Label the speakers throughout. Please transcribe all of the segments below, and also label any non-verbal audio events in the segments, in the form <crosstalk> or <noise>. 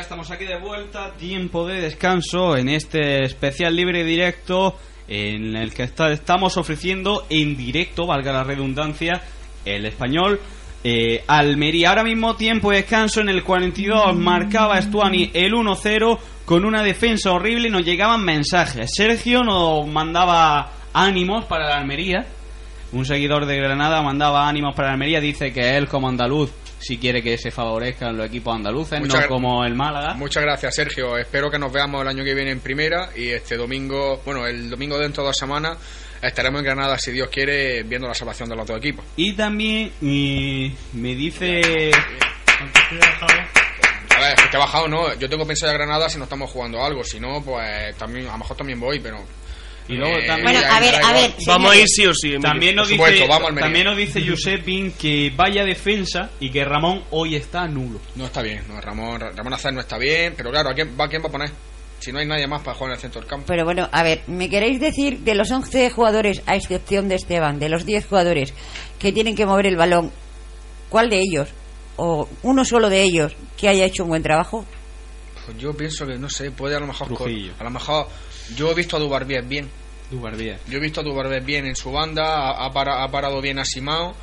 Speaker 1: estamos aquí de vuelta, tiempo de descanso en este especial libre directo en el que está- estamos ofreciendo en directo, valga la redundancia, el español eh, Almería. Ahora mismo tiempo de descanso en el 42, marcaba Estuani el 1-0 con una defensa horrible y nos llegaban mensajes. Sergio nos mandaba ánimos para la Almería. Un seguidor de Granada mandaba ánimos para la Almería, dice que él como andaluz si quiere que se favorezcan los equipos andaluces,
Speaker 2: Muchas
Speaker 1: no
Speaker 2: gra-
Speaker 1: como el Málaga.
Speaker 2: Muchas gracias, Sergio. Espero que nos veamos el año que viene en primera y este domingo, bueno, el domingo dentro de dos semanas estaremos en Granada, si Dios quiere, viendo la salvación de los dos equipos.
Speaker 1: Y también eh, me dice...
Speaker 2: A ver, que te he bajado, ¿no? Yo tengo pensado ir a Granada si no estamos jugando algo, si no, pues también, a lo mejor también voy, pero...
Speaker 1: Y luego
Speaker 2: Eh,
Speaker 1: también...
Speaker 3: Bueno,
Speaker 2: ahí
Speaker 3: a
Speaker 2: me
Speaker 3: ver,
Speaker 2: da
Speaker 3: a ver.
Speaker 2: igual.
Speaker 4: Vamos a ir
Speaker 3: señores.
Speaker 4: sí o sí. Emilio.
Speaker 1: También nos,
Speaker 2: Por supuesto,
Speaker 1: dice,
Speaker 2: vamos, Almería.
Speaker 1: también nos
Speaker 2: <laughs>
Speaker 1: dice Josepin que vaya defensa y que Ramón hoy está nulo.
Speaker 2: No está bien, no, Ramón, Ramón Azar no está bien, pero claro, ¿a quién va, quién va a poner? Si no hay nadie más para jugar en el centro del campo.
Speaker 3: Pero bueno, a ver, ¿me queréis decir de los 11 jugadores, a excepción de Esteban, de los 10 jugadores que tienen que mover el balón, cuál de ellos, o uno solo de ellos, que haya hecho un buen trabajo?
Speaker 2: Pues yo pienso que, no sé, puede a lo mejor...
Speaker 1: Trujillo.
Speaker 2: A lo mejor... Yo he visto a Dubarbier bien,
Speaker 1: Dubarbía.
Speaker 2: Yo he visto a Dubarbet bien en su banda, ha, ha para- ha parado bien a Simao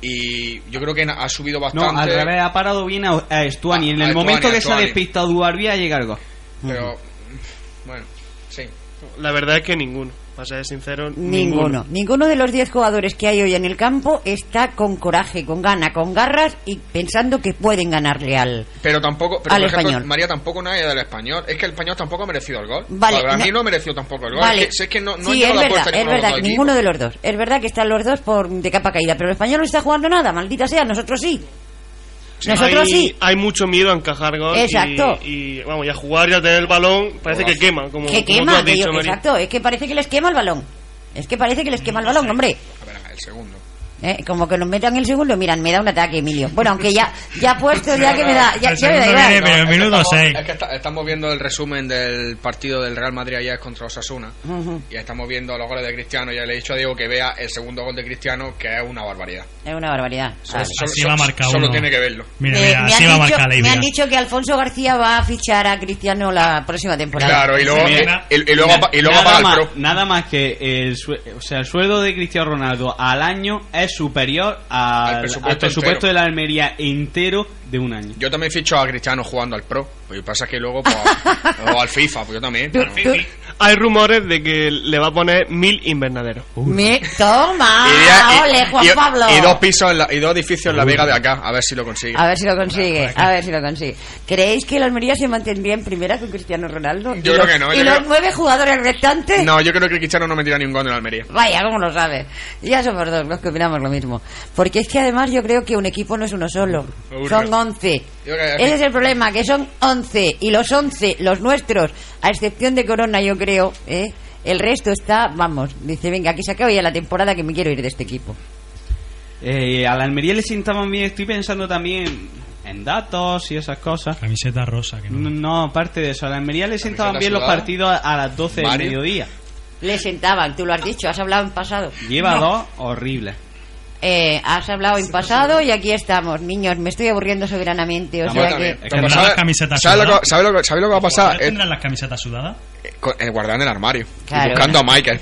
Speaker 2: y yo creo que na- ha subido
Speaker 1: No,
Speaker 2: bastante.
Speaker 1: al revés, ha parado bien a, a Estuani.
Speaker 2: A-
Speaker 1: en
Speaker 2: a
Speaker 1: el
Speaker 2: Estuani,
Speaker 1: momento que se ha
Speaker 2: Estuani.
Speaker 1: despistado Dubarbía llega el gol.
Speaker 2: Pero bueno, sí.
Speaker 4: La verdad es que ninguno. Para ser sincero,
Speaker 3: Ninguno.
Speaker 4: ninguno.
Speaker 3: Ninguno de los 10 jugadores que hay hoy en el campo está con coraje, con gana, con garras y pensando que pueden ganarle al...
Speaker 2: Pero tampoco, pero
Speaker 3: Al
Speaker 2: por ejemplo,
Speaker 3: español.
Speaker 2: María tampoco nadie del español. Es que el español tampoco ha merecido el gol.
Speaker 3: Vale,
Speaker 2: Para mí
Speaker 3: no-
Speaker 2: no ha merecido tampoco el gol.
Speaker 3: Vale.
Speaker 2: Pues Es que, si es que no, no
Speaker 3: sí,
Speaker 2: ha
Speaker 3: es
Speaker 2: llegado a la puerta
Speaker 3: verdad, es
Speaker 2: ninguno de los
Speaker 3: verdad,
Speaker 2: dos
Speaker 3: ninguno
Speaker 2: equipos.
Speaker 3: de los dos. Es verdad que están los dos por de capa caída, pero el español no está jugando nada, maldita sea, nosotros sí. Nosotros
Speaker 4: hay,
Speaker 3: sí.
Speaker 4: Hay mucho miedo a encajar gol. y-
Speaker 3: Exacto.
Speaker 4: Y, vamos, y a jugar y a tener el balón. Parece que quema. Como,
Speaker 3: que
Speaker 4: como tú
Speaker 3: quema,
Speaker 4: has dicho,
Speaker 3: que yo-
Speaker 4: María.
Speaker 3: exacto, es que parece que les quema el balón. Es que parece que les quema el balón, hombre.
Speaker 2: A ver, el segundo.
Speaker 3: Eh, como que nos metan el segundo, miran, me da un ataque, Emilio. Bueno, aunque ya ya ha puesto, ya que me da, ya,
Speaker 5: El
Speaker 3: ya me da
Speaker 5: segundo
Speaker 3: igual.
Speaker 5: viene, Pero
Speaker 2: es que
Speaker 5: minuto
Speaker 2: estamos-
Speaker 5: seis.
Speaker 2: Es que está- estamos viendo el resumen del partido del Real Madrid ayer contra Osasuna.
Speaker 3: Ujú.
Speaker 2: Y estamos viendo los goles de Cristiano. Ya le he dicho a Diego que vea el segundo gol de Cristiano, que es una barbaridad.
Speaker 3: Es una barbaridad.
Speaker 2: Solo,
Speaker 3: Vale.
Speaker 2: solo-
Speaker 5: Así va a marcar
Speaker 2: solo
Speaker 5: uno.
Speaker 2: tiene que verlo.
Speaker 5: Mira,
Speaker 3: Eh,
Speaker 5: mira,
Speaker 3: me,
Speaker 5: así va a
Speaker 3: han dicho,
Speaker 5: marcar la
Speaker 3: me
Speaker 5: idea.
Speaker 3: han dicho que Alfonso García va a fichar a Cristiano la próxima temporada.
Speaker 2: Claro, y luego, eh,
Speaker 5: Mira.
Speaker 2: y, y- y luego,
Speaker 1: Na-
Speaker 2: apa- y luego
Speaker 1: nada,
Speaker 2: apaga
Speaker 1: más,
Speaker 2: el pro.
Speaker 1: nada más que el, sue- o sea, el sueldo de Cristiano Ronaldo al año es superior al,
Speaker 2: Al
Speaker 1: al
Speaker 2: presupuesto
Speaker 1: presupuesto,
Speaker 2: entero.
Speaker 1: de la Almería entero de un año.
Speaker 2: Yo también ficho a Cristiano jugando al pro. Pues pasa que luego, pues,
Speaker 5: <laughs>
Speaker 2: o al FIFA, pues yo también.
Speaker 3: Tú-
Speaker 2: pero-
Speaker 3: tú-
Speaker 4: Hay rumores de que le va a poner mil invernaderos.
Speaker 3: me-
Speaker 5: Ah,
Speaker 3: toma,
Speaker 2: ya-
Speaker 3: ole, Juan
Speaker 2: y-
Speaker 3: Pablo.
Speaker 2: y dos pisos en la- y dos edificios en la Vega de acá, a ver si lo consigue.
Speaker 3: A ver si lo consigue, a ver si lo consigue. ¿Creéis que la Almería se mantendría en primera con Cristiano Ronaldo?
Speaker 2: Yo
Speaker 3: ¿Y
Speaker 2: creo
Speaker 3: los-
Speaker 2: que no,
Speaker 3: ¿Y
Speaker 2: yo
Speaker 3: los
Speaker 2: creo-
Speaker 3: nueve jugadores restantes?
Speaker 2: No, yo creo que Cristiano no metirá ningún gol en Almería.
Speaker 3: Vaya, ¿cómo lo sabes? Ya somos dos los que opinamos lo mismo. Porque es que además yo creo que un equipo no es uno solo.
Speaker 2: Seguro.
Speaker 3: Son 11.
Speaker 2: Yo creo que-
Speaker 3: Ese es el problema, que son 11. Y los 11, los nuestros, a excepción de Corona, yo creo, ¿eh? el resto está, vamos, dice, venga, aquí se acaba ya la temporada que me quiero ir de este equipo.
Speaker 1: Eh, a la Almería le sentaban bien, estoy pensando también en datos y esas cosas.
Speaker 5: Camiseta rosa, que no.
Speaker 1: No, aparte de eso, a la Almería le sentaban
Speaker 2: Camiseta
Speaker 1: bien los
Speaker 2: sudada.
Speaker 1: partidos a, a las 12 del
Speaker 2: Varios.
Speaker 1: mediodía.
Speaker 3: Le sentaban, tú lo has dicho, has hablado en pasado.
Speaker 1: Lleva dos horribles.
Speaker 3: Eh, has hablado en pasado y aquí estamos, niños, me estoy aburriendo soberanamente. O
Speaker 1: Yo
Speaker 3: sea
Speaker 2: también.
Speaker 3: que...
Speaker 5: Es que
Speaker 2: Pero
Speaker 5: tendrán
Speaker 2: ¿sabe-
Speaker 5: las camisetas
Speaker 2: ¿sabe lo que-
Speaker 5: sudadas.
Speaker 2: sabe lo que- sabe lo que va a pasar? Eh,
Speaker 5: ¿Tendrán las camisetas sudadas?
Speaker 2: con- eh, guardando en el armario. y
Speaker 3: Claro.
Speaker 2: Buscando a
Speaker 3: <laughs>
Speaker 2: Michael.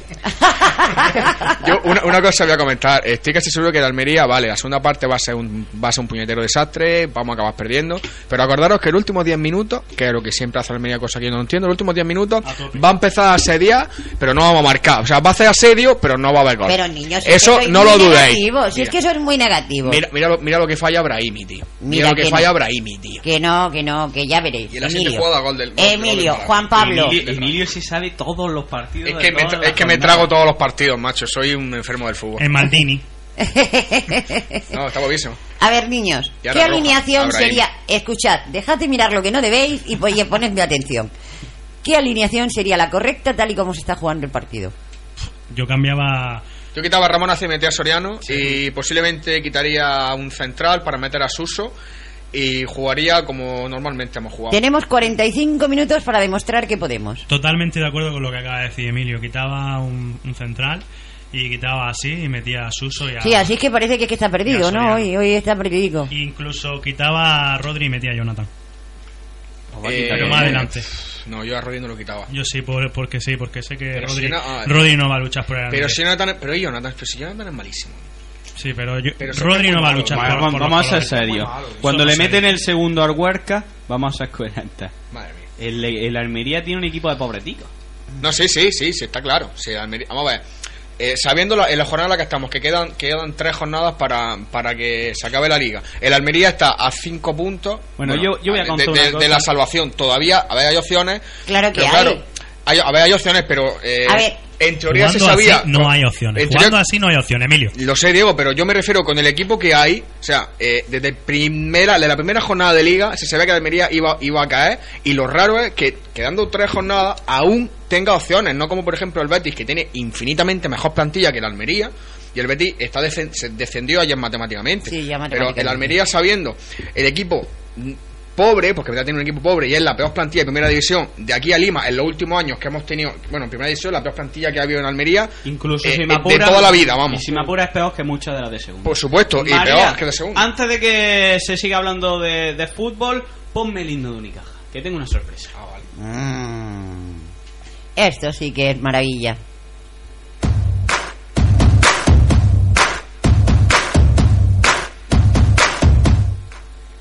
Speaker 2: Yo una, una cosa voy a comentar. Estoy casi seguro que de Almería, vale, la segunda parte va a ser un, va a ser un puñetero desastre, vamos a acabar perdiendo. Pero acordaros que el último 10 minutos, que es lo que siempre hace Almería, cosa que yo no entiendo, los últimos 10 minutos
Speaker 5: A tope.
Speaker 2: va a empezar a asediar, pero no vamos a marcar. O sea, va a hacer asedio, pero no va a haber gol.
Speaker 3: Pero niños, si es que
Speaker 2: Eso
Speaker 3: sois
Speaker 2: no
Speaker 3: muy
Speaker 2: lo dudéis.
Speaker 3: negativos, Si es que eso es muy negativo.
Speaker 2: Mira, mira, lo, mira lo que falla Brahimi, tío. Mira,
Speaker 3: Mira
Speaker 2: lo que,
Speaker 3: que no.
Speaker 2: falla Brahimi, tío.
Speaker 3: Que no, que no, que ya veréis.
Speaker 2: Y en la siguiente
Speaker 3: Emilio,
Speaker 2: jugada, gol del- gol del-
Speaker 3: Emilio
Speaker 2: gol del-
Speaker 3: Juan Pablo.
Speaker 1: Emilio, Emilio se sabe todos los partidos.
Speaker 2: Es
Speaker 1: de
Speaker 2: que, me,
Speaker 1: todas
Speaker 2: tra-
Speaker 1: las
Speaker 2: es que me
Speaker 1: jornadas.
Speaker 2: trago todos los partidos, macho. Soy un enfermo del
Speaker 3: <laughs>
Speaker 2: fútbol.
Speaker 5: En Maldini.
Speaker 2: No, está buenísimo.
Speaker 3: A ver, niños,
Speaker 2: Y ahora
Speaker 3: ¿qué
Speaker 2: roja,
Speaker 3: alineación
Speaker 2: Abraham.
Speaker 3: sería? Escuchad, dejad de mirar lo que no debéis y po- y ponedme atención. ¿Qué alineación sería la correcta tal y como se está jugando el partido?
Speaker 5: Yo cambiaba.
Speaker 2: Yo quitaba a Ramón hace metía a Soriano y posiblemente quitaría a un central para meter a Suso y jugaría como normalmente hemos jugado.
Speaker 3: Tenemos 45 minutos para demostrar que podemos.
Speaker 5: Totalmente de acuerdo con lo que acaba de decir Emilio. Quitaba un, un central y quitaba así y metía a Suso
Speaker 2: Ah.
Speaker 5: y a.
Speaker 3: Sí, así es que parece que, es que está perdido,
Speaker 5: Ya,
Speaker 3: ¿no?
Speaker 5: Soriano.
Speaker 3: Hoy, hoy está perdido.
Speaker 5: Incluso quitaba a Rodri y metía a Jonathan.
Speaker 1: Pues va a
Speaker 2: Eh,
Speaker 1: quitar.
Speaker 5: Pero más adelante.
Speaker 2: No, yo a Rodri no lo quitaba.
Speaker 5: Yo sí, por- porque sí, porque sé que
Speaker 2: Pero
Speaker 5: Rodri,
Speaker 2: si no- ah,
Speaker 5: Rodri no va a luchar por el
Speaker 2: Pero
Speaker 5: Alavés.
Speaker 2: si Jonathan, pero y Jonathan, pero si Jonathan es malísimo.
Speaker 5: Sí, pero, yo-
Speaker 2: pero si
Speaker 5: Rodri
Speaker 2: es
Speaker 5: no va a
Speaker 2: muy
Speaker 5: luchar
Speaker 2: malo,
Speaker 5: por,
Speaker 1: Vamos,
Speaker 5: por los
Speaker 1: vamos a ser
Speaker 5: colores.
Speaker 1: serios.
Speaker 2: Muy malo, tío.
Speaker 1: Cuando le
Speaker 5: Somos
Speaker 1: meten
Speaker 5: serios.
Speaker 1: el segundo al Huerca, vamos a ser coherentes.
Speaker 2: Madre mía.
Speaker 1: El, el Almería tiene un equipo de pobreticos.
Speaker 2: No, sí, sí, sí, sí, está claro. Sí, Almería- Vamos a ver. Eh, sabiendo la, en la jornada en la que estamos, que quedan, quedan tres jornadas para, para que se acabe la liga. El Almería está a cinco puntos.
Speaker 1: Bueno, yo- yo voy a
Speaker 2: de-
Speaker 1: contar
Speaker 2: de,
Speaker 1: una
Speaker 2: de- de
Speaker 1: cosa.
Speaker 2: la salvación. Todavía, a ver, hay opciones.
Speaker 3: Claro que
Speaker 2: pero hay-
Speaker 3: hay.
Speaker 2: A ver, hay opciones, pero eh,
Speaker 3: A ver.
Speaker 2: en teoría se
Speaker 5: Jugando así
Speaker 2: sabía.
Speaker 5: no hay opciones.
Speaker 2: en teoría-
Speaker 5: Jugando así no hay opciones, Emilio.
Speaker 2: lo sé, Diego, pero yo me refiero con el equipo que hay. O sea, eh, desde primera, de la primera jornada de liga se sabía que Almería iba, iba a caer. Y lo raro es que, quedando tres jornadas, aún tenga opciones. No como, por ejemplo, el Betis, que tiene infinitamente mejor plantilla que el Almería. Y el Betis está defen- se descendió ayer matemáticamente.
Speaker 3: Sí, ya
Speaker 2: Pero
Speaker 3: matemáticamente.
Speaker 2: el Almería, sabiendo el equipo mm, pobre, porque verdad tiene un equipo pobre y es la peor plantilla de primera división de aquí a Lima en los últimos años que hemos tenido. Bueno, en primera división, la peor plantilla que ha habido en Almería.
Speaker 1: Incluso
Speaker 2: eh,
Speaker 1: si
Speaker 2: eh,
Speaker 1: me apura,
Speaker 2: de toda la vida, vamos.
Speaker 1: Y si me apura es peor que muchas de las de segunda.
Speaker 2: Por supuesto, y
Speaker 1: María,
Speaker 2: peor que de segundo.
Speaker 1: Antes de que se siga hablando de, de fútbol, ponme el himno de Unicaja, que tengo una sorpresa.
Speaker 2: Ah.
Speaker 3: Mm. Esto sí que es maravilla.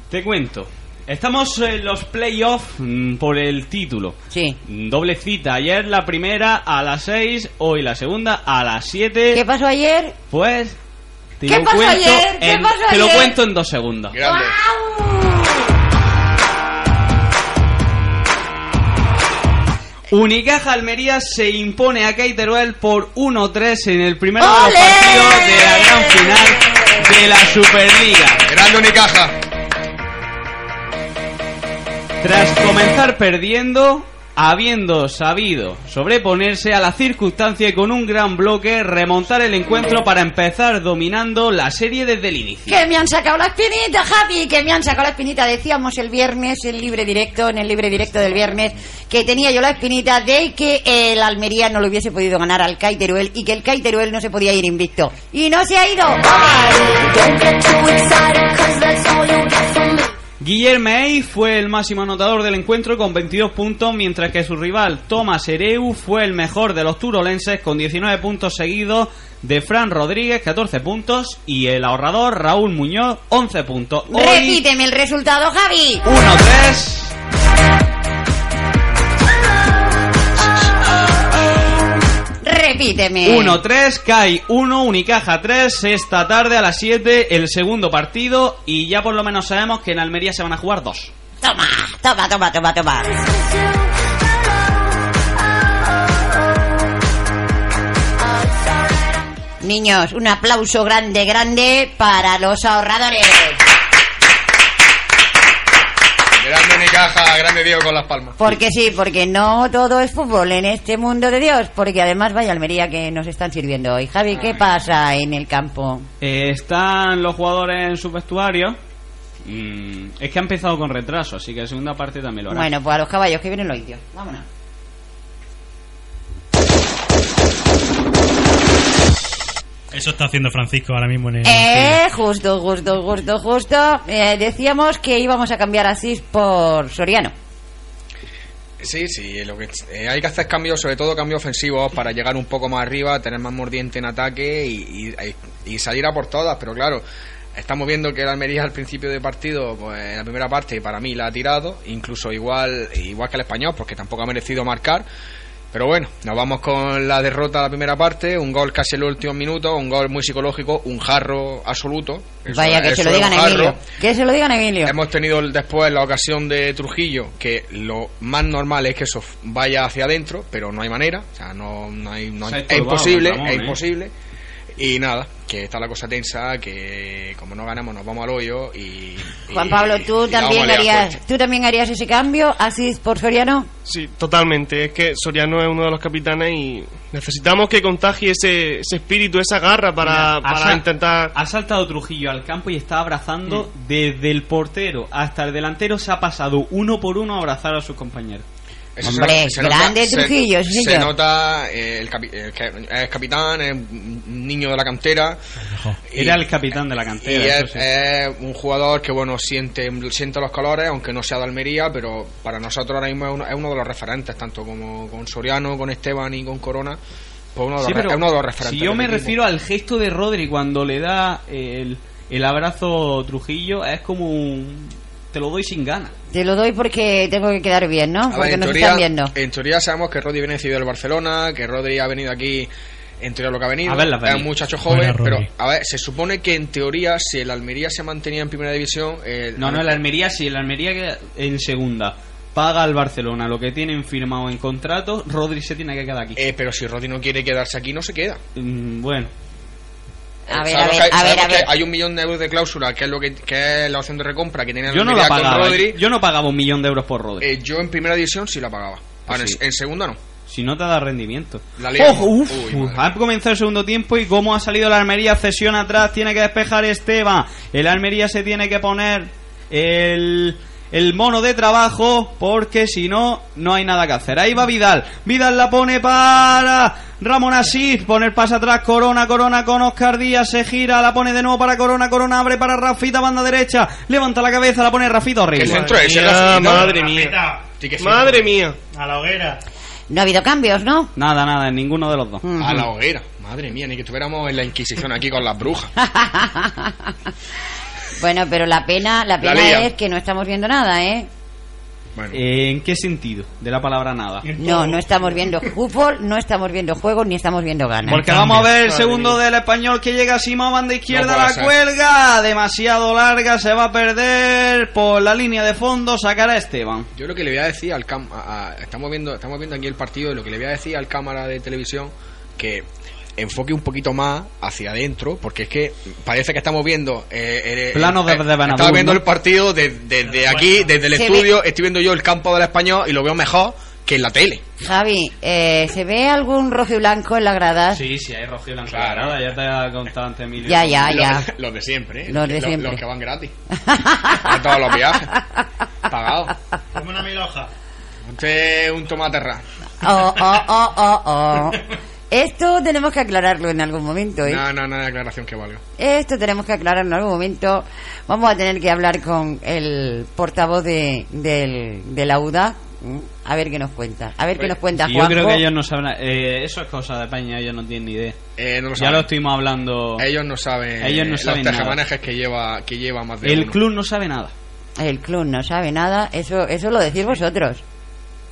Speaker 1: Te cuento. Estamos en los playoffs mm, por el título.
Speaker 3: Sí.
Speaker 1: Mm, Doble cita. Ayer la primera a las 6, hoy la segunda a las
Speaker 2: Eh.
Speaker 1: 7.
Speaker 3: ¿Qué pasó ayer?
Speaker 1: Pues. Te
Speaker 3: ¿Qué
Speaker 1: lo
Speaker 3: pasó
Speaker 1: cuento
Speaker 3: ayer? ¿Qué
Speaker 1: en-
Speaker 3: pasó
Speaker 1: Te lo
Speaker 3: ayer?
Speaker 1: cuento en dos segundos.
Speaker 2: Grande.
Speaker 1: Unicaja Almería se impone a Caiteruel por 1-3 en el primero de los
Speaker 3: ¡Ole!
Speaker 1: partidos de la gran final de la Superliga.
Speaker 2: Grande Unicaja.
Speaker 1: Tras comenzar perdiendo, habiendo sabido sobreponerse a la circunstancia y con un gran bloque remontar el encuentro para empezar dominando la serie desde el inicio.
Speaker 3: Que me han sacado la espinita, Javi, que me han sacado la espinita. Decíamos el viernes, el libre directo, en el libre directo del viernes, que tenía yo la espinita de que el Almería no lo hubiese podido ganar al Caiteruel y que el Caiteruel no se podía ir invicto. Y no se ha ido.
Speaker 1: Guillermo Ey fue el máximo anotador del encuentro con 22 puntos, mientras que su rival Thomas Ereu fue el mejor de los turolenses con 19 puntos seguidos de Fran Rodríguez, 14 puntos, y el ahorrador Raúl Muñoz, 11 puntos. Hoy,
Speaker 3: Repíteme el resultado, Javi.
Speaker 1: 1-3.
Speaker 3: Repíteme.
Speaker 1: 1-3, CAI 1, Unicaja 3, esta tarde a las 7 el segundo partido y ya por lo menos sabemos que en Almería se van a jugar dos.
Speaker 3: Toma, toma, toma, toma, toma. Niños, un aplauso grande, grande para los ahorradores.
Speaker 2: Grande Unicaja, grande Diego con las palmas.
Speaker 3: Porque sí, porque no todo es fútbol en este mundo de Dios. Porque además, vaya Almería que nos están sirviendo hoy. Javi, ¿qué pasa en el campo?
Speaker 1: Eh, están los jugadores en sus vestuarios. Mm, es que ha empezado con retraso, así que la segunda parte también lo hará.
Speaker 3: Bueno, pues a los caballos que vienen los indios. Vámonos.
Speaker 5: Eso está haciendo Francisco ahora mismo en el.
Speaker 3: Eh, justo, justo, justo, justo. Eh, decíamos que íbamos a cambiar a Sis por Soriano.
Speaker 2: Sí, sí, lo que eh, hay que hacer cambios, sobre todo cambios ofensivos, para llegar un poco más arriba, tener más mordiente en ataque y, y- y salir a por todas. Pero claro, estamos viendo que el Almería al principio de partido, pues, en la primera parte, para mí la ha tirado, incluso igual, igual que el español, porque tampoco ha merecido marcar. Pero bueno, nos vamos con la derrota de la primera parte, un gol casi en los últimos minutos, un gol muy psicológico, un jarro absoluto. Eso
Speaker 3: Vaya,
Speaker 2: es-
Speaker 3: que se
Speaker 2: eso
Speaker 3: lo
Speaker 2: es un
Speaker 3: digan a
Speaker 2: jarro.
Speaker 3: Emilio. Que se lo digan a Emilio.
Speaker 2: Hemos tenido el- después la ocasión de Trujillo, que lo más normal es que eso vaya hacia adentro, pero no hay manera, o sea, no, no hay, no
Speaker 1: Se
Speaker 2: hay-
Speaker 1: ha
Speaker 2: es
Speaker 1: estorbado,
Speaker 2: imposible,
Speaker 1: Ramón,
Speaker 2: es
Speaker 1: ¿eh?
Speaker 2: imposible. Y nada, que está la cosa tensa, que como no ganamos nos vamos al hoyo y... y-
Speaker 3: Juan Pablo, tú
Speaker 2: y la
Speaker 3: también
Speaker 2: vamos a liar
Speaker 3: harías,
Speaker 2: fuerte.
Speaker 3: tú también harías ese cambio a Sis por Soriano.
Speaker 4: Sí, totalmente. Es que Soriano es uno de los capitanes y necesitamos que contagie ese, ese espíritu, esa garra Ah, para,
Speaker 1: Mira, ha
Speaker 4: para
Speaker 1: sal-
Speaker 4: intentar...
Speaker 1: Ha saltado Trujillo al campo y está abrazando desde el portero hasta el delantero. Se ha pasado uno por uno a abrazar a sus compañeros.
Speaker 2: Eso
Speaker 3: Hombre, grande Trujillo, sí,
Speaker 2: se,
Speaker 3: señor.
Speaker 2: nota eh, el, capi- el que es capitán, es un un niño de la cantera. y-
Speaker 1: Era el capitán de la
Speaker 2: Y
Speaker 1: cantera.
Speaker 2: es,
Speaker 1: eso sí.
Speaker 2: es un jugador que, bueno, siente, siente los colores, aunque no sea de Almería, pero para nosotros ahora mismo es uno, es uno de los referentes, tanto como con Soriano, con Esteban y con Corona. Pues uno de los,
Speaker 1: Sí,
Speaker 2: re-
Speaker 1: pero
Speaker 2: es uno de los referentes.
Speaker 1: si yo
Speaker 2: del
Speaker 1: me
Speaker 2: equipo.
Speaker 1: refiero al gesto de Rodri cuando le da el, el abrazo Trujillo, es como un... Te lo doy sin ganas.
Speaker 3: Te lo doy porque tengo que quedar bien, ¿no?
Speaker 2: A ver,
Speaker 3: porque
Speaker 2: en,
Speaker 3: nos
Speaker 2: teoría, eh,
Speaker 3: están viendo.
Speaker 2: en teoría sabemos que Rodri viene decidido del Barcelona, que Rodri ha venido aquí, en teoría lo que ha venido,
Speaker 1: A verla
Speaker 2: es un
Speaker 1: venir.
Speaker 2: muchacho joven,
Speaker 5: Buena, Rodri.
Speaker 2: pero a ver, se supone que en teoría si el Almería se mantenía en primera división... el-
Speaker 1: No, no, el Almería sí, el Almería que en segunda paga al Barcelona lo que tienen firmado en contrato, Rodri se tiene que quedar aquí.
Speaker 2: Eh, pero si Rodri no quiere quedarse aquí, no se queda.
Speaker 1: Mm, bueno,
Speaker 3: A ver, a
Speaker 2: Sabemos
Speaker 3: ver,
Speaker 2: que-
Speaker 3: a ver,
Speaker 2: sabemos
Speaker 3: a ver.
Speaker 2: que Hay un millón de euros de cláusula, que es lo que, que es la opción de recompra que tiene el
Speaker 1: yo no
Speaker 2: Almería
Speaker 1: la pagaba.
Speaker 2: con Rodri.
Speaker 1: Yo no pagaba un millón de euros por Rodri.
Speaker 2: Eh, yo en primera división sí la pagaba. Ahora, en-
Speaker 1: Ah, sí.
Speaker 2: en, segunda no.
Speaker 1: si no te da rendimiento.
Speaker 2: La liga.
Speaker 1: ¡Ojo! ¡Uf!
Speaker 2: Uy, madre.
Speaker 1: ha comenzado el segundo tiempo y cómo ha salido la Almería, cesión atrás, tiene que despejar Esteban. El Almería se tiene que poner el, el mono de trabajo porque si no, no hay nada que hacer. Ahí va Vidal. Vidal la pone para Ramón Asís, pone el pase atrás, Corona, Corona con Oscar Díaz, se gira, la pone de nuevo para Corona, Corona abre para Rafita, banda derecha, levanta la cabeza, la pone Rafita
Speaker 2: El
Speaker 1: horrible.
Speaker 2: centro es el
Speaker 4: mía,
Speaker 2: Rafita.
Speaker 4: madre mía.
Speaker 2: Sí que sí.
Speaker 4: Madre mía.
Speaker 5: A la hoguera.
Speaker 3: No ha habido cambios, ¿no?
Speaker 1: Nada, nada, en ninguno de los dos.
Speaker 3: Mm.
Speaker 2: A la hoguera. Madre mía, ni que estuviéramos en la Inquisición aquí con
Speaker 1: <laughs>
Speaker 2: las brujas.
Speaker 3: Bueno, pero la pena, la pena
Speaker 2: liga.
Speaker 3: es que no estamos viendo nada, ¿eh?
Speaker 2: Bueno,
Speaker 1: Eh, ¿En qué sentido? De la palabra nada.
Speaker 3: No, no estamos viendo fútbol, no estamos viendo juegos, ni estamos viendo ganas.
Speaker 1: Porque vamos a ver el segundo del español que llega Simón, banda izquierda,
Speaker 2: No puede
Speaker 1: la
Speaker 2: ser.
Speaker 1: cuelga, demasiado larga, se va a perder por la línea de fondo, sacará Esteban.
Speaker 2: yo lo que le voy a decir al cam a- a- estamos viendo estamos viendo aquí el partido y lo que le voy a decir al cámara de televisión que enfoque un poquito más hacia adentro porque es que parece que estamos viendo eh, eh,
Speaker 1: Planos de- de Benabú,
Speaker 2: estaba viendo
Speaker 1: ¿no?
Speaker 2: el partido de- desde aquí desde el
Speaker 3: Se
Speaker 2: estudio estoy viendo yo el campo del español y lo veo mejor que en la tele
Speaker 3: Javi, eh, ¿se ve algún rojo y blanco en la gradas?
Speaker 1: Sí, sí, hay Rocío Blanco,
Speaker 2: Claro.
Speaker 1: nada, ya te ha contado antes Emilio.
Speaker 3: Ya, ya,
Speaker 2: Los-
Speaker 3: ya.
Speaker 2: Los, de siempre, ¿eh?
Speaker 3: Los de siempre.
Speaker 2: Los que van gratis. A todos los viajes. Pagados.
Speaker 5: Como una miloja.
Speaker 2: Usted Este es un tomaterra.
Speaker 3: Oh, oh, oh, oh,
Speaker 2: <laughs>
Speaker 3: oh. Esto tenemos que aclararlo en algún momento, ¿eh?
Speaker 2: No, no, no, declaración que valga.
Speaker 3: Esto tenemos que aclararlo en algún momento. Vamos a tener que hablar con el portavoz de, del, de la UDA. ¿m? A ver qué nos cuenta. A ver qué
Speaker 2: Oye,
Speaker 3: nos cuenta
Speaker 1: Y yo creo
Speaker 3: Juanjo.
Speaker 1: que ellos no sabrán, eh, eso es cosa de Peña, ellos no tienen ni idea.
Speaker 2: Eh, no lo
Speaker 1: Ya
Speaker 2: saben.
Speaker 1: lo estuvimos hablando.
Speaker 2: Ellos no saben. eh,
Speaker 1: Ellos no
Speaker 2: los
Speaker 1: saben nada.
Speaker 2: tejemanejes que lleva, que lleva más de
Speaker 1: El
Speaker 2: uno.
Speaker 1: club no sabe nada.
Speaker 3: El club no sabe nada. Eso, eso lo decís vosotros.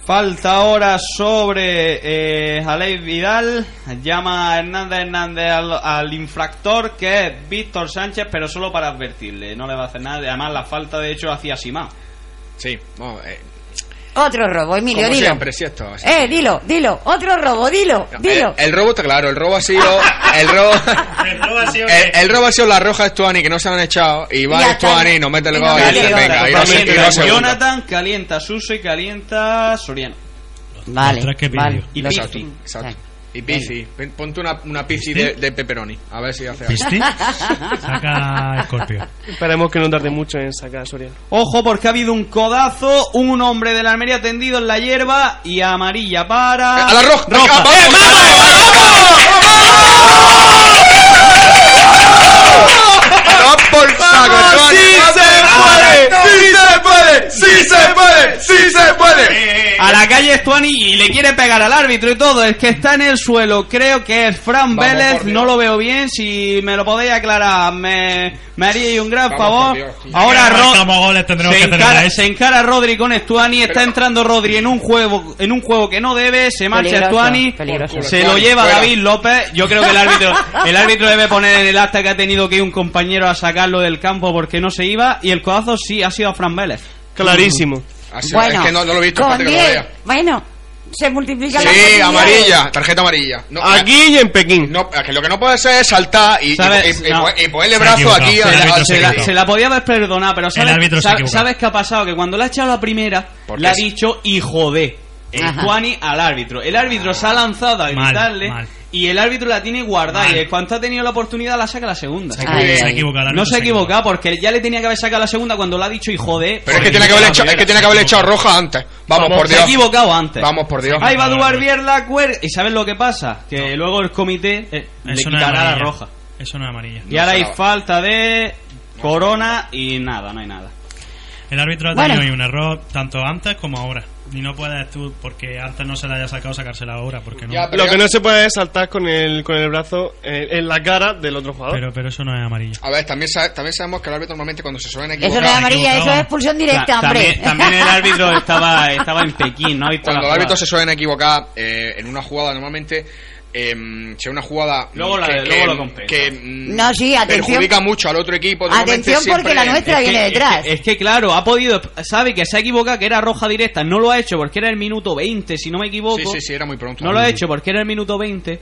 Speaker 1: Falta ahora sobre eh, Aleix Vidal. Llama a Hernández Hernández al, al infractor que es Víctor Sánchez, pero solo para advertirle. No le va a hacer nada. Además, la falta de hecho hacía Simán.
Speaker 2: Sí, vamos, eh,
Speaker 3: Otro robo, Emilio,
Speaker 2: como
Speaker 3: dilo.
Speaker 2: siempre, sí, esto. sí.
Speaker 3: Eh, dilo, dilo. Otro robo, dilo,
Speaker 2: No, eh,
Speaker 3: dilo.
Speaker 2: El, el robo está claro, el robo ha sido.
Speaker 3: <laughs>
Speaker 1: <laughs>
Speaker 2: El robo.
Speaker 5: El robo ha sido
Speaker 1: Eh,
Speaker 2: El, el robo ha sido la roja Estuani que no se han echado y
Speaker 3: Y
Speaker 2: va
Speaker 3: acá-
Speaker 2: Estuani nos mete el
Speaker 3: y
Speaker 2: gol
Speaker 3: nos
Speaker 2: y
Speaker 3: mete
Speaker 2: dicen,
Speaker 3: el gol.
Speaker 2: venga, y no se- y no se-
Speaker 1: Calienta Jonathan, calienta Suso y calienta Soriano.
Speaker 2: eh,
Speaker 3: Vale,
Speaker 5: Ostras, qué
Speaker 3: vale.
Speaker 5: vídeo.
Speaker 1: Y
Speaker 3: Lo-
Speaker 1: Pizzi.
Speaker 2: Exacto, exacto.
Speaker 3: Sí.
Speaker 2: Y Pizzi, ven, ponte una, una Pizzi
Speaker 5: ¿Pizzi?
Speaker 2: de, de pepperoni, a ver si hace algo.
Speaker 5: ¿Viste? Saca Scorpio.
Speaker 4: Esperemos que no tarde mucho en sacar Soriano.
Speaker 1: Ojo porque ha habido un codazo, un hombre de la Almería tendido en la hierba y amarilla para...
Speaker 2: ¡A la roja! ¡Venga, vamos! ¡Vamos por saco, Johnny! ¡Vamos! ¡Sí se puede! ¡Sí se puede!
Speaker 1: A la calle Stuani y le quiere pegar al árbitro y todo. Es que está en el suelo. Creo que es Fran
Speaker 2: Vamos,
Speaker 1: Vélez.
Speaker 2: por Dios.
Speaker 1: No lo veo bien. Si me lo podéis aclarar, me, me haríais un gran
Speaker 2: Vamos,
Speaker 1: favor.
Speaker 2: por Dios, sí.
Speaker 1: Ahora
Speaker 5: ¿Qué
Speaker 1: Ro-
Speaker 5: marcamos goles tendremos
Speaker 1: se,
Speaker 5: que tener a
Speaker 1: encara,
Speaker 5: ese?
Speaker 1: se encara Rodri con Estuani. Está
Speaker 2: Pero-
Speaker 1: entrando Rodri en un juego en un juego que no debe. Se marcha
Speaker 3: Peligroso,
Speaker 1: Estuani.
Speaker 3: peligroso.
Speaker 2: Por culo,
Speaker 1: Se lo
Speaker 2: Estuani,
Speaker 1: lleva
Speaker 2: fuera.
Speaker 1: David López. Yo creo que el árbitro el árbitro debe poner en el acta que ha tenido que ir un compañero a sacarlo del campo porque no se iba. Y el codazo sí ha sido a Fran Vélez.
Speaker 4: Clarísimo.
Speaker 2: Así,
Speaker 3: bueno,
Speaker 2: Ah, es que no, no lo he visto,
Speaker 3: con
Speaker 2: espérate que lo
Speaker 3: 10.
Speaker 2: vea.
Speaker 3: Bueno, se multiplica la
Speaker 2: Sí, amarilla, tarjeta amarilla. No, eh,
Speaker 4: Aquí y en Pekín.
Speaker 2: No, es que lo que no puede ser es saltar y, y,
Speaker 1: ¿Sabes?
Speaker 2: y- y-
Speaker 1: No.
Speaker 2: y ponerle
Speaker 5: Se ha
Speaker 2: brazo
Speaker 5: equivocado,
Speaker 2: aquí
Speaker 5: el
Speaker 2: a- al
Speaker 5: árbitro se ha
Speaker 1: se la,
Speaker 5: equivocado.
Speaker 2: seguidor.
Speaker 1: se la podía haber perdonado, pero ¿sabes,
Speaker 5: El árbitro se
Speaker 1: sab-
Speaker 5: equivoca.
Speaker 1: sabes qué ha pasado? Que cuando la ha echado la primera,
Speaker 2: Por
Speaker 1: le ha
Speaker 2: eso.
Speaker 1: dicho hijo de. El
Speaker 3: Ajá.
Speaker 1: Juani al árbitro. El árbitro se ha lanzado a
Speaker 5: Mal,
Speaker 1: gritarle
Speaker 5: mal.
Speaker 1: y el árbitro la tiene guardada.
Speaker 5: Vale.
Speaker 1: Y cuando ha tenido la oportunidad, la saca la segunda.
Speaker 5: Se ha equivocado, se ha equivocado, el
Speaker 1: No
Speaker 5: árbitro
Speaker 1: se ha equivocado porque ya le tenía que haber sacado la segunda cuando la ha dicho y joder.
Speaker 2: Pero es
Speaker 1: porque
Speaker 2: que tiene que haber
Speaker 1: la
Speaker 2: hecho, es que
Speaker 1: primera.
Speaker 2: tiene que haber echado roja antes. Vamos, por
Speaker 1: Se ha
Speaker 2: Dios.
Speaker 1: equivocado antes.
Speaker 2: Vamos, por Dios.
Speaker 1: Ahí va Duarbier la cuer y sabes lo que pasa, que luego el comité eh, le
Speaker 5: Es una
Speaker 1: quitará la
Speaker 5: amarilla.
Speaker 1: roja.
Speaker 5: Es una amarilla.
Speaker 1: Y ahora
Speaker 2: se
Speaker 1: hay
Speaker 2: la va.
Speaker 1: falta de Corona y nada, no hay nada.
Speaker 5: El árbitro ha
Speaker 3: Bueno.
Speaker 5: tenido ahí un error tanto antes como ahora. Y no puedes tú, porque antes no se la haya sacado, sacársela ahora. Porque no.
Speaker 2: Ya, pero-
Speaker 4: Lo que no se puede es saltar con el, con el brazo eh, en la cara del otro jugador.
Speaker 5: pero, pero eso no es amarilla.
Speaker 2: A ver, también, sa- también sabemos que el árbitro normalmente cuando se suelen
Speaker 3: Eso no es
Speaker 2: equivocar.
Speaker 3: amarilla, eso es expulsión directa,
Speaker 1: Ta-
Speaker 3: hombre.
Speaker 1: también, también el
Speaker 3: <laughs>
Speaker 1: árbitro estaba, estaba en Pekín, ¿no? Y toda
Speaker 2: Cuando
Speaker 1: la
Speaker 2: los árbitros se
Speaker 1: jugada.
Speaker 2: suelen equivocar eh, en una jugada, normalmente. em, si es una jugada
Speaker 1: Luego la-
Speaker 2: que,
Speaker 1: luego
Speaker 2: que-
Speaker 1: lo compensa.
Speaker 2: que, mm,
Speaker 3: No, sí, atención.
Speaker 2: perjudica mucho al otro equipo. normalmente
Speaker 3: Atención porque
Speaker 2: siempre- em,
Speaker 3: la nuestra
Speaker 1: Es que-
Speaker 3: viene detrás.
Speaker 1: Es que, es que, claro, ha podido, sabe que se ha equivocado, que era roja directa, no lo ha hecho porque era el minuto 20, si no me equivoco.
Speaker 2: Sí, sí, sí, era muy pronto.
Speaker 1: No lo ha hecho porque era el minuto 20.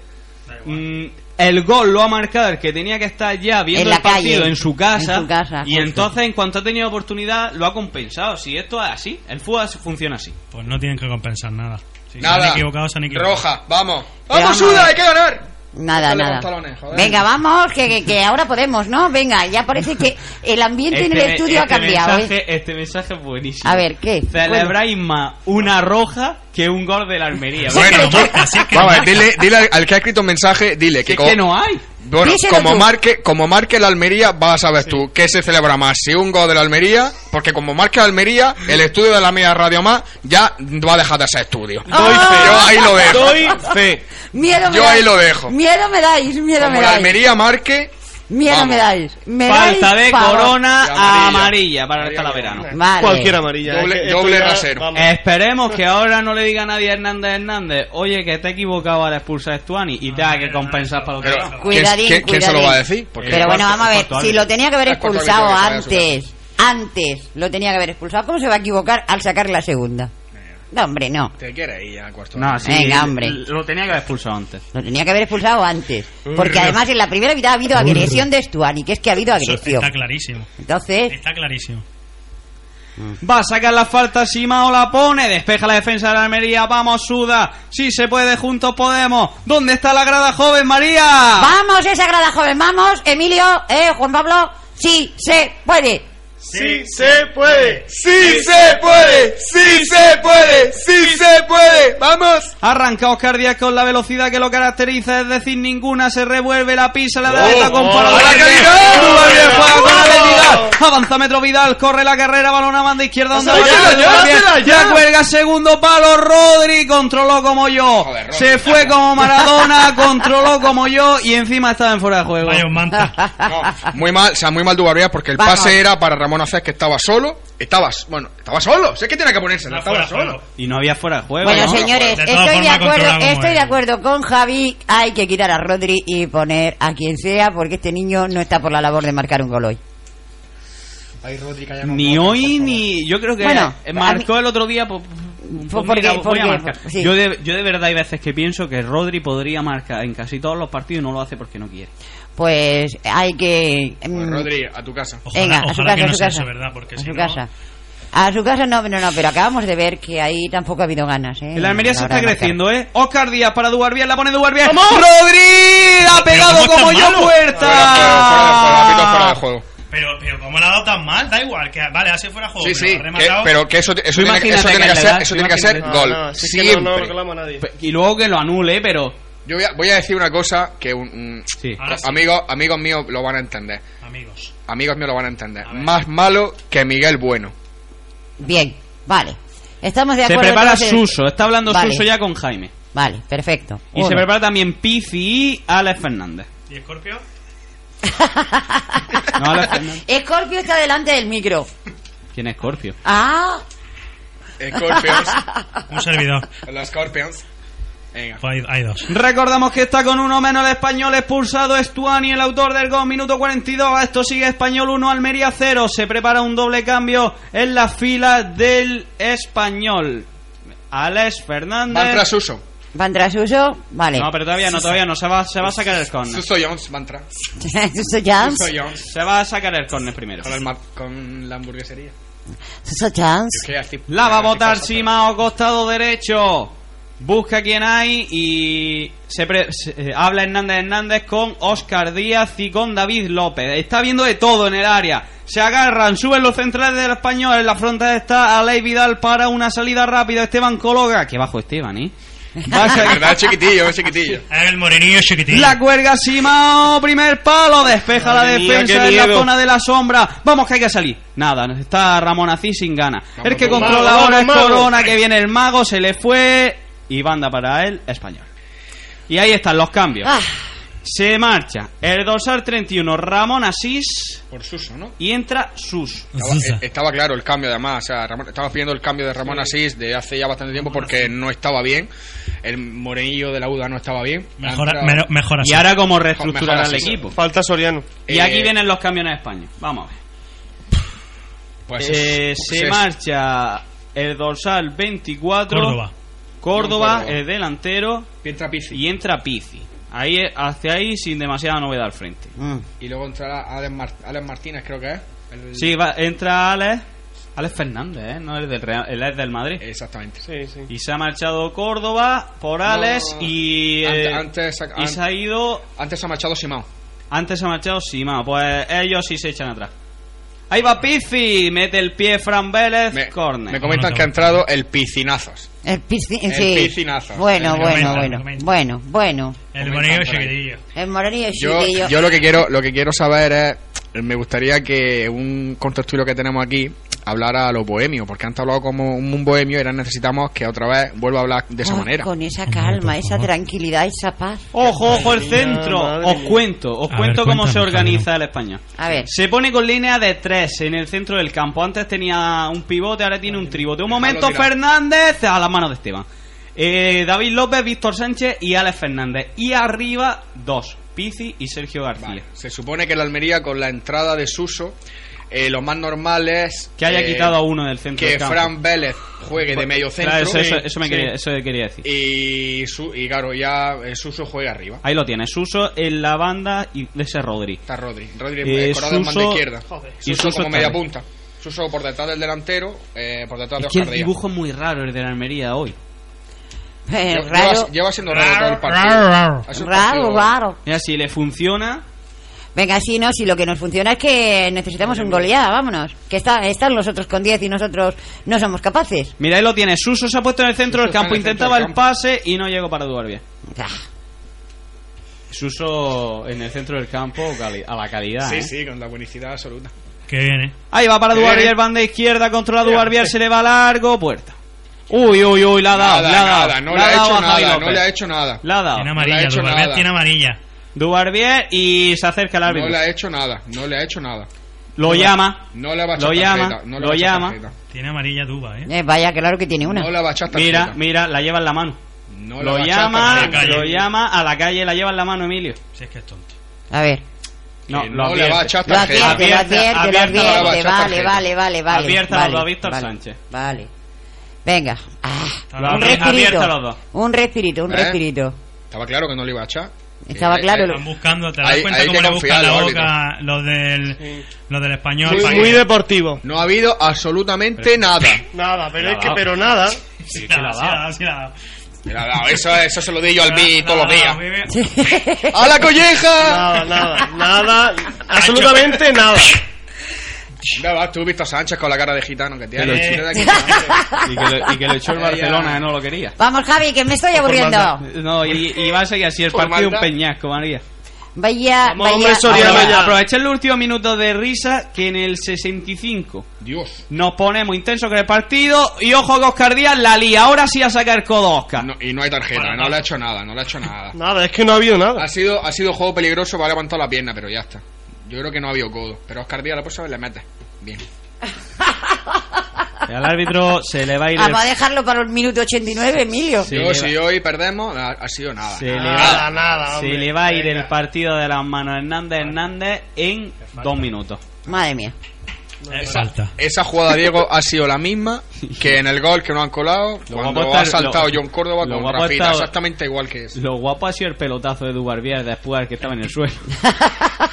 Speaker 1: Mm, el gol lo ha marcado el que tenía que estar ya viendo
Speaker 3: En la
Speaker 1: el partido
Speaker 3: calle.
Speaker 1: en su casa.
Speaker 3: En su casa,
Speaker 1: y
Speaker 3: justo.
Speaker 1: entonces, en cuanto ha tenido oportunidad, lo ha compensado. Si esto es así, el fútbol funciona así.
Speaker 5: Pues no tienen que compensar nada. Si
Speaker 2: Nada.
Speaker 5: Se han equivocado, se han equivocado.
Speaker 2: Roja, vamos.
Speaker 3: Pero
Speaker 2: Vamos,
Speaker 3: vamos.
Speaker 2: Suda, hay que ganar.
Speaker 3: Nada,
Speaker 2: Dale
Speaker 3: nada.
Speaker 2: pantalones, joder.
Speaker 3: Venga, vamos, que, que, que ahora podemos, ¿no? Venga, ya parece que el ambiente en el
Speaker 1: me-
Speaker 3: estudio ha
Speaker 1: este
Speaker 3: cambiado. ¿eh?
Speaker 1: Mensaje, Este mensaje es buenísimo.
Speaker 3: A ver, ¿qué?
Speaker 1: Celebráis más una roja que un gol de la Almería.
Speaker 3: Bueno,
Speaker 2: Bueno,
Speaker 3: tú-
Speaker 2: vamos, a ver, dile, dile al, al que ha escrito un mensaje, dile
Speaker 1: Si
Speaker 2: que,
Speaker 1: es
Speaker 2: como-
Speaker 1: que no hay.
Speaker 2: Bueno,
Speaker 3: Díselo
Speaker 2: como
Speaker 3: tú.
Speaker 2: marque, como marque la Almería, vas a saber tú qué se celebra más, si un gol de la Almería, porque como marque la Almería, el estudio de la media radio más ya va a dejar de ser estudio.
Speaker 3: Ah.
Speaker 4: Doy fe.
Speaker 2: Yo ahí lo dejo.
Speaker 4: Doy fe.
Speaker 3: ¡Oh! Miedo me
Speaker 2: Yo
Speaker 3: dais.
Speaker 2: ahí lo dejo.
Speaker 3: Miedo me dais, miedo
Speaker 2: Como
Speaker 3: me
Speaker 2: la
Speaker 3: dais.
Speaker 2: Almería marque,
Speaker 3: Miedo
Speaker 2: Vamos.
Speaker 3: me dais. Me
Speaker 1: Falta
Speaker 3: dais
Speaker 1: de
Speaker 3: pavor.
Speaker 1: corona
Speaker 2: Y
Speaker 1: a
Speaker 2: amarilla.
Speaker 1: amarilla para el
Speaker 2: Amarilla
Speaker 1: verano.
Speaker 2: corona.
Speaker 3: Vale.
Speaker 4: Cualquier amarilla.
Speaker 2: Doble-
Speaker 4: es que esto
Speaker 2: doble
Speaker 4: ya-
Speaker 2: rasero.
Speaker 4: vamos.
Speaker 1: Esperemos que ahora no le diga a nadie a Hernández Hernández, oye, que te he equivocado al expulsar a Stuani y te que compensar para lo que
Speaker 2: pero
Speaker 1: haga".
Speaker 2: ¿quién,
Speaker 3: Cuidadín,
Speaker 2: quién- quién se lo
Speaker 3: cuidadín.
Speaker 2: va a decir? Porque
Speaker 3: Pero bueno,
Speaker 1: cuarto-
Speaker 3: vamos a ver,
Speaker 1: cuarto
Speaker 3: si
Speaker 1: árbitro.
Speaker 3: lo tenía que haber
Speaker 2: Es cuarto
Speaker 3: expulsado
Speaker 2: árbitro que se vaya
Speaker 3: antes, antes lo tenía que haber expulsado, ¿cómo se va a equivocar al sacar la segunda? No, hombre, no.
Speaker 2: te quiere ir a cuarto.
Speaker 1: No, sí,
Speaker 3: Venga, hombre.
Speaker 1: Lo tenía que haber expulsado antes.
Speaker 3: Lo tenía que haber expulsado antes. Porque además en la primera mitad ha habido agresión de Stuani, que es que ha habido
Speaker 5: Eso
Speaker 3: agresión.
Speaker 5: está clarísimo.
Speaker 3: Entonces,
Speaker 5: Está clarísimo.
Speaker 1: Va a sacar la falta, Simao la pone, despeja la defensa de la Almería, vamos Suda, si se puede, juntos podemos. ¿Dónde está la grada joven, María?
Speaker 3: vamos, esa grada joven, vamos, Emilio, eh, Juan Pablo, sí, se puede.
Speaker 4: Sí se puede.
Speaker 2: ¡Sí se puede! ¡Sí se puede! ¡Sí se puede! ¡Vamos!
Speaker 1: Arranca Oscar Díaz con la velocidad que lo caracteriza, es decir, ninguna se revuelve, la pisa, la da de
Speaker 2: Oh,
Speaker 1: tacón
Speaker 2: oh,
Speaker 1: para
Speaker 2: oh,
Speaker 1: Duarte.
Speaker 2: la calidad.
Speaker 1: Duarte juega con la
Speaker 2: Oh.
Speaker 1: habilidad. Avanza Metro Vidal, corre la carrera, balón a banda izquierda, donde
Speaker 2: Hazla
Speaker 1: va
Speaker 2: ya,
Speaker 1: Pedro
Speaker 2: ya,
Speaker 1: Duarte.
Speaker 2: hazla ya.
Speaker 1: La cuelga segundo palo, Rodri controló como yo,
Speaker 2: Joder, Rodri.
Speaker 1: se fue
Speaker 2: <laughs>
Speaker 1: como Maradona, controló como yo y encima estaba en fuera de juego.
Speaker 5: Vaya un manta.
Speaker 2: No, muy mal, o sea, muy mal Dubarbia porque el
Speaker 3: Vamos.
Speaker 2: pase era para Ramón Acés que estaba solo. Estabas, bueno, estaba solo. Sé que tiene que ponerse, no
Speaker 5: Está
Speaker 2: estaba
Speaker 5: fuera de
Speaker 2: solo.
Speaker 5: juego.
Speaker 1: Y no había fuera de juego.
Speaker 3: Bueno,
Speaker 1: ¿no?
Speaker 3: señores,
Speaker 5: De todas
Speaker 3: estoy de
Speaker 5: formas,
Speaker 3: acuerdo,
Speaker 5: controlamos
Speaker 3: estoy de
Speaker 5: el-
Speaker 3: acuerdo con Javi. Hay que quitar a Rodri y poner a quien sea, porque este niño no está por la labor de marcar un gol hoy.
Speaker 1: Ni hoy ni. Yo creo que
Speaker 3: Bueno,
Speaker 1: marcó el otro día. pues, po- po-
Speaker 3: porque-
Speaker 1: mira, voy a
Speaker 3: porque-
Speaker 1: marcar.
Speaker 3: sí.
Speaker 1: yo, de, yo de verdad hay veces que pienso que Rodri podría marcar en casi todos los partidos y no lo hace porque no quiere.
Speaker 3: Pues hay que. mm,
Speaker 2: Pues, Rodri, a tu casa.
Speaker 5: Ojalá,
Speaker 3: venga, a su
Speaker 5: ojalá
Speaker 3: casa,
Speaker 5: que
Speaker 3: a
Speaker 5: no
Speaker 3: su
Speaker 5: sea
Speaker 3: casa.
Speaker 5: eso, ¿verdad? Porque
Speaker 3: a
Speaker 5: si
Speaker 3: su
Speaker 5: no-
Speaker 3: casa. A su casa no, no, no, pero acabamos de ver que ahí tampoco ha habido ganas, ¿eh?
Speaker 1: El Almería
Speaker 3: A la
Speaker 1: se está
Speaker 3: hora de marcar.
Speaker 1: creciendo, ¿eh? Oscar Díaz para Duarbiel, la pone Duarbiel. ¡Rodri! ¡La ha pegado
Speaker 5: ¿cómo es tan
Speaker 1: como yo
Speaker 5: malo?
Speaker 1: puerta!
Speaker 2: Fuera de juego, fuera de juego, árbitro fuera de juego.
Speaker 5: Pero, pero como la ha dado tan mal, da igual. Que, vale, así fuera juego.
Speaker 2: Sí, sí,
Speaker 5: pero Oh, ha
Speaker 2: que-
Speaker 5: rematado.
Speaker 2: pero que eso, eso tiene, que- eso
Speaker 1: imagínate
Speaker 2: tiene
Speaker 1: que
Speaker 2: que
Speaker 1: le
Speaker 2: ser,
Speaker 1: das,
Speaker 2: eso
Speaker 1: tú
Speaker 2: tiene que ser
Speaker 1: imagínate.
Speaker 4: No,
Speaker 2: gol.
Speaker 4: no, si es que
Speaker 2: siempre.
Speaker 4: no, no reclamo a nadie.
Speaker 1: Y luego que lo anule, pero.
Speaker 2: Yo voy a, voy a decir una cosa que un, mm,
Speaker 1: Sí.
Speaker 3: Ah.
Speaker 5: Ahora Ah, sí.
Speaker 2: amigos, amigos míos lo van a entender.
Speaker 5: Amigos.
Speaker 2: Amigos míos lo van a entender.
Speaker 5: A ver.
Speaker 2: Más malo que Miguel Bueno.
Speaker 3: Bien, vale. Estamos de
Speaker 1: Se
Speaker 3: acuerdo.
Speaker 1: prepara
Speaker 3: entonces-
Speaker 1: Suso, está hablando
Speaker 3: Vale.
Speaker 1: Suso ya con Jaime.
Speaker 3: Vale, perfecto.
Speaker 1: Y se
Speaker 3: Uno.
Speaker 1: prepara también Pizzi y Alex Fernández.
Speaker 5: ¿Y Scorpio?
Speaker 1: No,
Speaker 3: <laughs>
Speaker 1: Alex Fernández.
Speaker 3: Escorpio está delante del micro.
Speaker 1: ¿Quién es Scorpio?
Speaker 3: Ah,
Speaker 2: Scorpions.
Speaker 3: <laughs>
Speaker 5: Un servidor.
Speaker 2: <laughs> los Scorpions. Venga.
Speaker 5: Pues hay, hay dos.
Speaker 1: Recordamos que está con uno menos el español expulsado Estuani, el autor del gol, minuto 42. Esto sigue español 1, Almería 0. Se prepara un doble cambio en las filas del español. Alex
Speaker 2: Van tras
Speaker 5: eh.
Speaker 1: Fernández.
Speaker 2: Suso.
Speaker 3: van tras Suso. Vale. <laughs>
Speaker 1: No, pero todavía no, todavía no. Se va, se va a sacar el córner.
Speaker 2: Suso Jones, van tras.
Speaker 3: Suso
Speaker 1: Ah,
Speaker 3: Jans.
Speaker 2: Suso Jones.
Speaker 1: Se va a sacar el córner primero.
Speaker 2: Con, el ma- con la hamburguesería.
Speaker 3: Suso Jans.
Speaker 2: Es que así-
Speaker 1: La va a
Speaker 2: así
Speaker 1: botar
Speaker 2: pasa,
Speaker 1: Simao, costado derecho. Busca quién hay y se, pre- se- eh, habla Hernández Hernández con Oscar Díaz y con David López. Está viendo de todo en el área. Se agarran, suben los centrales del español. En la frontal está Aley Vidal para una salida rápida. Esteban Cologa. Que bajo Esteban, ¿eh? Va a
Speaker 2: Es <laughs>
Speaker 1: salir-
Speaker 2: verdad, es chiquitillo, es chiquitillo.
Speaker 5: El morenillo chiquitín.
Speaker 1: la cuelga Simao, primer palo, despeja la
Speaker 4: Madre mía,
Speaker 1: defensa
Speaker 4: qué
Speaker 1: en la
Speaker 4: miedo.
Speaker 1: zona de la sombra. Vamos que hay que salir. Nada, está Ramón así sin gana.
Speaker 2: Vamos,
Speaker 1: el que
Speaker 2: vamos.
Speaker 1: controla
Speaker 4: Mago,
Speaker 1: ahora es
Speaker 4: vamos, mago.
Speaker 1: Corona, que viene el mago, se le fue y banda para él, español. Y ahí están los cambios.
Speaker 3: Ah,
Speaker 1: Se marcha el dorsal 31, Ramón Asís
Speaker 2: Por Suso, ¿no?
Speaker 1: y entra Sus.
Speaker 5: Pues
Speaker 2: Estaba, eh, estaba claro el cambio, además. O sea, Ramón- estaba pidiendo el cambio de Ramón Asís de hace ya bastante tiempo porque no estaba bien. El morenillo de la UDA no estaba bien.
Speaker 5: Mejor,
Speaker 2: Ha entrado-
Speaker 5: mero- mejor así.
Speaker 1: Y ahora como reestructurar
Speaker 2: Mejor
Speaker 1: al
Speaker 2: Asís.
Speaker 1: equipo.
Speaker 4: Falta Soriano.
Speaker 1: Y
Speaker 2: Eh,
Speaker 1: aquí vienen los cambios en España. Vamos a ver.
Speaker 2: Pues
Speaker 1: Eh,
Speaker 2: es-
Speaker 1: se
Speaker 2: es-
Speaker 1: marcha el dorsal 24.
Speaker 5: Córdoba.
Speaker 1: Córdoba,
Speaker 2: Córdoba.
Speaker 1: el delantero.
Speaker 2: Pietra Pizzi.
Speaker 1: Y entra Pizzi. Ahí, hacia ahí sin demasiada novedad al frente.
Speaker 3: mm.
Speaker 2: Y luego entrará Alex, Mar- Alex Martínez, creo que es. El-
Speaker 1: Sí, va- entra Alex. Alex Fernández, ¿eh? No es del Real, él es del Madrid.
Speaker 2: Exactamente.
Speaker 4: Sí, sí.
Speaker 1: Y se ha marchado Córdoba por Alex
Speaker 2: Eh. No,
Speaker 1: y,
Speaker 2: ante-
Speaker 1: eh,
Speaker 2: antes-
Speaker 1: y se ha ido.
Speaker 2: Antes ha marchado Simao.
Speaker 1: Antes se ha marchado Sima. Pues ellos sí se echan atrás. Ahí va Pizzi. Mete el pie Fran Vélez.
Speaker 2: Me,
Speaker 1: corner.
Speaker 2: me comentan que ha entrado el Piscinazos.
Speaker 3: El, pisci-
Speaker 2: El
Speaker 3: sí.
Speaker 2: piscinazo.
Speaker 3: Bueno,
Speaker 5: El
Speaker 3: bueno,
Speaker 5: momento, el
Speaker 3: bueno,
Speaker 5: momento.
Speaker 3: bueno, bueno.
Speaker 5: El
Speaker 2: Comenta
Speaker 5: morenillo
Speaker 2: por ahí.
Speaker 5: chiquitillo.
Speaker 3: El morenillo
Speaker 2: Yo,
Speaker 3: chiquillo.
Speaker 2: yo lo que quiero lo que quiero saber es me gustaría que un contestuilo que tenemos aquí hablara a los bohemios porque antes hablado como un bohemio y ahora necesitamos que otra vez vuelva a hablar de esa
Speaker 3: Ay,
Speaker 2: manera
Speaker 3: Ah, Con esa
Speaker 5: Hombre,
Speaker 3: calma,
Speaker 5: por
Speaker 3: esa
Speaker 5: favor.
Speaker 3: tranquilidad, esa paz.
Speaker 1: Ojo, ojo el
Speaker 4: Madre mía,
Speaker 1: centro.
Speaker 4: madre
Speaker 1: Os
Speaker 4: mía.
Speaker 1: cuento, os
Speaker 5: A
Speaker 1: cuento
Speaker 5: ver,
Speaker 1: cómo se
Speaker 5: cuéntanos,
Speaker 1: organiza el español.
Speaker 3: A ver.
Speaker 1: Se pone con línea de tres en el centro del campo. Antes tenía un pivote, ahora tiene un tribote. Un momento,
Speaker 2: Dejadlo tirar.
Speaker 1: Fernández a la mano de Esteban. Eh, David López, Víctor Sánchez y Alex Fernández. Y arriba, dos. Pizzi y Sergio García.
Speaker 2: Vale. se supone que la Almería con la entrada de Suso eh, lo más normal es
Speaker 1: Que haya
Speaker 2: eh,
Speaker 1: quitado a uno del centro
Speaker 2: que
Speaker 1: del campo.
Speaker 2: Fran Vélez juegue de medio centro
Speaker 1: Claro, eso, eso- eso me
Speaker 2: Sí.
Speaker 1: quería, eso quería decir.
Speaker 2: y, su- y claro ya eh, Suso juega arriba
Speaker 1: Ahí lo tienes. Suso en la banda y de ese Rodri.
Speaker 2: está Rodri Rodri
Speaker 1: Eh,
Speaker 2: eh, Corrado en banda
Speaker 1: Suso-
Speaker 2: izquierda
Speaker 1: Y
Speaker 2: Suso,
Speaker 1: Suso
Speaker 2: como media
Speaker 1: también.
Speaker 2: punta Suso por detrás del delantero eh, por detrás de
Speaker 1: Es que el
Speaker 2: Oscar Díaz.
Speaker 1: dibujo es muy raro el de la Almería hoy.
Speaker 3: eh,
Speaker 2: Lleva-
Speaker 3: <laughs> raro,
Speaker 2: Lleva, lleva siendo raro todo el partido.
Speaker 5: Raro, raro.
Speaker 2: Ha sido un
Speaker 3: raro,
Speaker 2: partido-
Speaker 3: raro.
Speaker 1: Mira, si le funciona,
Speaker 3: Venga, sí, no, si lo que nos funciona es que necesitamos un goleada, vámonos. Que está, están los otros con 10 y nosotros no somos capaces.
Speaker 1: Mira, ahí lo tiene. Suso se ha puesto en el centro
Speaker 2: Suso
Speaker 1: del
Speaker 2: está
Speaker 1: campo.
Speaker 2: en el centro
Speaker 1: Intentaba
Speaker 2: del
Speaker 1: el
Speaker 2: campo.
Speaker 1: pase y no llegó para jugar bien.
Speaker 3: Ah,
Speaker 1: Suso en el centro del campo cali- a la calidad. ¿eh?
Speaker 2: Sí, sí, con la bonicidad absoluta.
Speaker 5: Que viene.
Speaker 1: Ahí va para
Speaker 2: Bien.
Speaker 1: Duarbiel, banda izquierda, controla Duarbiel, se le va largo, puerta. Uy, uy, uy, la ha dado,
Speaker 2: Nada,
Speaker 1: la ha dado.
Speaker 2: nada, no
Speaker 1: la
Speaker 2: le ha
Speaker 1: dado
Speaker 2: hecho
Speaker 1: a Javi
Speaker 2: nada, no
Speaker 1: López.
Speaker 2: le ha hecho nada.
Speaker 1: La ha dado.
Speaker 5: Tiene
Speaker 2: No le
Speaker 5: amarilla,
Speaker 2: ha hecho
Speaker 5: Duvalverde
Speaker 2: nada.
Speaker 5: tiene amarilla.
Speaker 1: Duarbiel y se acerca al árbitro.
Speaker 2: No le ha hecho nada, no le ha hecho nada.
Speaker 1: Lo llama.
Speaker 2: No le va a
Speaker 1: Lo
Speaker 2: echar
Speaker 1: llama,
Speaker 2: tarjeta, no le
Speaker 1: lo
Speaker 2: va a echar
Speaker 1: llama.
Speaker 2: tarjeta.
Speaker 5: Tiene amarilla Duba, ¿eh?
Speaker 3: eh, vaya, claro que tiene una.
Speaker 2: No le va a echar tarjeta.
Speaker 1: Mira, mira, la lleva en la mano.
Speaker 2: No le
Speaker 1: lo
Speaker 2: va a echar
Speaker 1: llama, lo
Speaker 5: tarjeta. A la calle.
Speaker 1: llama a la calle, la lleva en la mano, Emilio.
Speaker 5: Si es que es tonto.
Speaker 3: A ver.
Speaker 1: No,
Speaker 2: Que
Speaker 1: lo
Speaker 2: no le va a
Speaker 1: advierte.
Speaker 2: echar
Speaker 3: Lo
Speaker 2: tarjeta.
Speaker 3: advierte, lo
Speaker 1: Abierta,
Speaker 3: advierte, lo
Speaker 1: abierta,
Speaker 3: advierte.
Speaker 2: la bacha
Speaker 3: Vale,
Speaker 2: tarjeta.
Speaker 3: vale, vale, vale.
Speaker 1: Abiértalo,
Speaker 3: vale,
Speaker 1: lo ha visto el
Speaker 3: vale,
Speaker 1: Sánchez.
Speaker 3: Vale. Venga. Ah,
Speaker 5: Lo
Speaker 3: un
Speaker 5: abri-
Speaker 3: respirito.
Speaker 1: abierta los dos.
Speaker 3: Un respirito, un
Speaker 2: ¿Eh?
Speaker 3: respirito.
Speaker 2: Estaba claro que no le iba a echar.
Speaker 3: Estaba
Speaker 2: Eh,
Speaker 3: claro
Speaker 2: eh,
Speaker 3: lo-
Speaker 5: Están buscando, te das
Speaker 2: Ahí-
Speaker 5: cuenta
Speaker 2: ahí
Speaker 5: cómo
Speaker 2: que
Speaker 5: le
Speaker 2: confiar
Speaker 5: buscan la
Speaker 2: al
Speaker 5: boca los del, los del español.
Speaker 4: Muy,
Speaker 5: para
Speaker 4: muy
Speaker 5: que-
Speaker 4: deportivo.
Speaker 2: No ha habido absolutamente nada.
Speaker 1: <laughs>
Speaker 4: Nada, pero
Speaker 1: Nada.
Speaker 4: es que, pero nada.
Speaker 5: <laughs> Sí,
Speaker 1: que la
Speaker 5: la
Speaker 1: ha
Speaker 5: sí,
Speaker 1: dado.
Speaker 5: la da, sí, la da.
Speaker 2: Le ha dado, Eso, eso se lo di yo al B todos los
Speaker 5: La
Speaker 2: días.
Speaker 5: da, bebé.
Speaker 2: ¡A la
Speaker 1: <laughs>
Speaker 2: colleja!
Speaker 4: Nada, nada, nada. absolutamente nada.
Speaker 2: Ya vas tú, Víctor Sánchez, con la cara de gitano que tiene.
Speaker 5: Eh.
Speaker 2: Mira
Speaker 1: <laughs>
Speaker 2: de aquí.
Speaker 1: Y que, lo, y que lo
Speaker 2: <laughs>
Speaker 1: echó el
Speaker 2: Ya, ya.
Speaker 1: Barcelona, eh, no lo quería.
Speaker 3: Vamos, Javi, que me estoy aburriendo.
Speaker 1: <laughs> No, y, y va a seguir así el
Speaker 2: Por
Speaker 1: partido un
Speaker 2: maldad.
Speaker 1: peñasco, María.
Speaker 3: Vaya,
Speaker 4: Vamos,
Speaker 3: vaya.
Speaker 4: hombre, Soriano,
Speaker 3: vaya.
Speaker 1: Aprove-
Speaker 4: ya.
Speaker 1: Aprovechar los últimos minutos de risa que en el 65
Speaker 2: Dios.
Speaker 1: nos ponemos intensos con el partido y ojo que Oscar Díaz la lía. Ahora sí a sacar el codo Oscar.
Speaker 2: Ah, No- y no hay tarjeta,
Speaker 5: Bueno,
Speaker 2: no
Speaker 5: no.
Speaker 2: le ha hecho nada, no le ha hecho nada.
Speaker 4: Nada, es que no ha habido nada.
Speaker 2: Ha sido, ha sido juego peligroso, va a levantar la pierna, pero ya está. Yo creo que no ha habido codo. Pero Oscar Díaz la próxima vez le mete. Bien.
Speaker 1: <laughs> Al árbitro se le va a ir
Speaker 3: Ah,
Speaker 1: el-
Speaker 3: va a dejarlo para el minuto 89, Emilio.
Speaker 1: Sí,
Speaker 2: yo,
Speaker 1: le
Speaker 2: si hoy perdemos, ha, ha sido nada.
Speaker 1: se le
Speaker 4: Nada,
Speaker 5: Ah.
Speaker 1: va,
Speaker 4: nada,
Speaker 1: se
Speaker 4: hombre.
Speaker 1: le va a ir
Speaker 2: Ah, Venga.
Speaker 1: el partido de las manos a Hernández Hernández en dos minutos.
Speaker 3: Madre mía.
Speaker 5: Eh, Salta.
Speaker 2: Esa jugada, Diego, ha sido la misma que en el gol que nos han colado.
Speaker 1: Lo
Speaker 2: cuando
Speaker 1: guapo está
Speaker 2: ha
Speaker 1: el-
Speaker 2: saltado
Speaker 1: lo-
Speaker 2: John Córdoba
Speaker 1: lo
Speaker 2: con
Speaker 1: guapo
Speaker 2: Rafita.
Speaker 1: está-
Speaker 2: Exactamente igual que
Speaker 5: <laughs>
Speaker 2: eso.
Speaker 1: Lo guapo ha sido el pelotazo de Dubarbier después del que estaba en el suelo.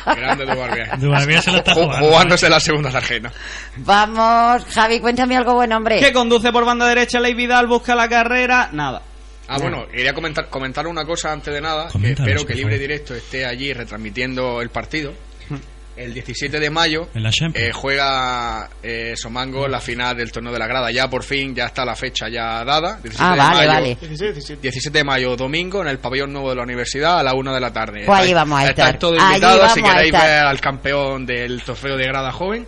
Speaker 2: Grande de Barbier.
Speaker 5: Duvalverde se lo está
Speaker 2: Ju-
Speaker 5: jugando.
Speaker 2: Jugándose la segunda tarjeta.
Speaker 3: Vamos, Javi, cuéntame algo bueno, hombre.
Speaker 1: Que conduce por banda derecha Ley Vidal, busca la carrera, nada.
Speaker 2: Ah, bueno, quería comentar, comentar una cosa antes de nada. Que
Speaker 5: Coméntanos,
Speaker 2: espero que
Speaker 5: por
Speaker 2: Libre
Speaker 5: favor. Hmm.
Speaker 2: Directo esté allí retransmitiendo el partido. El 17 de mayo
Speaker 5: En la Champions.
Speaker 2: eh, juega eh, Somango la final del torneo de la grada. Ya por fin, ya está la fecha ya dada. 17
Speaker 3: Ah,
Speaker 2: de
Speaker 3: vale,
Speaker 2: mayo.
Speaker 3: vale.
Speaker 4: 16, 17.
Speaker 2: 17 de mayo, domingo, en el pabellón nuevo de la universidad a la 1 de la tarde.
Speaker 3: Pues ahí vamos a
Speaker 2: Estáis
Speaker 3: estar.
Speaker 2: todos
Speaker 3: Ahí
Speaker 2: invitados si
Speaker 3: vamos a
Speaker 2: queréis
Speaker 3: estar.
Speaker 2: ver al campeón del trofeo de grada joven,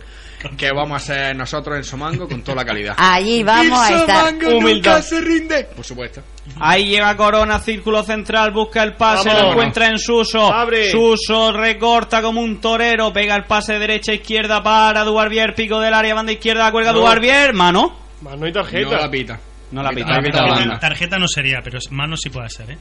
Speaker 2: que vamos a ser nosotros en Somango con toda la calidad.
Speaker 3: Allí vamos a
Speaker 2: El
Speaker 3: estar.
Speaker 2: Somango nunca
Speaker 4: Humildad.
Speaker 2: se rinde. Por supuesto.
Speaker 1: Ahí llega Corona, círculo central, busca el pase, lo
Speaker 4: Vámonos.
Speaker 1: encuentra en Suso.
Speaker 4: Abre.
Speaker 1: Suso recorta como un torero, pega el pase derecha, izquierda para Duarbier, pico del área, banda izquierda, la cuelga
Speaker 4: No.
Speaker 1: Duarbier, mano.
Speaker 4: Más no hay
Speaker 2: No la
Speaker 4: tarjeta.
Speaker 2: pita.
Speaker 1: No la pita.
Speaker 2: La pita la
Speaker 5: Tarjeta,
Speaker 2: banda.
Speaker 5: tarjeta no sería, pero mano sí puede ser, ¿eh?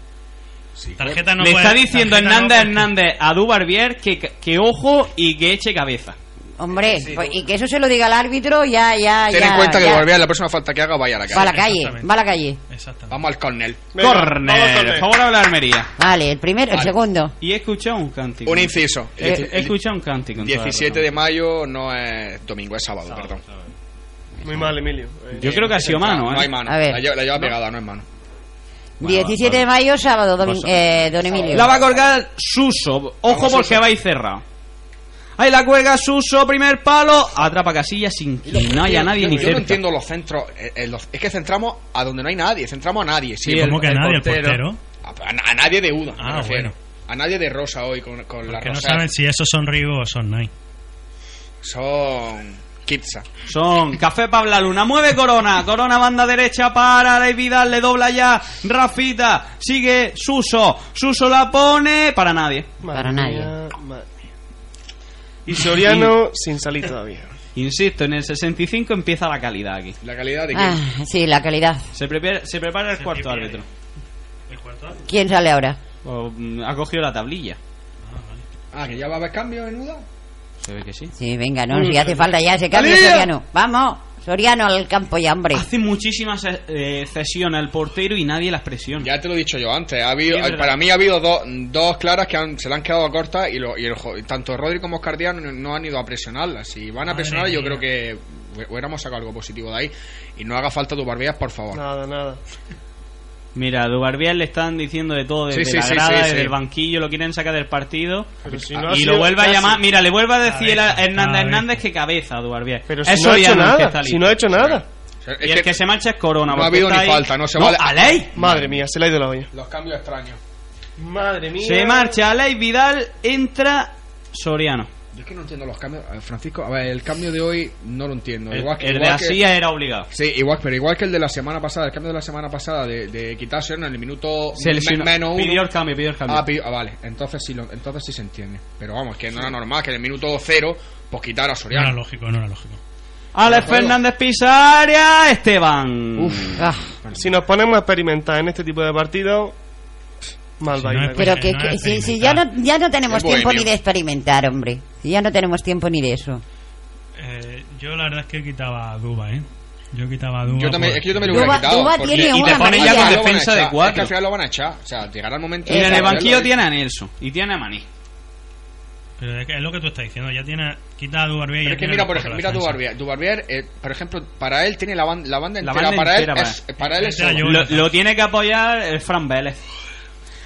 Speaker 5: Tarjeta no
Speaker 1: Le
Speaker 5: puede-
Speaker 1: está diciendo
Speaker 5: tarjeta no,
Speaker 1: Hernández
Speaker 5: porque-
Speaker 1: Hernández a Duarbier que, que ojo y que eche cabeza.
Speaker 3: Hombre, pues, y que eso se lo diga al árbitro, ya, ya,
Speaker 2: Ten
Speaker 3: ya.
Speaker 2: en cuenta que
Speaker 3: ya.
Speaker 2: Duarbier, la próxima falta que haga vaya a la
Speaker 3: Va a
Speaker 2: calle.
Speaker 3: la calle,
Speaker 5: Exactamente.
Speaker 3: va a la calle.
Speaker 5: Exactamente.
Speaker 2: Vamos al Cornell.
Speaker 4: Venga, vamos,
Speaker 1: Corner,
Speaker 4: Cornell.
Speaker 1: favorable a la Almería.
Speaker 3: Vale, el primero, el
Speaker 2: Vale.
Speaker 3: segundo.
Speaker 1: Y he escuchado un cántico.
Speaker 2: Un inciso. Eh,
Speaker 1: He, he escuchado un cántico. en toda la
Speaker 2: 17
Speaker 1: razón.
Speaker 2: de mayo no es domingo, es sábado, perdón.
Speaker 4: Muy mal, Emilio. Eh,
Speaker 1: Yo creo que ha sido mano,
Speaker 2: No hay
Speaker 1: ¿eh?
Speaker 2: mano.
Speaker 3: A ver.
Speaker 2: La, lleva, la lleva pegada, no es mano.
Speaker 3: 17 de mayo, sábado, domi-
Speaker 1: Pues-
Speaker 3: eh, don Emilio.
Speaker 1: La va a colgar Suso. Ojo
Speaker 2: Vamos,
Speaker 1: porque
Speaker 2: Suso.
Speaker 1: va a ir cerrado. Ahí la cuelga Suso, primer palo. Atrapa casilla sin que no haya nadie
Speaker 2: Yo-
Speaker 1: ni
Speaker 2: yo
Speaker 1: cerca.
Speaker 2: no entiendo los centros. eh, eh, los- es que centramos a donde no hay nadie. Centramos a nadie. Sí,
Speaker 1: Sí,
Speaker 2: el-
Speaker 1: ¿cómo
Speaker 5: que a nadie? ¿El portero?
Speaker 2: A, a- a nadie de Uda.
Speaker 5: Ah,
Speaker 2: me refiero.
Speaker 5: bueno.
Speaker 2: A nadie de Rosa hoy con, con la
Speaker 5: Porque
Speaker 2: Rosa.
Speaker 5: no saben si esos son Rigo o son Nai.
Speaker 2: Son. Kitsa.
Speaker 1: Son Café Pabla Luna. Mueve Corona. Corona banda derecha para David Vidal. Le dobla ya Rafita. Sigue Suso. Suso la pone para nadie.
Speaker 4: madre
Speaker 3: Para nadie.
Speaker 4: mía, madre mía. Y Soriano <laughs> sin salir todavía.
Speaker 1: Insisto, en el 65 empieza la calidad aquí.
Speaker 2: La calidad de
Speaker 3: Ah,
Speaker 2: Kitsa.
Speaker 3: sí, la calidad.
Speaker 1: Se prepara, se prepara el
Speaker 5: Se
Speaker 1: cuarto
Speaker 5: prepara.
Speaker 1: árbitro.
Speaker 5: ¿El cuarto?
Speaker 3: ¿Quién sale ahora?
Speaker 1: O, mm, ha cogido la tablilla.
Speaker 2: Ah, que ya va a haber cambio en Uda.
Speaker 1: Se ve que sí.
Speaker 3: Sí, venga, no, si hace falta ya ese cambio,
Speaker 2: ¡Alía!
Speaker 3: Soriano. Vamos, Soriano al campo ya, hombre.
Speaker 2: Ah,
Speaker 1: Hace muchísimas eh, cesiones al portero y nadie las presiona.
Speaker 2: Ya te lo he dicho yo antes. Ha habido,
Speaker 1: Sí, es verdad.
Speaker 2: para mí ha habido dos, dos claras que han- se le han quedado cortas y, lo- y el jo- tanto Rodri como Oscar Díaz no, no han ido a presionarlas. Si van a
Speaker 5: Madre
Speaker 2: presionar, yo
Speaker 5: mía.
Speaker 2: creo que hu- hubiéramos sacado algo positivo de ahí. Y no haga falta tu barbilla, por favor.
Speaker 4: Nada, nada.
Speaker 1: Mira, a Dubarbier le están diciendo de todo desde
Speaker 2: Sí, sí,
Speaker 1: la
Speaker 2: sí,
Speaker 1: grada,
Speaker 2: sí,
Speaker 1: desde
Speaker 2: sí.
Speaker 1: el banquillo, lo quieren sacar del partido.
Speaker 4: Pero si
Speaker 2: Ah,
Speaker 4: no ha
Speaker 1: y
Speaker 4: sido
Speaker 1: lo vuelve a
Speaker 4: casi.
Speaker 1: llamar, mira, le vuelve a decir
Speaker 5: Cabeza,
Speaker 1: a Hernández
Speaker 5: cabeza.
Speaker 1: Hernández que cabeza a Dubarbier.
Speaker 4: Pero si
Speaker 1: Es
Speaker 4: no ha hecho
Speaker 1: Soriano el que está
Speaker 4: nada. Si
Speaker 1: listo.
Speaker 4: no ha hecho nada.
Speaker 2: O sea, es
Speaker 1: Y el
Speaker 2: que-
Speaker 1: que se marcha es Corona.
Speaker 2: no ha
Speaker 1: porque
Speaker 2: habido
Speaker 1: está
Speaker 2: ni
Speaker 1: ahí-
Speaker 2: falta, no se vale.
Speaker 1: a ley.
Speaker 4: Madre mía, se le ha ido la olla.
Speaker 2: Los cambios extraños.
Speaker 4: Madre mía.
Speaker 1: Se marcha Aley Vidal, entra Soriano.
Speaker 2: Yo es que no entiendo los cambios. A ver, Francisco, a ver, el cambio de hoy no lo entiendo.
Speaker 1: El,
Speaker 2: Igual que,
Speaker 1: el de
Speaker 2: igual que-
Speaker 1: Asía era obligado.
Speaker 2: Sí, igual, pero igual que el de la semana pasada, el cambio de la semana pasada de, de quitarse en el minuto
Speaker 1: Se
Speaker 2: me-
Speaker 1: lesionó.
Speaker 2: menos uno.
Speaker 1: Pidió el cambio, pidió el cambio.
Speaker 2: Ah, pi- ah, vale, entonces sí, lo- entonces sí se entiende. Pero vamos, que no era normal que en el minuto cero, pues quitar a
Speaker 5: No era
Speaker 2: Soriano.
Speaker 5: lógico, no era lógico.
Speaker 1: Alex Fernández pisa área, Esteban.
Speaker 3: Ah,
Speaker 4: Si nos ponemos a experimentar en este tipo de partidos, mal
Speaker 5: Si
Speaker 4: va a ir
Speaker 5: no
Speaker 4: la
Speaker 5: es
Speaker 4: cosa.
Speaker 3: pero que,
Speaker 5: no
Speaker 3: que-
Speaker 5: es
Speaker 3: si, si ya no ya no tenemos
Speaker 2: Es
Speaker 3: tiempo
Speaker 2: bohemio.
Speaker 3: ni de experimentar, hombre. Si ya no tenemos tiempo ni de eso.
Speaker 5: Eh, yo la verdad es que quitaba a Duba, ¿eh? Yo quitaba a Duba.
Speaker 2: Yo también,
Speaker 5: por-
Speaker 2: es que yo también lo hubiera
Speaker 3: Duba-
Speaker 2: quitado.
Speaker 3: Duba
Speaker 2: porque-
Speaker 3: tiene Y te
Speaker 1: pone ya
Speaker 3: una
Speaker 2: al
Speaker 1: con
Speaker 2: final lo van a
Speaker 1: defensa de
Speaker 2: echar, es
Speaker 1: cuatro.
Speaker 2: que al final lo van a echar. O sea, llegará el momento.
Speaker 1: Y en el
Speaker 2: Claro,
Speaker 1: banquillo
Speaker 2: lo-
Speaker 1: tiene a Nelson y tiene a Maní.
Speaker 5: Pero es, que es lo que tú estás diciendo. Ya tiene. Quita a Dubarbier y
Speaker 2: Pero
Speaker 5: ya
Speaker 2: es que
Speaker 5: tiene
Speaker 2: mira,
Speaker 5: los
Speaker 2: por
Speaker 5: cuatro
Speaker 2: ejemplo, mira a Dubarbier.
Speaker 5: defensas.
Speaker 2: Dubarbier, eh, por ejemplo, para él tiene la, ban- la banda
Speaker 1: La
Speaker 2: entera.
Speaker 1: banda
Speaker 2: para,
Speaker 1: entera
Speaker 2: él
Speaker 1: para
Speaker 2: es,
Speaker 1: él.
Speaker 2: para él es
Speaker 5: Entera,
Speaker 2: solo.
Speaker 5: yo-
Speaker 1: Lo, lo tiene que apoyar el Fran Vélez.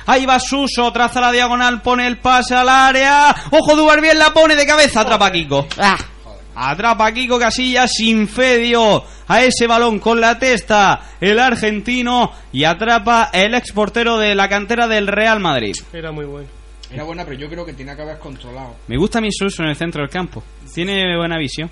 Speaker 1: Ahí va Suso, traza la diagonal, pone el pase al área. Ojo, Dubarbier la pone de cabeza, atrapa a Kiko.
Speaker 3: Ah,
Speaker 1: Atrapa a Kiko Casillas sin fedio a ese balón con la testa el argentino y atrapa el exportero de la cantera del Real Madrid.
Speaker 4: Era muy bueno.
Speaker 2: Era buena, pero yo creo que tiene que haber controlado.
Speaker 1: Me gusta mi Suso en el centro del campo. Tiene buena visión.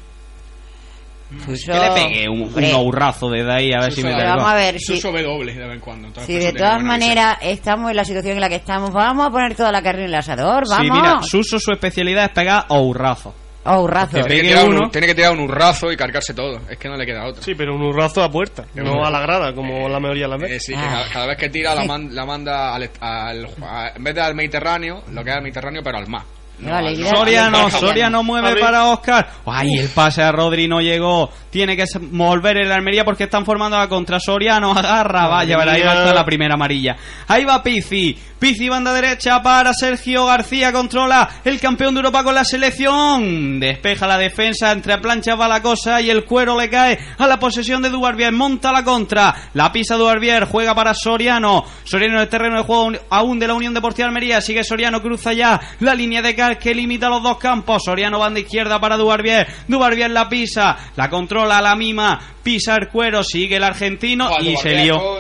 Speaker 3: Suso,
Speaker 1: Que le pegue un,
Speaker 3: Pues hombre.
Speaker 1: un ahorrazo desde ahí a ver si
Speaker 2: Suso,
Speaker 1: me
Speaker 2: pero
Speaker 1: da el
Speaker 3: vamos
Speaker 1: gol.
Speaker 3: a ver
Speaker 2: Eso
Speaker 3: si,
Speaker 2: sube doble de vez en cuando. entonces
Speaker 3: si
Speaker 2: por eso
Speaker 3: de
Speaker 2: tiene
Speaker 3: todas
Speaker 2: buena visión.
Speaker 3: maneras estamos en la situación en la que estamos. Vamos a poner toda la carne en el asador,
Speaker 1: Sí, mira,
Speaker 3: vamos.
Speaker 1: Suso su especialidad es pegar ahorrazo.
Speaker 3: Oh, razo.
Speaker 1: Que
Speaker 2: Tiene que,
Speaker 1: pegue
Speaker 2: tirar un-
Speaker 1: uno.
Speaker 2: tiene que tirar un hurrazo y cargarse todo. Es que no le queda otra.
Speaker 4: Sí, pero un hurrazo a puerta, no a la grada, como la mayoría de las
Speaker 2: Eh,
Speaker 4: veces.
Speaker 2: sí, que
Speaker 3: Ah.
Speaker 2: cada, cada vez que tira la, man- la manda al, al- a- en vez de al Mediterráneo, lo que es al Mediterráneo, pero al mar.
Speaker 3: Me vale, y-
Speaker 1: Soria no, Soria no
Speaker 4: A
Speaker 1: mueve
Speaker 4: ver.
Speaker 1: para Oscar. Ay, el pase a Rodri no llegó. Tiene que se- volver el Almería porque están formando la contra. Soria no agarra. Vaya, verá, ahí va a estar la primera amarilla. Ahí va Pizzi. Pizzi banda derecha para Sergio García. Controla el campeón de Europa con la selección. Despeja la defensa. Entre planchas va la cosa y el cuero le cae a la posesión de Duarbier. Monta la contra. La pisa Duarbier. Juega para Soriano. Soriano en el terreno de juego aún de la Unión Deportiva Almería. Sigue Soriano. Cruza ya la línea de cal que limita los dos campos. Soriano banda izquierda para Duarbier. Duarbier la pisa. La controla. La mima. Pisa el cuero. Sigue el argentino. y se lió.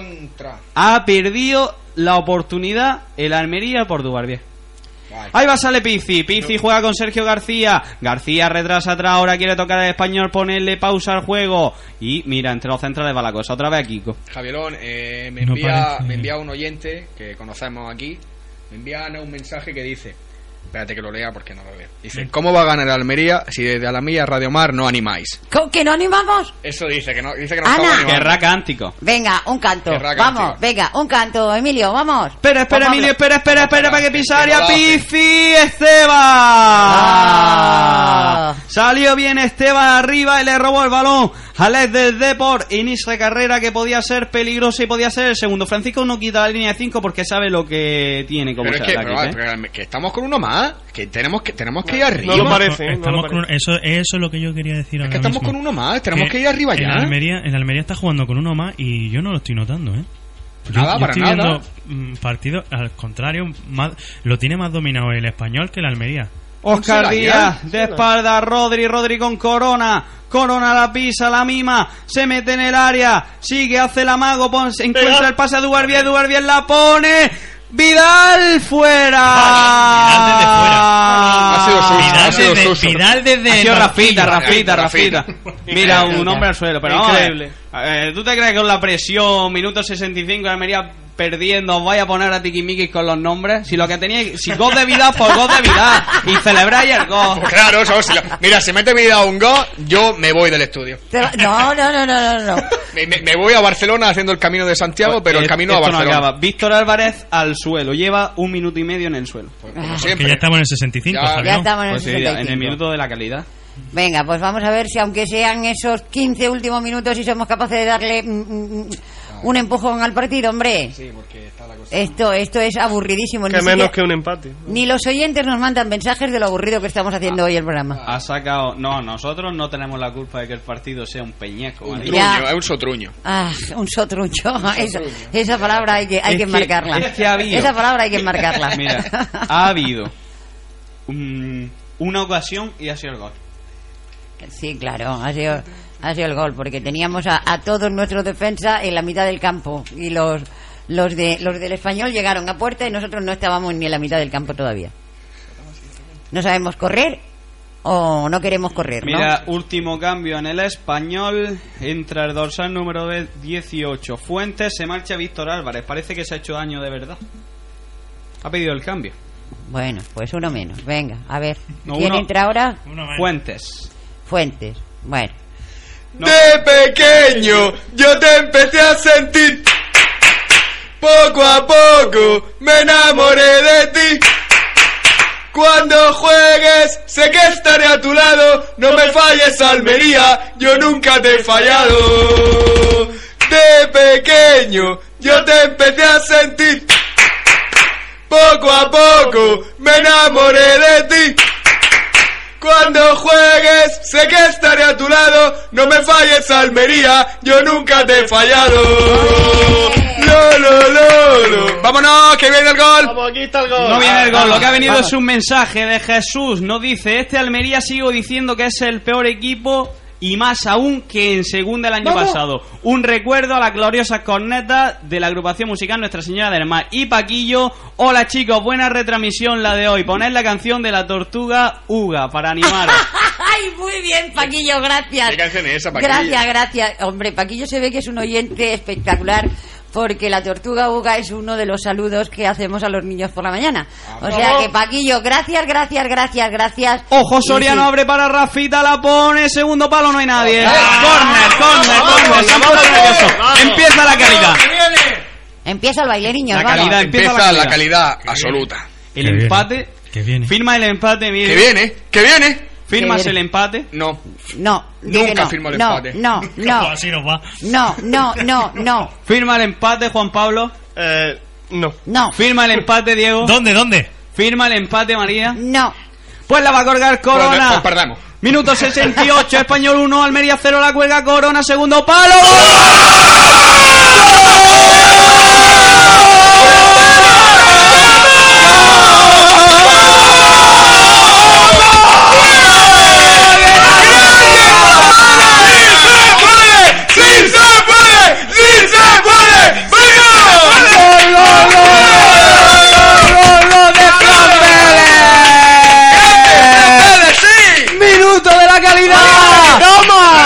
Speaker 1: Ha perdido la oportunidad el Almería por Duarbier. Ahí va, sale Pizzi. Pizzi juega con Sergio García. García retrasa atrás. Ahora quiere tocar al español, ponerle pausa al juego. Y mira, entre los centrales va la cosa. Otra vez a Kiko.
Speaker 2: Javierón, eh, me,
Speaker 5: No
Speaker 2: envía,
Speaker 5: parece.
Speaker 2: me envía un oyente que conocemos aquí, me envía Ana un mensaje que dice, espérate que lo lea porque no lo veo. Dice, ¿cómo va a ganar Almería si desde Alamilla Radio Mar no animáis?
Speaker 3: ¿Con que no animamos?
Speaker 2: Eso dice, que no, dice que no
Speaker 3: Ana.
Speaker 2: estamos animando.
Speaker 1: Guerra cántico.
Speaker 3: Venga, un canto.
Speaker 2: Qué raca,
Speaker 3: Vamos,
Speaker 2: tío.
Speaker 3: venga, un canto, Emilio, vamos.
Speaker 1: Espera, espera,
Speaker 3: Vamos,
Speaker 1: Emilio,
Speaker 3: habla.
Speaker 1: espera, espera, espera,
Speaker 2: Espera,
Speaker 1: para que
Speaker 2: que
Speaker 1: pisare
Speaker 2: no
Speaker 1: a
Speaker 2: lo hace.
Speaker 1: Pizzi Esteban.
Speaker 3: Ah.
Speaker 1: Salió bien Esteban arriba y le robó el balón a Alex del Deport. Inicio de carrera que podía ser peligrosa y podía ser el segundo. Francisco no quita la línea de 5 porque sabe lo que tiene como
Speaker 2: Pero
Speaker 1: se
Speaker 2: es que,
Speaker 1: ataque,
Speaker 2: pero,
Speaker 1: ¿eh?
Speaker 2: pero que estamos con uno más, que tenemos que, tenemos que ir
Speaker 4: No
Speaker 2: arriba.
Speaker 4: lo parece, ¿eh? No
Speaker 5: Estamos
Speaker 4: lo
Speaker 5: con- eso, eso es lo que yo quería
Speaker 2: es
Speaker 5: decir ahora
Speaker 2: que estamos
Speaker 5: mismo.
Speaker 2: con uno más, tenemos que, ir arriba
Speaker 5: el
Speaker 2: ya.
Speaker 5: Almería, el Almería está jugando con uno más y yo no lo estoy notando, ¿eh? Yo-
Speaker 2: Nada,
Speaker 5: yo
Speaker 2: para
Speaker 5: estoy
Speaker 2: nada.
Speaker 5: viendo mm, partidos, al contrario, más, lo tiene más dominado el español que el Almería.
Speaker 1: Oscar
Speaker 2: Será,
Speaker 1: Díaz, de espalda, Rodri, Rodri con Corona. Corona la pisa, la mima, se mete en el área, sigue, hace el amago, pon- se encuentra el pase a Duarbier, Duarbier la pone. Vidal fuera.
Speaker 5: Vidal desde fuera.
Speaker 2: Ha
Speaker 1: Ah,
Speaker 2: sido suyo,
Speaker 5: Vidal,
Speaker 2: ha sido
Speaker 5: desde,
Speaker 2: suyo.
Speaker 5: Vidal desde
Speaker 1: Ha sido
Speaker 5: el
Speaker 1: Rafita,
Speaker 5: banquillo.
Speaker 1: Rafita, Rafita.
Speaker 2: Rafita.
Speaker 1: Mira, un hombre al suelo, pero
Speaker 4: Increíble.
Speaker 1: vamos a ver. Eh, ¿Tú te crees que con la presión, minuto 65, Almería perdiendo, os vais a poner a tiquimiquis con los nombres? Si lo que teníais, si gol de vida, por gol de vida. Y celebráis el gol.
Speaker 2: Pues claro, eso, si la- mira, si mete vida a un gol, yo me voy del estudio.
Speaker 3: Te va- No, no, no,
Speaker 1: <laughs>
Speaker 3: no, no, no.
Speaker 2: Me, me- me voy a Barcelona haciendo el camino de Santiago, pero el
Speaker 1: Eh,
Speaker 2: camino a
Speaker 1: esto no
Speaker 2: Barcelona.
Speaker 1: acaba. Víctor Álvarez al suelo, lleva un minuto y medio en el suelo.
Speaker 2: Pues como
Speaker 5: Que
Speaker 2: siempre.
Speaker 5: ya estamos en el 65,
Speaker 2: Ya-
Speaker 5: Javier.
Speaker 3: Ya estamos en el
Speaker 1: Pues sí, en el
Speaker 3: 65.
Speaker 1: minuto de la calidad.
Speaker 3: Venga, pues vamos a ver si aunque sean esos 15 últimos minutos si somos capaces de darle mm, mm, mm, un empujón al partido, hombre.
Speaker 2: Sí, porque está la cosa.
Speaker 3: Esto esto es aburridísimo. Ni,
Speaker 4: Que menos
Speaker 3: siquiera-
Speaker 4: que un empate.
Speaker 3: ni los oyentes nos mandan mensajes de lo aburrido que estamos
Speaker 1: Ah.
Speaker 3: haciendo hoy el programa.
Speaker 1: Ha sacado. No, nosotros no tenemos la culpa de que el partido sea un peñeco.
Speaker 2: Un
Speaker 1: ¿vale?
Speaker 2: truño,
Speaker 3: Ya.
Speaker 2: es un sotruño.
Speaker 3: Ah, un sotrucho. <laughs> Esa, esa palabra hay que, hay
Speaker 1: Es
Speaker 3: que
Speaker 1: que-
Speaker 3: marcarla.
Speaker 1: es que ha habido.
Speaker 3: Esa palabra hay que marcarla.
Speaker 1: <laughs> Mira, ha habido mm, una ocasión y ha sido el gol.
Speaker 3: <laughs> Sí, claro, ha sido, ha sido el gol, porque teníamos a, a todos nuestros defensa en la mitad del campo y los los de los del español llegaron a puerta y nosotros no estábamos ni en la mitad del campo todavía. No sabemos correr o no queremos correr, ¿no?
Speaker 1: Mira, último cambio en el español. Entra el dorsal número de 18. Fuentes, se marcha Víctor Álvarez. Parece que se ha hecho daño de verdad. Ha pedido el cambio.
Speaker 3: Bueno, pues uno menos. Venga, a ver.
Speaker 1: No,
Speaker 3: ¿Quién
Speaker 1: uno.
Speaker 3: entra ahora?
Speaker 5: Uno más.
Speaker 1: Fuentes.
Speaker 3: Fuentes. Bueno.
Speaker 1: No.
Speaker 2: De pequeño yo te empecé a sentir. Poco a poco me enamoré de ti. Cuando juegues, sé que estaré a tu lado. No me falles, Almería, yo nunca te he fallado. De pequeño yo te empecé a sentir. Poco a poco me enamoré de ti. Cuando juegues, sé que estaré a tu lado. No me falles, Almería, yo nunca te he fallado. Lo, lo, lo, lo. ¡Vámonos, que viene el gol!
Speaker 4: Vamos, aquí está el gol.
Speaker 1: No viene el gol, lo que ha venido es un mensaje de Jesús. No dice, este Almería sigo diciendo que es el peor equipo y más aún que en segunda el año pasado. Un recuerdo a las gloriosas cornetas de la agrupación musical Nuestra Señora del Mar. Y Paquillo, hola chicos, buena retransmisión la de hoy. Poned la canción de la tortuga Uga para
Speaker 4: <laughs>
Speaker 1: animaros.
Speaker 3: <laughs> ¡Ay, muy bien, Paquillo! Gracias.
Speaker 2: ¿Qué canción es esa, Paquillo?
Speaker 3: Gracias, gracias. Hombre, Paquillo se ve que es un oyente espectacular porque la tortuga uga es uno de los saludos que hacemos a los niños por la mañana.
Speaker 2: Ah,
Speaker 3: O sea que, Paquillo, gracias, gracias, gracias, gracias.
Speaker 1: Ojo,
Speaker 3: Y
Speaker 1: Soriano
Speaker 3: sí.
Speaker 1: abre para Rafita, la pone, segundo palo, no hay nadie. Corner, corner,
Speaker 4: Vamos,
Speaker 1: corner, se han puesto
Speaker 4: vamos,
Speaker 1: nerviosos.
Speaker 4: vamos.
Speaker 1: Empieza la calidad.
Speaker 3: Empieza el baile, niños.
Speaker 1: La
Speaker 3: vamos.
Speaker 1: calidad.
Speaker 2: Empieza la calidad absoluta.
Speaker 1: El
Speaker 5: Qué bien.
Speaker 1: empate
Speaker 5: Que viene.
Speaker 1: Firma el empate, Miguel.
Speaker 2: ¡Que viene! ¡Que viene!
Speaker 1: Firmas
Speaker 3: Que-
Speaker 1: el empate.
Speaker 2: No.
Speaker 3: No, di
Speaker 2: Nunca
Speaker 3: que no,
Speaker 2: firmo el
Speaker 3: no,
Speaker 2: empate.
Speaker 3: No, no,
Speaker 5: <laughs> Así nos va.
Speaker 3: no, no, no, no,
Speaker 1: Firma el empate, Juan Pablo.
Speaker 4: Eh, no.
Speaker 3: no,
Speaker 1: Firma el empate, Diego.
Speaker 5: ¿Dónde? ¿Dónde?
Speaker 1: Firma el empate, María.
Speaker 3: no.
Speaker 1: Pues la va a colgar Corona.
Speaker 2: Pues perdemos.
Speaker 1: Minuto 68, Español 1, Almería 0, la cuelga Corona, segundo palo.
Speaker 2: ¡Sí se puede! ¡Sí se puede! ¡Venga!
Speaker 1: Minuto de la calidad.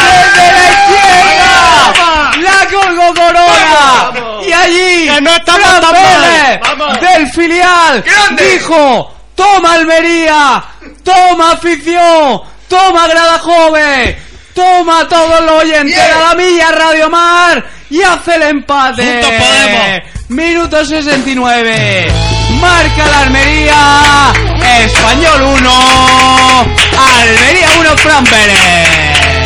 Speaker 1: Desde la izquierda. La colgó Corona. Y allí,
Speaker 4: Que no estamos
Speaker 1: Fran
Speaker 4: tan mal.
Speaker 1: Pérez,
Speaker 4: Vamos.
Speaker 1: del filial,
Speaker 2: Grande.
Speaker 1: dijo: Toma Almería, toma afición, toma Grada Joven, toma todos los oyentes
Speaker 2: Bien.
Speaker 1: de la milla Radio Mar y hace el empate.
Speaker 5: Juntos podemos.
Speaker 1: Minuto 69. Marca la Almería. Español 1. Almería 1, Fran Pérez.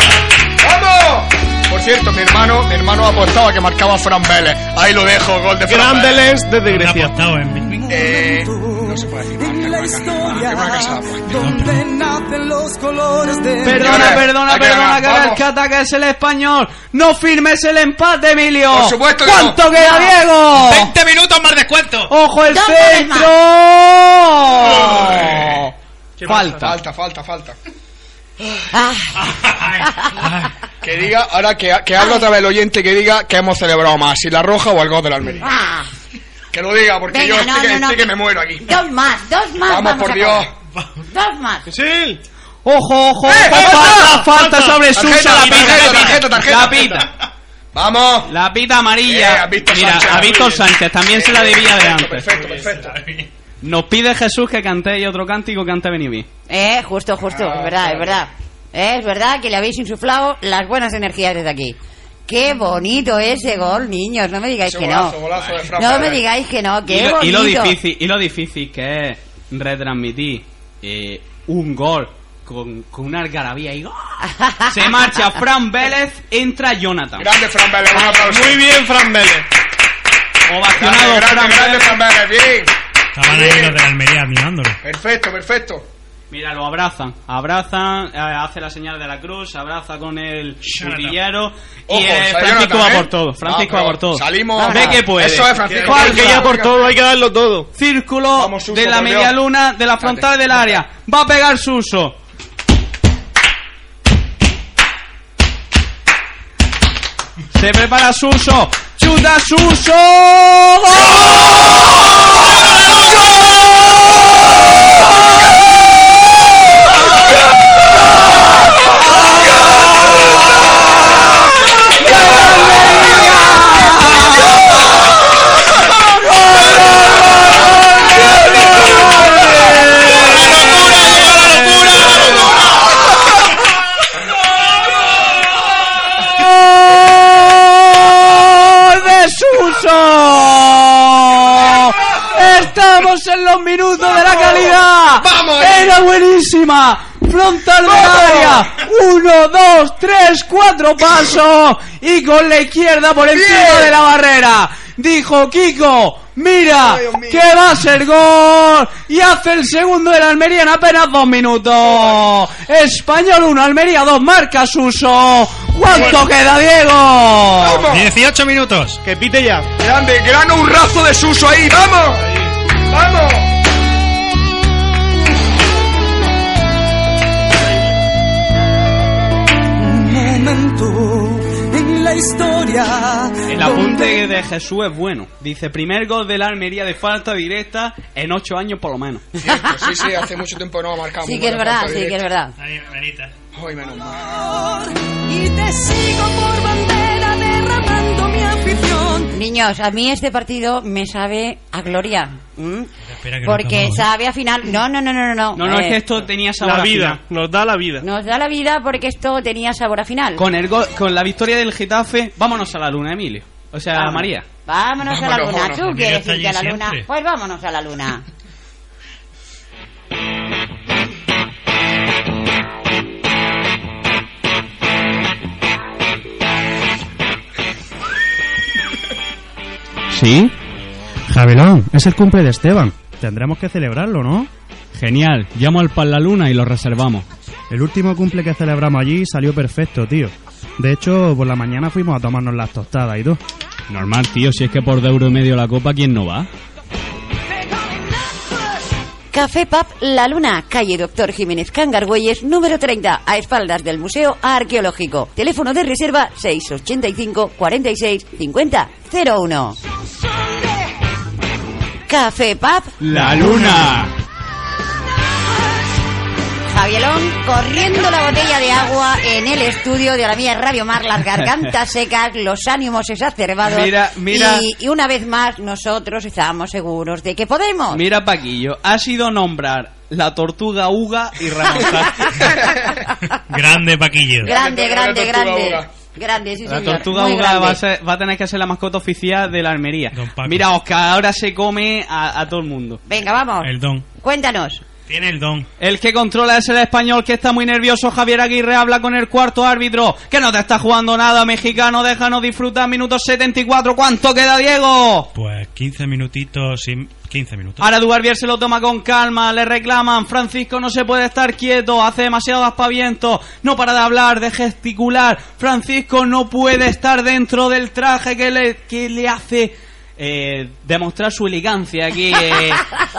Speaker 2: ¡Vamos! Por cierto, mi hermano, mi hermano apostaba que marcaba Fran Vélez. Ahí lo dejo, gol de Fran
Speaker 4: Gran
Speaker 2: Vélez.
Speaker 4: Belens desde
Speaker 5: Te ha
Speaker 4: Grecia.
Speaker 5: apostado en mí.
Speaker 2: Eh, no se puede decir marca, es una casa- es una casa de apuestas.
Speaker 6: donde nacen los colores de
Speaker 1: Perdona,
Speaker 2: Señores,
Speaker 1: perdona,
Speaker 2: hay que
Speaker 1: perdona,
Speaker 2: ganar,
Speaker 1: que el
Speaker 2: vamos.
Speaker 1: que ataca es el español. No firmes el empate, Emilio.
Speaker 2: Por supuesto que
Speaker 1: ¿Cuánto
Speaker 2: no.
Speaker 1: queda, Diego?
Speaker 5: 20 minutos más descuento.
Speaker 1: ¡Ojo el
Speaker 3: Dos
Speaker 1: centro! Falta.
Speaker 2: Oh. Falta, falta, falta.
Speaker 3: Ah,
Speaker 5: Ay, ay.
Speaker 2: Que diga, ahora que, que hable otra vez el oyente que diga que hemos celebrado más, si la roja o el gol de la Almería.
Speaker 3: ah.
Speaker 2: Que lo diga, porque
Speaker 3: Venga,
Speaker 2: yo
Speaker 3: no,
Speaker 2: estoy, que,
Speaker 3: no, no.
Speaker 2: estoy que me muero aquí.
Speaker 3: Dos más, dos más.
Speaker 2: Vamos, por
Speaker 3: a
Speaker 2: Dios.
Speaker 3: acabar. Dos más.
Speaker 4: Sí.
Speaker 1: Ojo, ojo, ojo,
Speaker 2: ¡Eh,
Speaker 1: falta,
Speaker 2: falta,
Speaker 1: falta sobre Susa, la
Speaker 2: Tarjeta,
Speaker 1: pita,
Speaker 2: tarjeta, tarjeta,
Speaker 1: la
Speaker 2: tarjeta,
Speaker 1: pita,
Speaker 2: tarjeta. Vamos.
Speaker 1: la pita
Speaker 2: Eh,
Speaker 1: amarilla.
Speaker 2: a Víctor
Speaker 1: Mira,
Speaker 2: Sánchez,
Speaker 1: a Víctor
Speaker 2: muy bien.
Speaker 1: Sánchez también se la debía de
Speaker 2: Perfecto,
Speaker 1: antes.
Speaker 2: Perfecto, perfecto.
Speaker 1: Nos pide Jesús que cantéis otro cántico que antes venía bien.
Speaker 3: Eh, justo, justo,
Speaker 2: Ah,
Speaker 3: es verdad, es verdad. Eh, Es verdad que le habéis insuflado las buenas energías desde aquí. Qué
Speaker 2: Mm.
Speaker 3: bonito ese gol, niños, no me digáis
Speaker 2: Ese
Speaker 3: que
Speaker 2: golazo,
Speaker 3: no.
Speaker 2: golazo de Fran
Speaker 3: No me
Speaker 2: Pérez.
Speaker 3: digáis que no,
Speaker 1: Y
Speaker 3: qué
Speaker 1: lo,
Speaker 3: bonito.
Speaker 1: y lo
Speaker 3: <laughs>
Speaker 1: difícil, y lo difícil que es retransmitir eh, un gol con, con una algarabía y ¡gol! Se marcha Fran Vélez, entra Jonathan.
Speaker 2: Grande Fran Vélez, un aplauso.
Speaker 4: Muy bien, Fran Belens.
Speaker 1: Ovacionado
Speaker 2: Grande, grande,
Speaker 1: Fran Vélez.
Speaker 2: grande Fran Vélez, bien.
Speaker 5: Estaban ahí los de la Almería mirándolo.
Speaker 2: Perfecto, perfecto.
Speaker 1: Mira, lo abrazan, abrazan, eh, hace la señal de la cruz, abraza con el
Speaker 5: Shut up.
Speaker 1: putillero y
Speaker 2: Ojo,
Speaker 1: eh,
Speaker 2: sale
Speaker 1: Francisco
Speaker 2: Jonathan,
Speaker 1: va
Speaker 2: ¿eh?
Speaker 1: por todo, Francisco
Speaker 2: No,
Speaker 1: va
Speaker 2: pero
Speaker 1: por todo.
Speaker 2: salimos-
Speaker 1: ve que puede.
Speaker 2: Eso es, Francisco.
Speaker 1: Juan, que ya por
Speaker 4: Por todo hay que darlo todo.
Speaker 1: Círculo
Speaker 2: Vamos, Suso,
Speaker 1: de la
Speaker 2: por Dios.
Speaker 1: media luna de la frontal del área. Va a pegar Suso. Se prepara Suso. Chuta Suso. ¡Gol de Suso! Estamos en los minutos de la calidad.
Speaker 2: ¡Vamos!
Speaker 1: Era buenísima. Frontal del
Speaker 2: ¡Vamos!
Speaker 1: área. Uno, dos, tres, cuatro pasos. Y con la izquierda por encima
Speaker 2: ¡Bien!
Speaker 1: de la barrera. Dijo Kiko, mira,
Speaker 2: Ay, Dios mío.
Speaker 1: que va a ser gol. Y hace el segundo del Almería en apenas dos minutos. Español 1, Almería 2, marca Suso. ¿Cuánto queda, Diego?
Speaker 2: ¡Vamos!
Speaker 5: 18 minutos.
Speaker 4: Que pite ya.
Speaker 2: Grande, gran hurrazo de Suso ahí, vamos. Vamos.
Speaker 6: un momento en la historia.
Speaker 1: El apunte de Jesús es bueno. Dice, primer gol de la Almería de falta directa en ocho años por lo menos.
Speaker 2: Cierto, sí, sí, hace mucho tiempo no ha marcado.
Speaker 3: Sí
Speaker 2: muy
Speaker 3: que es
Speaker 2: buena
Speaker 3: verdad,
Speaker 2: falta
Speaker 3: sí que es
Speaker 2: directa.
Speaker 3: verdad.
Speaker 5: Ahí, Benita.
Speaker 2: Ay, menos mal.
Speaker 6: Y te sigo por bandera derramando mi afición.
Speaker 3: Niños, a mí este partido me sabe a gloria. ¿m?
Speaker 5: espera que no
Speaker 3: Porque
Speaker 5: acabamos, ¿eh?
Speaker 3: sabe a final. No, no, no, no, no. No,
Speaker 1: No, no,
Speaker 3: Eh,
Speaker 1: es que esto tenía sabor
Speaker 4: La
Speaker 1: a
Speaker 4: vida.
Speaker 1: final.
Speaker 4: Nos da la vida.
Speaker 3: Nos da la vida porque esto tenía sabor a final.
Speaker 1: Con, el gol- con la victoria del Getafe, vámonos a la luna, Emilio. O sea, a María.
Speaker 3: Vámonos, a la
Speaker 2: Vámonos,
Speaker 3: luna.
Speaker 2: vámonos.
Speaker 3: ¿Tú
Speaker 5: Mira,
Speaker 3: quieres
Speaker 5: está
Speaker 3: irte a
Speaker 5: allí
Speaker 1: <laughs>
Speaker 3: la luna?
Speaker 5: siempre.
Speaker 3: Pues vámonos a la luna.
Speaker 7: Sí. Javelón, es el cumple de Esteban. Tendremos que celebrarlo, ¿no?
Speaker 1: Genial, llamo al Pan la Luna y lo reservamos.
Speaker 7: El último cumple que celebramos allí salió perfecto, tío. De hecho, por la mañana fuimos a tomarnos las tostadas y todo.
Speaker 1: Normal, tío, si es que por de euro y medio la copa, ¿quién no va?
Speaker 3: Café Pub La Luna, calle Doctor Jiménez Cangargüelles, número 30, a espaldas del Museo Arqueológico. Teléfono de reserva 685 46 50 01. Café Pub
Speaker 1: ¡La Luna!
Speaker 3: Javielón corriendo la botella de agua en el estudio de la mía Radio Mar,
Speaker 1: <laughs>
Speaker 3: las gargantas secas, los ánimos exacerbados.
Speaker 1: Mira, mira.
Speaker 3: Y, y una vez más, nosotros estamos seguros de que podemos.
Speaker 1: Mira, Paquillo, ha sido nombrar la tortuga Uga y
Speaker 5: <laughs> Grande Paquillo.
Speaker 3: grande,
Speaker 2: La
Speaker 3: grande,
Speaker 2: tortuga
Speaker 3: grande.
Speaker 2: Uga.
Speaker 3: Grande, sí,
Speaker 1: La
Speaker 3: señor.
Speaker 1: tortuga
Speaker 3: Muy
Speaker 1: Uga va a,
Speaker 3: grande.
Speaker 1: ser- va a tener que ser la mascota oficial de la Almería.
Speaker 5: Don Paco.
Speaker 1: Mira, Oscar, ahora se come a, a todo el mundo.
Speaker 3: Venga, vamos.
Speaker 5: El don.
Speaker 3: Cuéntanos.
Speaker 5: Tiene el don.
Speaker 1: El que controla es el español que está muy nervioso. Javier Aguirre habla con el cuarto árbitro. Que no te está jugando nada, mexicano. Déjanos disfrutar. Minuto 74. ¿Cuánto queda, Diego?
Speaker 5: Pues 15 minutitos y... 15 minutos.
Speaker 1: Ahora Duarbier se lo toma con calma, le reclaman, Francisco no se puede estar quieto, hace demasiado aspaviento, no para de hablar, de gesticular, Francisco no puede estar dentro del traje que le, que le hace eh, demostrar su elegancia aquí eh,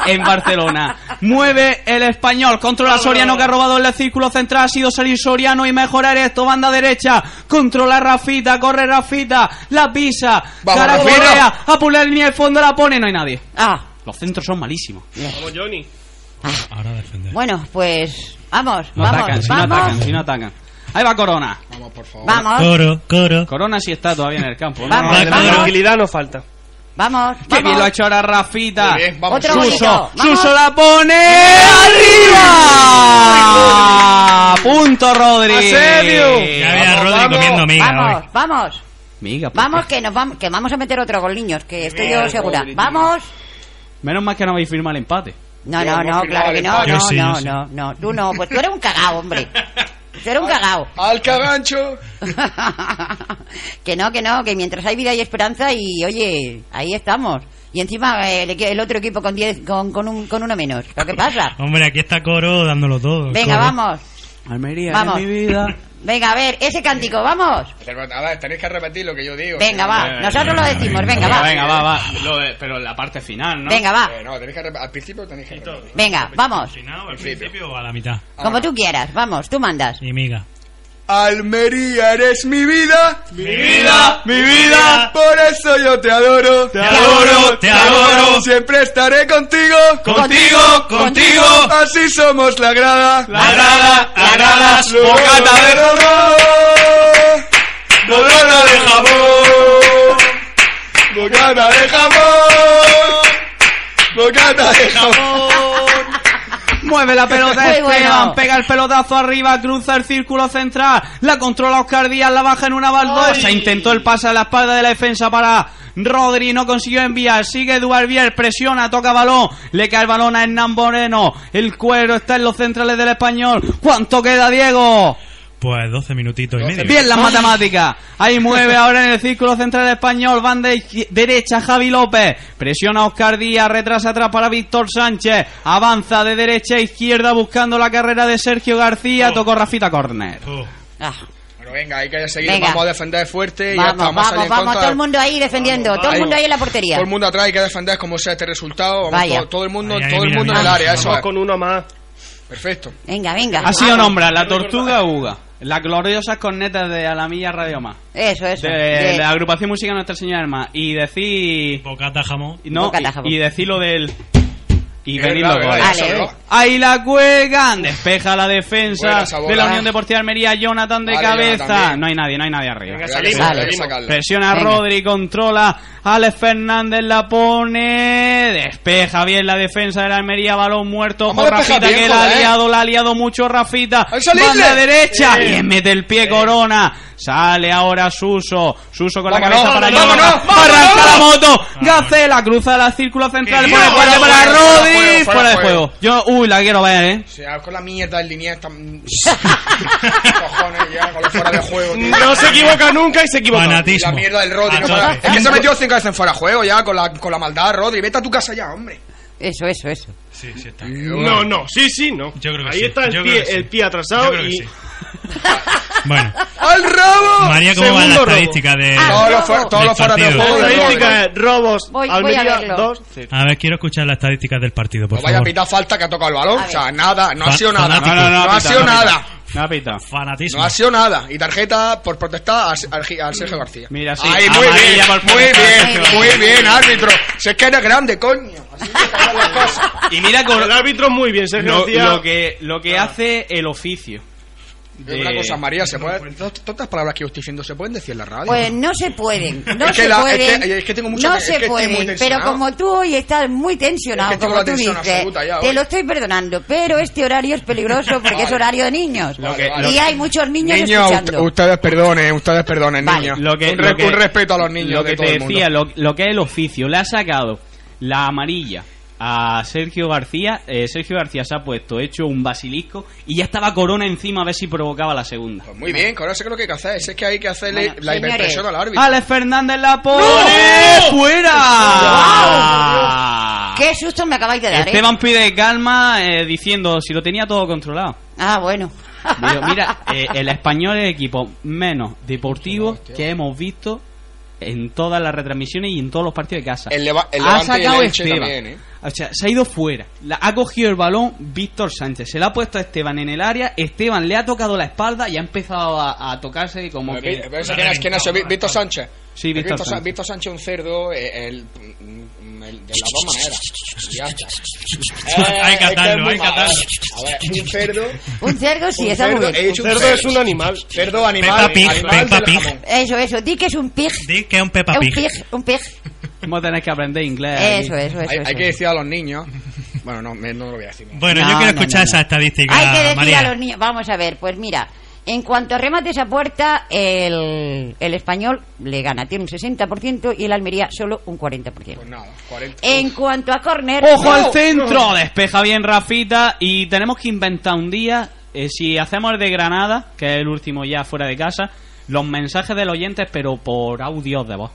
Speaker 1: en Barcelona. Mueve el español, controla a Soriano que ha robado el círculo central, ha sido salir Soriano y mejorar esto, banda derecha, controla Rafita, corre Rafita, la pisa,
Speaker 2: Vamos,
Speaker 1: caracolea,
Speaker 2: Rafita.
Speaker 1: apula la línea de fondo, la pone, no hay nadie.
Speaker 3: Ah,
Speaker 1: Los centros son malísimos.
Speaker 4: Vamos, Johnny.
Speaker 5: Ahora defender.
Speaker 3: bueno, pues vamos,
Speaker 1: No
Speaker 3: vamos,
Speaker 1: atacan, si no
Speaker 3: vamos.
Speaker 1: atacan, si no atacan. Ahí va Corona.
Speaker 2: Vamos, por favor.
Speaker 3: Vamos,
Speaker 5: Coro, coro.
Speaker 1: Corona sí está todavía en el campo. ¿no?
Speaker 3: Vamos,
Speaker 1: Vale,
Speaker 5: vamos.
Speaker 1: vale.
Speaker 4: Tranquilidad no falta.
Speaker 3: vamos,
Speaker 1: Qué bien lo ha
Speaker 3: vamos.
Speaker 1: hecho ahora Rafita.
Speaker 2: Muy bien, vamos.
Speaker 3: Otro
Speaker 2: Suso,
Speaker 3: bonito.
Speaker 1: Suso,
Speaker 3: Vamos.
Speaker 1: Suso la pone arriba. Punto Rodri.
Speaker 2: Asedio.
Speaker 5: Ya vea a
Speaker 2: Vamos,
Speaker 5: Rodri
Speaker 2: vamos.
Speaker 5: comiendo miga hoy.
Speaker 3: Eh, Vamos, vamos.
Speaker 1: Miga, pues, ¿por
Speaker 3: Vamos
Speaker 1: qué?
Speaker 3: que nos vamos, que vamos a meter otro gol, niños, que estoy yo
Speaker 2: Bien,
Speaker 3: segura.
Speaker 2: pobre, tío.
Speaker 3: Vamos.
Speaker 1: Menos mal que no habéis firmado el empate.
Speaker 3: No,
Speaker 2: Yo
Speaker 3: no,
Speaker 2: hemos
Speaker 3: no,
Speaker 2: firmado
Speaker 3: claro que
Speaker 2: el
Speaker 3: no,
Speaker 2: empate.
Speaker 3: no,
Speaker 5: Yo sí, yo
Speaker 3: no,
Speaker 5: sí.
Speaker 3: no, no. Tú no, pues tú eres un cagao, hombre. Tú eres un cagao. <laughs>
Speaker 2: Al cagancho.
Speaker 3: que no, que no, que mientras hay vida hay esperanza y oye, ahí estamos. Y encima eh, el, equi- el otro equipo con diez, con, con, un, con uno menos. ¿Lo que
Speaker 5: <laughs>
Speaker 3: pasa?
Speaker 5: Hombre, aquí está Coro dándolo todo.
Speaker 3: Venga,
Speaker 5: Coro.
Speaker 3: vamos.
Speaker 1: Almería,
Speaker 3: Vamos.
Speaker 1: es mi vida.
Speaker 3: Venga, a ver, ese cántico, vamos.
Speaker 2: A ver, tenéis que repetir lo que yo digo.
Speaker 3: Venga, va. Nosotros lo decimos, venga,
Speaker 1: Venga,
Speaker 3: va.
Speaker 1: Eh, venga, va, va. Lo de- pero la parte final, ¿no?
Speaker 3: Venga, va.
Speaker 2: Eh, no, tenéis que repetir. Al principio tenéis que repetir.
Speaker 3: Venga, vamos.
Speaker 5: Si no, al principio o a la mitad.
Speaker 3: Como tú quieras, vamos, tú mandas.
Speaker 5: Y miga.
Speaker 2: Almería, eres mi vida. Mi
Speaker 5: vida, mi vida.
Speaker 2: Por eso yo te adoro.
Speaker 5: Te adoro, te adoro.
Speaker 2: Siempre estaré contigo.
Speaker 5: Contigo, contigo.
Speaker 2: Así somos la grada.
Speaker 5: La grada, la grada,
Speaker 2: Bocata de dolor, bocata de jamón, bocata de jamón, bocata de jamón.
Speaker 1: Mueve la pelota
Speaker 3: Muy
Speaker 1: Esteban,
Speaker 3: bueno.
Speaker 1: pega el pelotazo arriba, cruza el círculo central, la controla Oscar Díaz, la baja en una baldosa, intentó el pase a la espalda de la defensa para Rodri, no consiguió enviar, sigue Duarbier, presiona, toca balón, le cae el balón a Hernán Moreno, el cuero está en los centrales del español, ¿cuánto queda Diego?
Speaker 5: Pues 12 minutitos y medio.
Speaker 1: Bien las matemáticas. Ahí mueve ahora en el círculo central español. Van de izqui- derecha Javi López. Presiona a Oscar Díaz. Retrasa atrás para Víctor Sánchez. Avanza de derecha a izquierda buscando la carrera de Sergio García. Tocó Rafita Corner.
Speaker 5: Oh,
Speaker 3: Ah.
Speaker 2: Bueno, venga, hay que seguir,
Speaker 3: Venga.
Speaker 2: vamos a defender fuerte y ya
Speaker 3: Vamos,
Speaker 2: estamos ahí
Speaker 3: vamos,
Speaker 2: en
Speaker 3: vamos,
Speaker 2: contra.
Speaker 3: todo el mundo ahí defendiendo, todo el mundo ahí en la portería.
Speaker 2: Todo el mundo atrás, hay que defender como sea este resultado. Vamos,
Speaker 3: Vaya.
Speaker 2: Todo, todo el mundo,
Speaker 5: Ahí, ahí,
Speaker 2: todo el
Speaker 5: mira,
Speaker 2: mundo en el
Speaker 5: mira.
Speaker 2: área, eso
Speaker 4: Vamos
Speaker 2: es.
Speaker 4: con uno más.
Speaker 2: Perfecto.
Speaker 3: Venga, venga.
Speaker 1: Ha sido
Speaker 3: vamos.
Speaker 1: nombrada la Tortuga Uga. Las gloriosas cornetas de Alamilla Radio Más.
Speaker 3: Eso, eso.
Speaker 1: De,
Speaker 3: Bien.
Speaker 1: la agrupación Música Nuestra Señora del Mar. Y decir.
Speaker 5: Bocata jamón.
Speaker 1: No,
Speaker 3: Boca Taja,
Speaker 1: y, y decir lo del. Y
Speaker 2: Es
Speaker 1: venir
Speaker 2: verdad,
Speaker 1: los
Speaker 2: verdad,
Speaker 1: goles.
Speaker 3: Vale,
Speaker 2: eso es
Speaker 3: eh.
Speaker 2: verdad.
Speaker 1: Ahí la cuelgan, despeja la defensa
Speaker 2: Buena esa bola.
Speaker 1: de la Unión Deportiva Almería, Jonathan de
Speaker 2: Vale,
Speaker 1: cabeza.
Speaker 2: Jonathan, bien.
Speaker 1: no hay nadie, no hay nadie arriba.
Speaker 4: Venga,
Speaker 2: Hay que
Speaker 4: salimos,
Speaker 2: sacarla, hay que
Speaker 4: salimos.
Speaker 2: sacarla.
Speaker 1: Presiona a
Speaker 3: Venga.
Speaker 1: Rodri, controla. Alex Fernández la pone. Despeja bien la defensa de la Almería. Balón muerto
Speaker 2: Vamos
Speaker 1: por
Speaker 2: a despejar
Speaker 1: Rafita que
Speaker 2: bien,
Speaker 1: la ha
Speaker 2: joder. ¿eh?
Speaker 1: liado, la ha liado mucho Rafita.
Speaker 2: ¡Hay salirle!
Speaker 1: Banda derecha. Bien, mete el pie Corona. Sale ahora Suso. Suso con la
Speaker 2: Vámonos,
Speaker 1: cabeza para
Speaker 2: vámonos,
Speaker 1: Jonathan.
Speaker 2: vámonos,
Speaker 1: Arranca la
Speaker 2: vámonos.
Speaker 1: moto. Gacela cruza la círculo central.
Speaker 5: Que
Speaker 1: Pone
Speaker 5: no,
Speaker 1: el cuarto
Speaker 5: fuera,
Speaker 1: para
Speaker 2: fuera, fuera,
Speaker 1: Rodri.
Speaker 2: fuera,
Speaker 1: Fuera de
Speaker 2: fuera.
Speaker 1: juego. Yo, Uy, la quiero ver, ¿eh?
Speaker 2: O sea, con la mierda en <laughs> línea tan... Cojones, ya, con los fuera de juego, tío.
Speaker 4: No se equivoca nunca y se equivoca.
Speaker 5: Fanatismo.
Speaker 2: La mierda del Rodri.
Speaker 5: A
Speaker 2: no
Speaker 5: tope.
Speaker 2: para. Es que se metió cinco veces en fuera de juego ya, con la, con la maldad, Rodri. Vete a tu casa ya, hombre.
Speaker 3: Eso, eso, eso.
Speaker 5: Sí, sí está.
Speaker 4: No, no, sí, sí, no.
Speaker 5: Yo creo que
Speaker 4: Ahí
Speaker 5: sí.
Speaker 4: está el,
Speaker 5: Yo
Speaker 4: pie,
Speaker 5: creo que sí.
Speaker 4: el pie atrasado.
Speaker 5: Yo creo que
Speaker 4: y...
Speaker 5: sí.
Speaker 3: <laughs>
Speaker 5: Bueno,
Speaker 2: ¡Al rabo!
Speaker 5: María, ¿cómo van las
Speaker 4: Segundo robo.
Speaker 5: estadísticas de.?
Speaker 3: Ah.
Speaker 2: Todos los, fuera- todos los fuera de
Speaker 5: Del
Speaker 4: La
Speaker 2: juego
Speaker 5: partido.
Speaker 2: del
Speaker 4: estadística
Speaker 2: Rodri.
Speaker 4: es robos,
Speaker 3: Voy- voy a
Speaker 4: Almería
Speaker 3: verlo.
Speaker 4: 2.
Speaker 5: A ver, quiero escuchar las estadísticas del partido, por
Speaker 2: No vaya a
Speaker 5: favor.
Speaker 2: pitar falta que ha tocado el balón.
Speaker 3: A
Speaker 2: O sea, nada, no ha
Speaker 5: Fa-
Speaker 2: sido nada.
Speaker 5: fanático.
Speaker 2: No, no, no, ha sido nada.
Speaker 1: No ha pitado.
Speaker 5: Fanatismo.
Speaker 2: No ha sido nada. Y tarjeta por protestar al, al- al Sergio García.
Speaker 1: Mira, sí,
Speaker 2: Ay, muy
Speaker 1: amarilla
Speaker 2: bien,
Speaker 1: por
Speaker 2: muy
Speaker 1: protestar al
Speaker 2: bien,
Speaker 1: Sergio
Speaker 2: muy
Speaker 1: García.
Speaker 2: bien, árbitro. Si es que eres grande, coño. Así que todas las cosas.
Speaker 1: Y mira
Speaker 2: <laughs>
Speaker 1: con
Speaker 4: El árbitro muy bien, Sergio
Speaker 1: lo,
Speaker 4: García.
Speaker 1: lo que, lo
Speaker 2: Ah.
Speaker 1: que hace el oficio.
Speaker 2: Y Una cosa, María, se puede. Todas estas palabras que yo estoy diciendo se pueden decir en la radio.
Speaker 3: Pues no se pueden, no
Speaker 2: Es que
Speaker 3: se
Speaker 2: la- es
Speaker 3: pueden.
Speaker 2: que- es que tengo mucho
Speaker 3: no
Speaker 2: que- es
Speaker 3: se
Speaker 2: que estoy muy
Speaker 3: pueden, pero
Speaker 2: tensionado.
Speaker 3: como tú hoy estás muy tensionado,
Speaker 2: Es que tengo
Speaker 3: como
Speaker 2: la
Speaker 3: tú
Speaker 2: tensión
Speaker 3: dices,
Speaker 2: absoluta ya
Speaker 3: te
Speaker 2: hoy.
Speaker 3: lo estoy perdonando, pero este horario es peligroso porque es horario de niños.
Speaker 2: Lo que-
Speaker 3: y
Speaker 2: lo-
Speaker 3: hay muchos niños
Speaker 2: Niños,
Speaker 3: escuchando.
Speaker 2: ust- ustedes perdonen, ustedes perdonen,
Speaker 3: Vale.
Speaker 2: niños.
Speaker 1: Lo que,
Speaker 2: un,
Speaker 1: lo
Speaker 2: re-
Speaker 1: que-
Speaker 2: un respeto a los niños.
Speaker 1: Lo que
Speaker 2: de todo
Speaker 1: te
Speaker 2: el mundo.
Speaker 1: decía, lo, lo que es el oficio. Le ha sacado la amarilla a Sergio García. Eh, Sergio García se ha puesto hecho un basilisco y ya estaba Corona encima a ver si provocaba la segunda.
Speaker 2: Pues muy bien, ahora sé que lo que hay que hacer. Es que hay que hacerle
Speaker 3: Bueno,
Speaker 2: la
Speaker 3: señores.
Speaker 2: hiperpresión al árbitro.
Speaker 1: Alex Fernández la pone fuera. Ah.
Speaker 3: Qué susto me acabáis de dar,
Speaker 2: Este
Speaker 3: ¿eh?
Speaker 1: Esteban pide calma eh, diciendo si lo tenía todo controlado.
Speaker 3: Ah, bueno.
Speaker 1: Digo, mira, eh, el español es el equipo menos deportivo que hemos visto en todas las retransmisiones y en todos los partidos de casa.
Speaker 2: El Leva- el
Speaker 1: ha
Speaker 2: Levante y el
Speaker 1: sacado
Speaker 2: Elche
Speaker 1: Esteban.
Speaker 2: también, ¿eh?
Speaker 1: O sea, se ha ido fuera. La- ha cogido el balón Víctor Sánchez. Se la ha puesto a Esteban en el área. Esteban le ha tocado la espalda y ha empezado a, a tocarse como
Speaker 2: Pero
Speaker 1: que.
Speaker 2: vi- pero ese ¿Quién es? ¿Quién es? Vi- ¿Víctor Sánchez?
Speaker 1: Sí, Víctor
Speaker 2: Sa-
Speaker 1: Sánchez.
Speaker 2: Víctor Sánchez un cerdo eh, el, mm, el- de las dos maneras. Ya está.
Speaker 5: Hay que
Speaker 2: es es
Speaker 5: atarlo,
Speaker 2: muy
Speaker 5: hay que
Speaker 2: malo.
Speaker 5: atarlo.
Speaker 2: A ver, un cerdo...
Speaker 3: Un cerdo
Speaker 2: <laughs>
Speaker 3: sí,
Speaker 2: un
Speaker 3: está muy
Speaker 2: cerdo, he
Speaker 3: bien.
Speaker 2: dicho un
Speaker 4: Cerdo es un animal.
Speaker 2: Cerdo animal,
Speaker 5: Peppa Pig,
Speaker 2: animal
Speaker 5: Peppa
Speaker 2: del
Speaker 5: Pig.
Speaker 2: jamón.
Speaker 3: Eso, eso. Di que es un pig.
Speaker 5: Di que es un Peppa
Speaker 3: Es
Speaker 5: Pig.
Speaker 3: un pig,
Speaker 2: <laughs>
Speaker 3: un pig.
Speaker 1: Vamos a tener que aprender inglés.
Speaker 3: Eso,
Speaker 1: aquí.
Speaker 3: eso, eso.
Speaker 2: Hay, hay
Speaker 3: eso.
Speaker 2: que decir a los niños... Bueno, no, me- no lo voy a decir.
Speaker 5: Bueno,
Speaker 1: No,
Speaker 5: yo quiero
Speaker 1: no,
Speaker 5: escuchar
Speaker 1: no, no.
Speaker 5: esas estadísticas,
Speaker 3: Hay que decir
Speaker 5: María.
Speaker 3: a los niños. Vamos a ver, pues mira, en cuanto a remates a puerta, el, el español le gana, tiene un 60% y el Almería solo un 40%.
Speaker 2: Pues nada, 40.
Speaker 3: En cuanto a córner.
Speaker 1: ¡Ojo al
Speaker 3: ¡No!
Speaker 1: centro! Despeja bien Rafita y tenemos que inventar un día, eh, si hacemos el de Granada, que es el último ya fuera de casa, los mensajes del oyente, pero por audio de voz.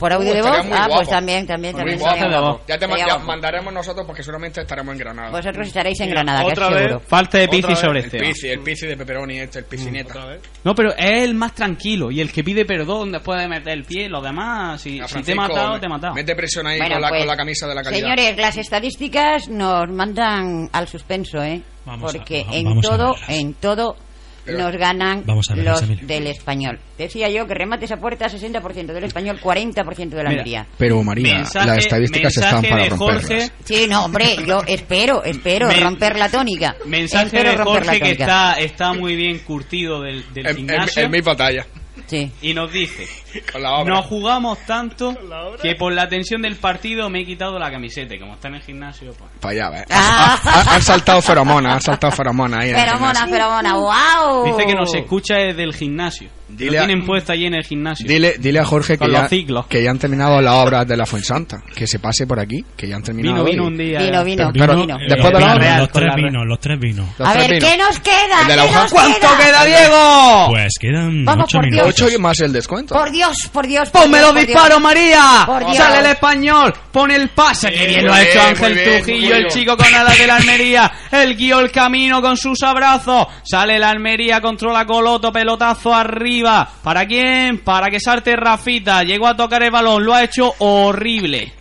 Speaker 3: Por audio
Speaker 2: Uh,
Speaker 3: de voz.
Speaker 2: estaría muy
Speaker 3: Ah, pues
Speaker 2: guapo.
Speaker 3: también, también,
Speaker 2: Muy
Speaker 3: también.
Speaker 2: guapo.
Speaker 3: sería guapo.
Speaker 2: Ya te ma-
Speaker 3: Sería
Speaker 2: ya
Speaker 3: guapo. Pues
Speaker 2: mandaremos nosotros porque seguramente estaremos en Granada.
Speaker 3: Vosotros estaréis en Granada,
Speaker 4: otra
Speaker 3: que
Speaker 4: vez.
Speaker 3: seguro.
Speaker 1: Falta de
Speaker 4: Otra
Speaker 1: Pizzi
Speaker 4: vez,
Speaker 1: sobre
Speaker 2: El
Speaker 1: este.
Speaker 2: pici, el pici de Peperoni, este, el
Speaker 1: Mm,
Speaker 4: Otra
Speaker 2: piscineta.
Speaker 4: vez.
Speaker 1: No, pero es el más tranquilo y el que pide perdón después de meter el pie. Los demás, si,
Speaker 2: A
Speaker 1: si te he
Speaker 2: Francisco,
Speaker 1: matado,
Speaker 2: me-
Speaker 1: te he matado.
Speaker 2: Mete presión ahí
Speaker 3: Bueno,
Speaker 2: con, la,
Speaker 3: pues,
Speaker 2: con la camisa de la calidad.
Speaker 3: Señores, las estadísticas nos mandan al suspenso, ¿eh?
Speaker 5: Vamos a-
Speaker 3: Porque
Speaker 5: va-
Speaker 3: en
Speaker 5: vamos a
Speaker 3: todo,
Speaker 5: verlas.
Speaker 3: en todo
Speaker 2: Pero-
Speaker 3: nos ganan
Speaker 5: Vamos a verlas,
Speaker 3: los
Speaker 5: Emilio.
Speaker 3: del español. Decía yo que remates a puerta 60% del español, 40% de la
Speaker 1: Mira.
Speaker 3: Almería.
Speaker 2: Pero María,
Speaker 1: Mensaje-
Speaker 2: las estadísticas
Speaker 1: mensaje
Speaker 2: están para
Speaker 1: de
Speaker 2: romperlas.
Speaker 1: Jorge,
Speaker 3: Sí, no, hombre, yo espero, espero
Speaker 1: Men-
Speaker 3: romper la tónica.
Speaker 1: mensaje
Speaker 3: Espero
Speaker 1: de
Speaker 3: romper la
Speaker 1: Jorge que
Speaker 3: tónica.
Speaker 1: está, está muy bien curtido del, del
Speaker 2: En, en-
Speaker 1: gimnasio
Speaker 2: en mi batalla.
Speaker 3: Sí.
Speaker 1: y nos dice...
Speaker 2: Con la obra.
Speaker 1: Nos jugamos tanto
Speaker 4: <laughs> la obra.
Speaker 1: que por la tensión del partido me he quitado la camiseta. Y como está en el gimnasio, pues.
Speaker 2: Para allá, ¿ves?
Speaker 3: Ah.
Speaker 2: Han- han- han saltado feromonas, han saltado feromonas ahí. en el
Speaker 3: Feromona,
Speaker 2: gimnasio.
Speaker 3: feromona, wow.
Speaker 1: Dice que nos escucha desde el gimnasio.
Speaker 2: Dile
Speaker 1: Lo
Speaker 2: a-
Speaker 1: tienen puesto allí en el gimnasio.
Speaker 2: Dile, dile a Jorge que
Speaker 1: Con
Speaker 2: ya,
Speaker 1: los ciclos.
Speaker 2: que ya han terminado las obras de la Fuensanta. Que se pase por aquí, que ya han
Speaker 1: vino,
Speaker 2: terminado.
Speaker 1: vino
Speaker 2: y-
Speaker 1: un día.
Speaker 3: Vino, vino,
Speaker 2: Pero-
Speaker 3: vino.
Speaker 2: eh, después de la
Speaker 5: los,
Speaker 2: hora.
Speaker 5: los
Speaker 1: Con la
Speaker 5: tres
Speaker 1: red.
Speaker 5: vinos, los tres vinos.
Speaker 2: los
Speaker 3: a
Speaker 2: tres
Speaker 3: ver,
Speaker 2: vinos.
Speaker 3: ¿qué nos queda?
Speaker 2: El de la
Speaker 3: ¿Qué
Speaker 2: hoja.
Speaker 3: nos
Speaker 1: ¿Cuánto
Speaker 3: queda?
Speaker 1: queda, Diego?
Speaker 5: Pues quedan
Speaker 3: Oh. Vamos,
Speaker 5: ocho
Speaker 3: por Dios.
Speaker 5: minutos.
Speaker 2: Ocho y más el descuento.
Speaker 3: Por Dios, por Dios. por
Speaker 1: ¡Ponme
Speaker 3: Dios,
Speaker 1: los
Speaker 3: por Dios.
Speaker 1: disparos, María!
Speaker 3: Por Dios.
Speaker 1: ¡Sale el español! ¡Pone el pase! ¡Qué bien lo ha
Speaker 2: muy
Speaker 1: hecho
Speaker 2: bien,
Speaker 1: Ángel
Speaker 2: muy bien,
Speaker 1: Trujillo,
Speaker 2: Julio.
Speaker 1: el chico con alas de la Almería! ¡El guió el camino con sus abrazos! ¡Sale la Almería, controla Coloto, pelotazo arriba! ¿Para quién? Para que salte Rafita. Llegó a tocar el balón, lo ha hecho horrible.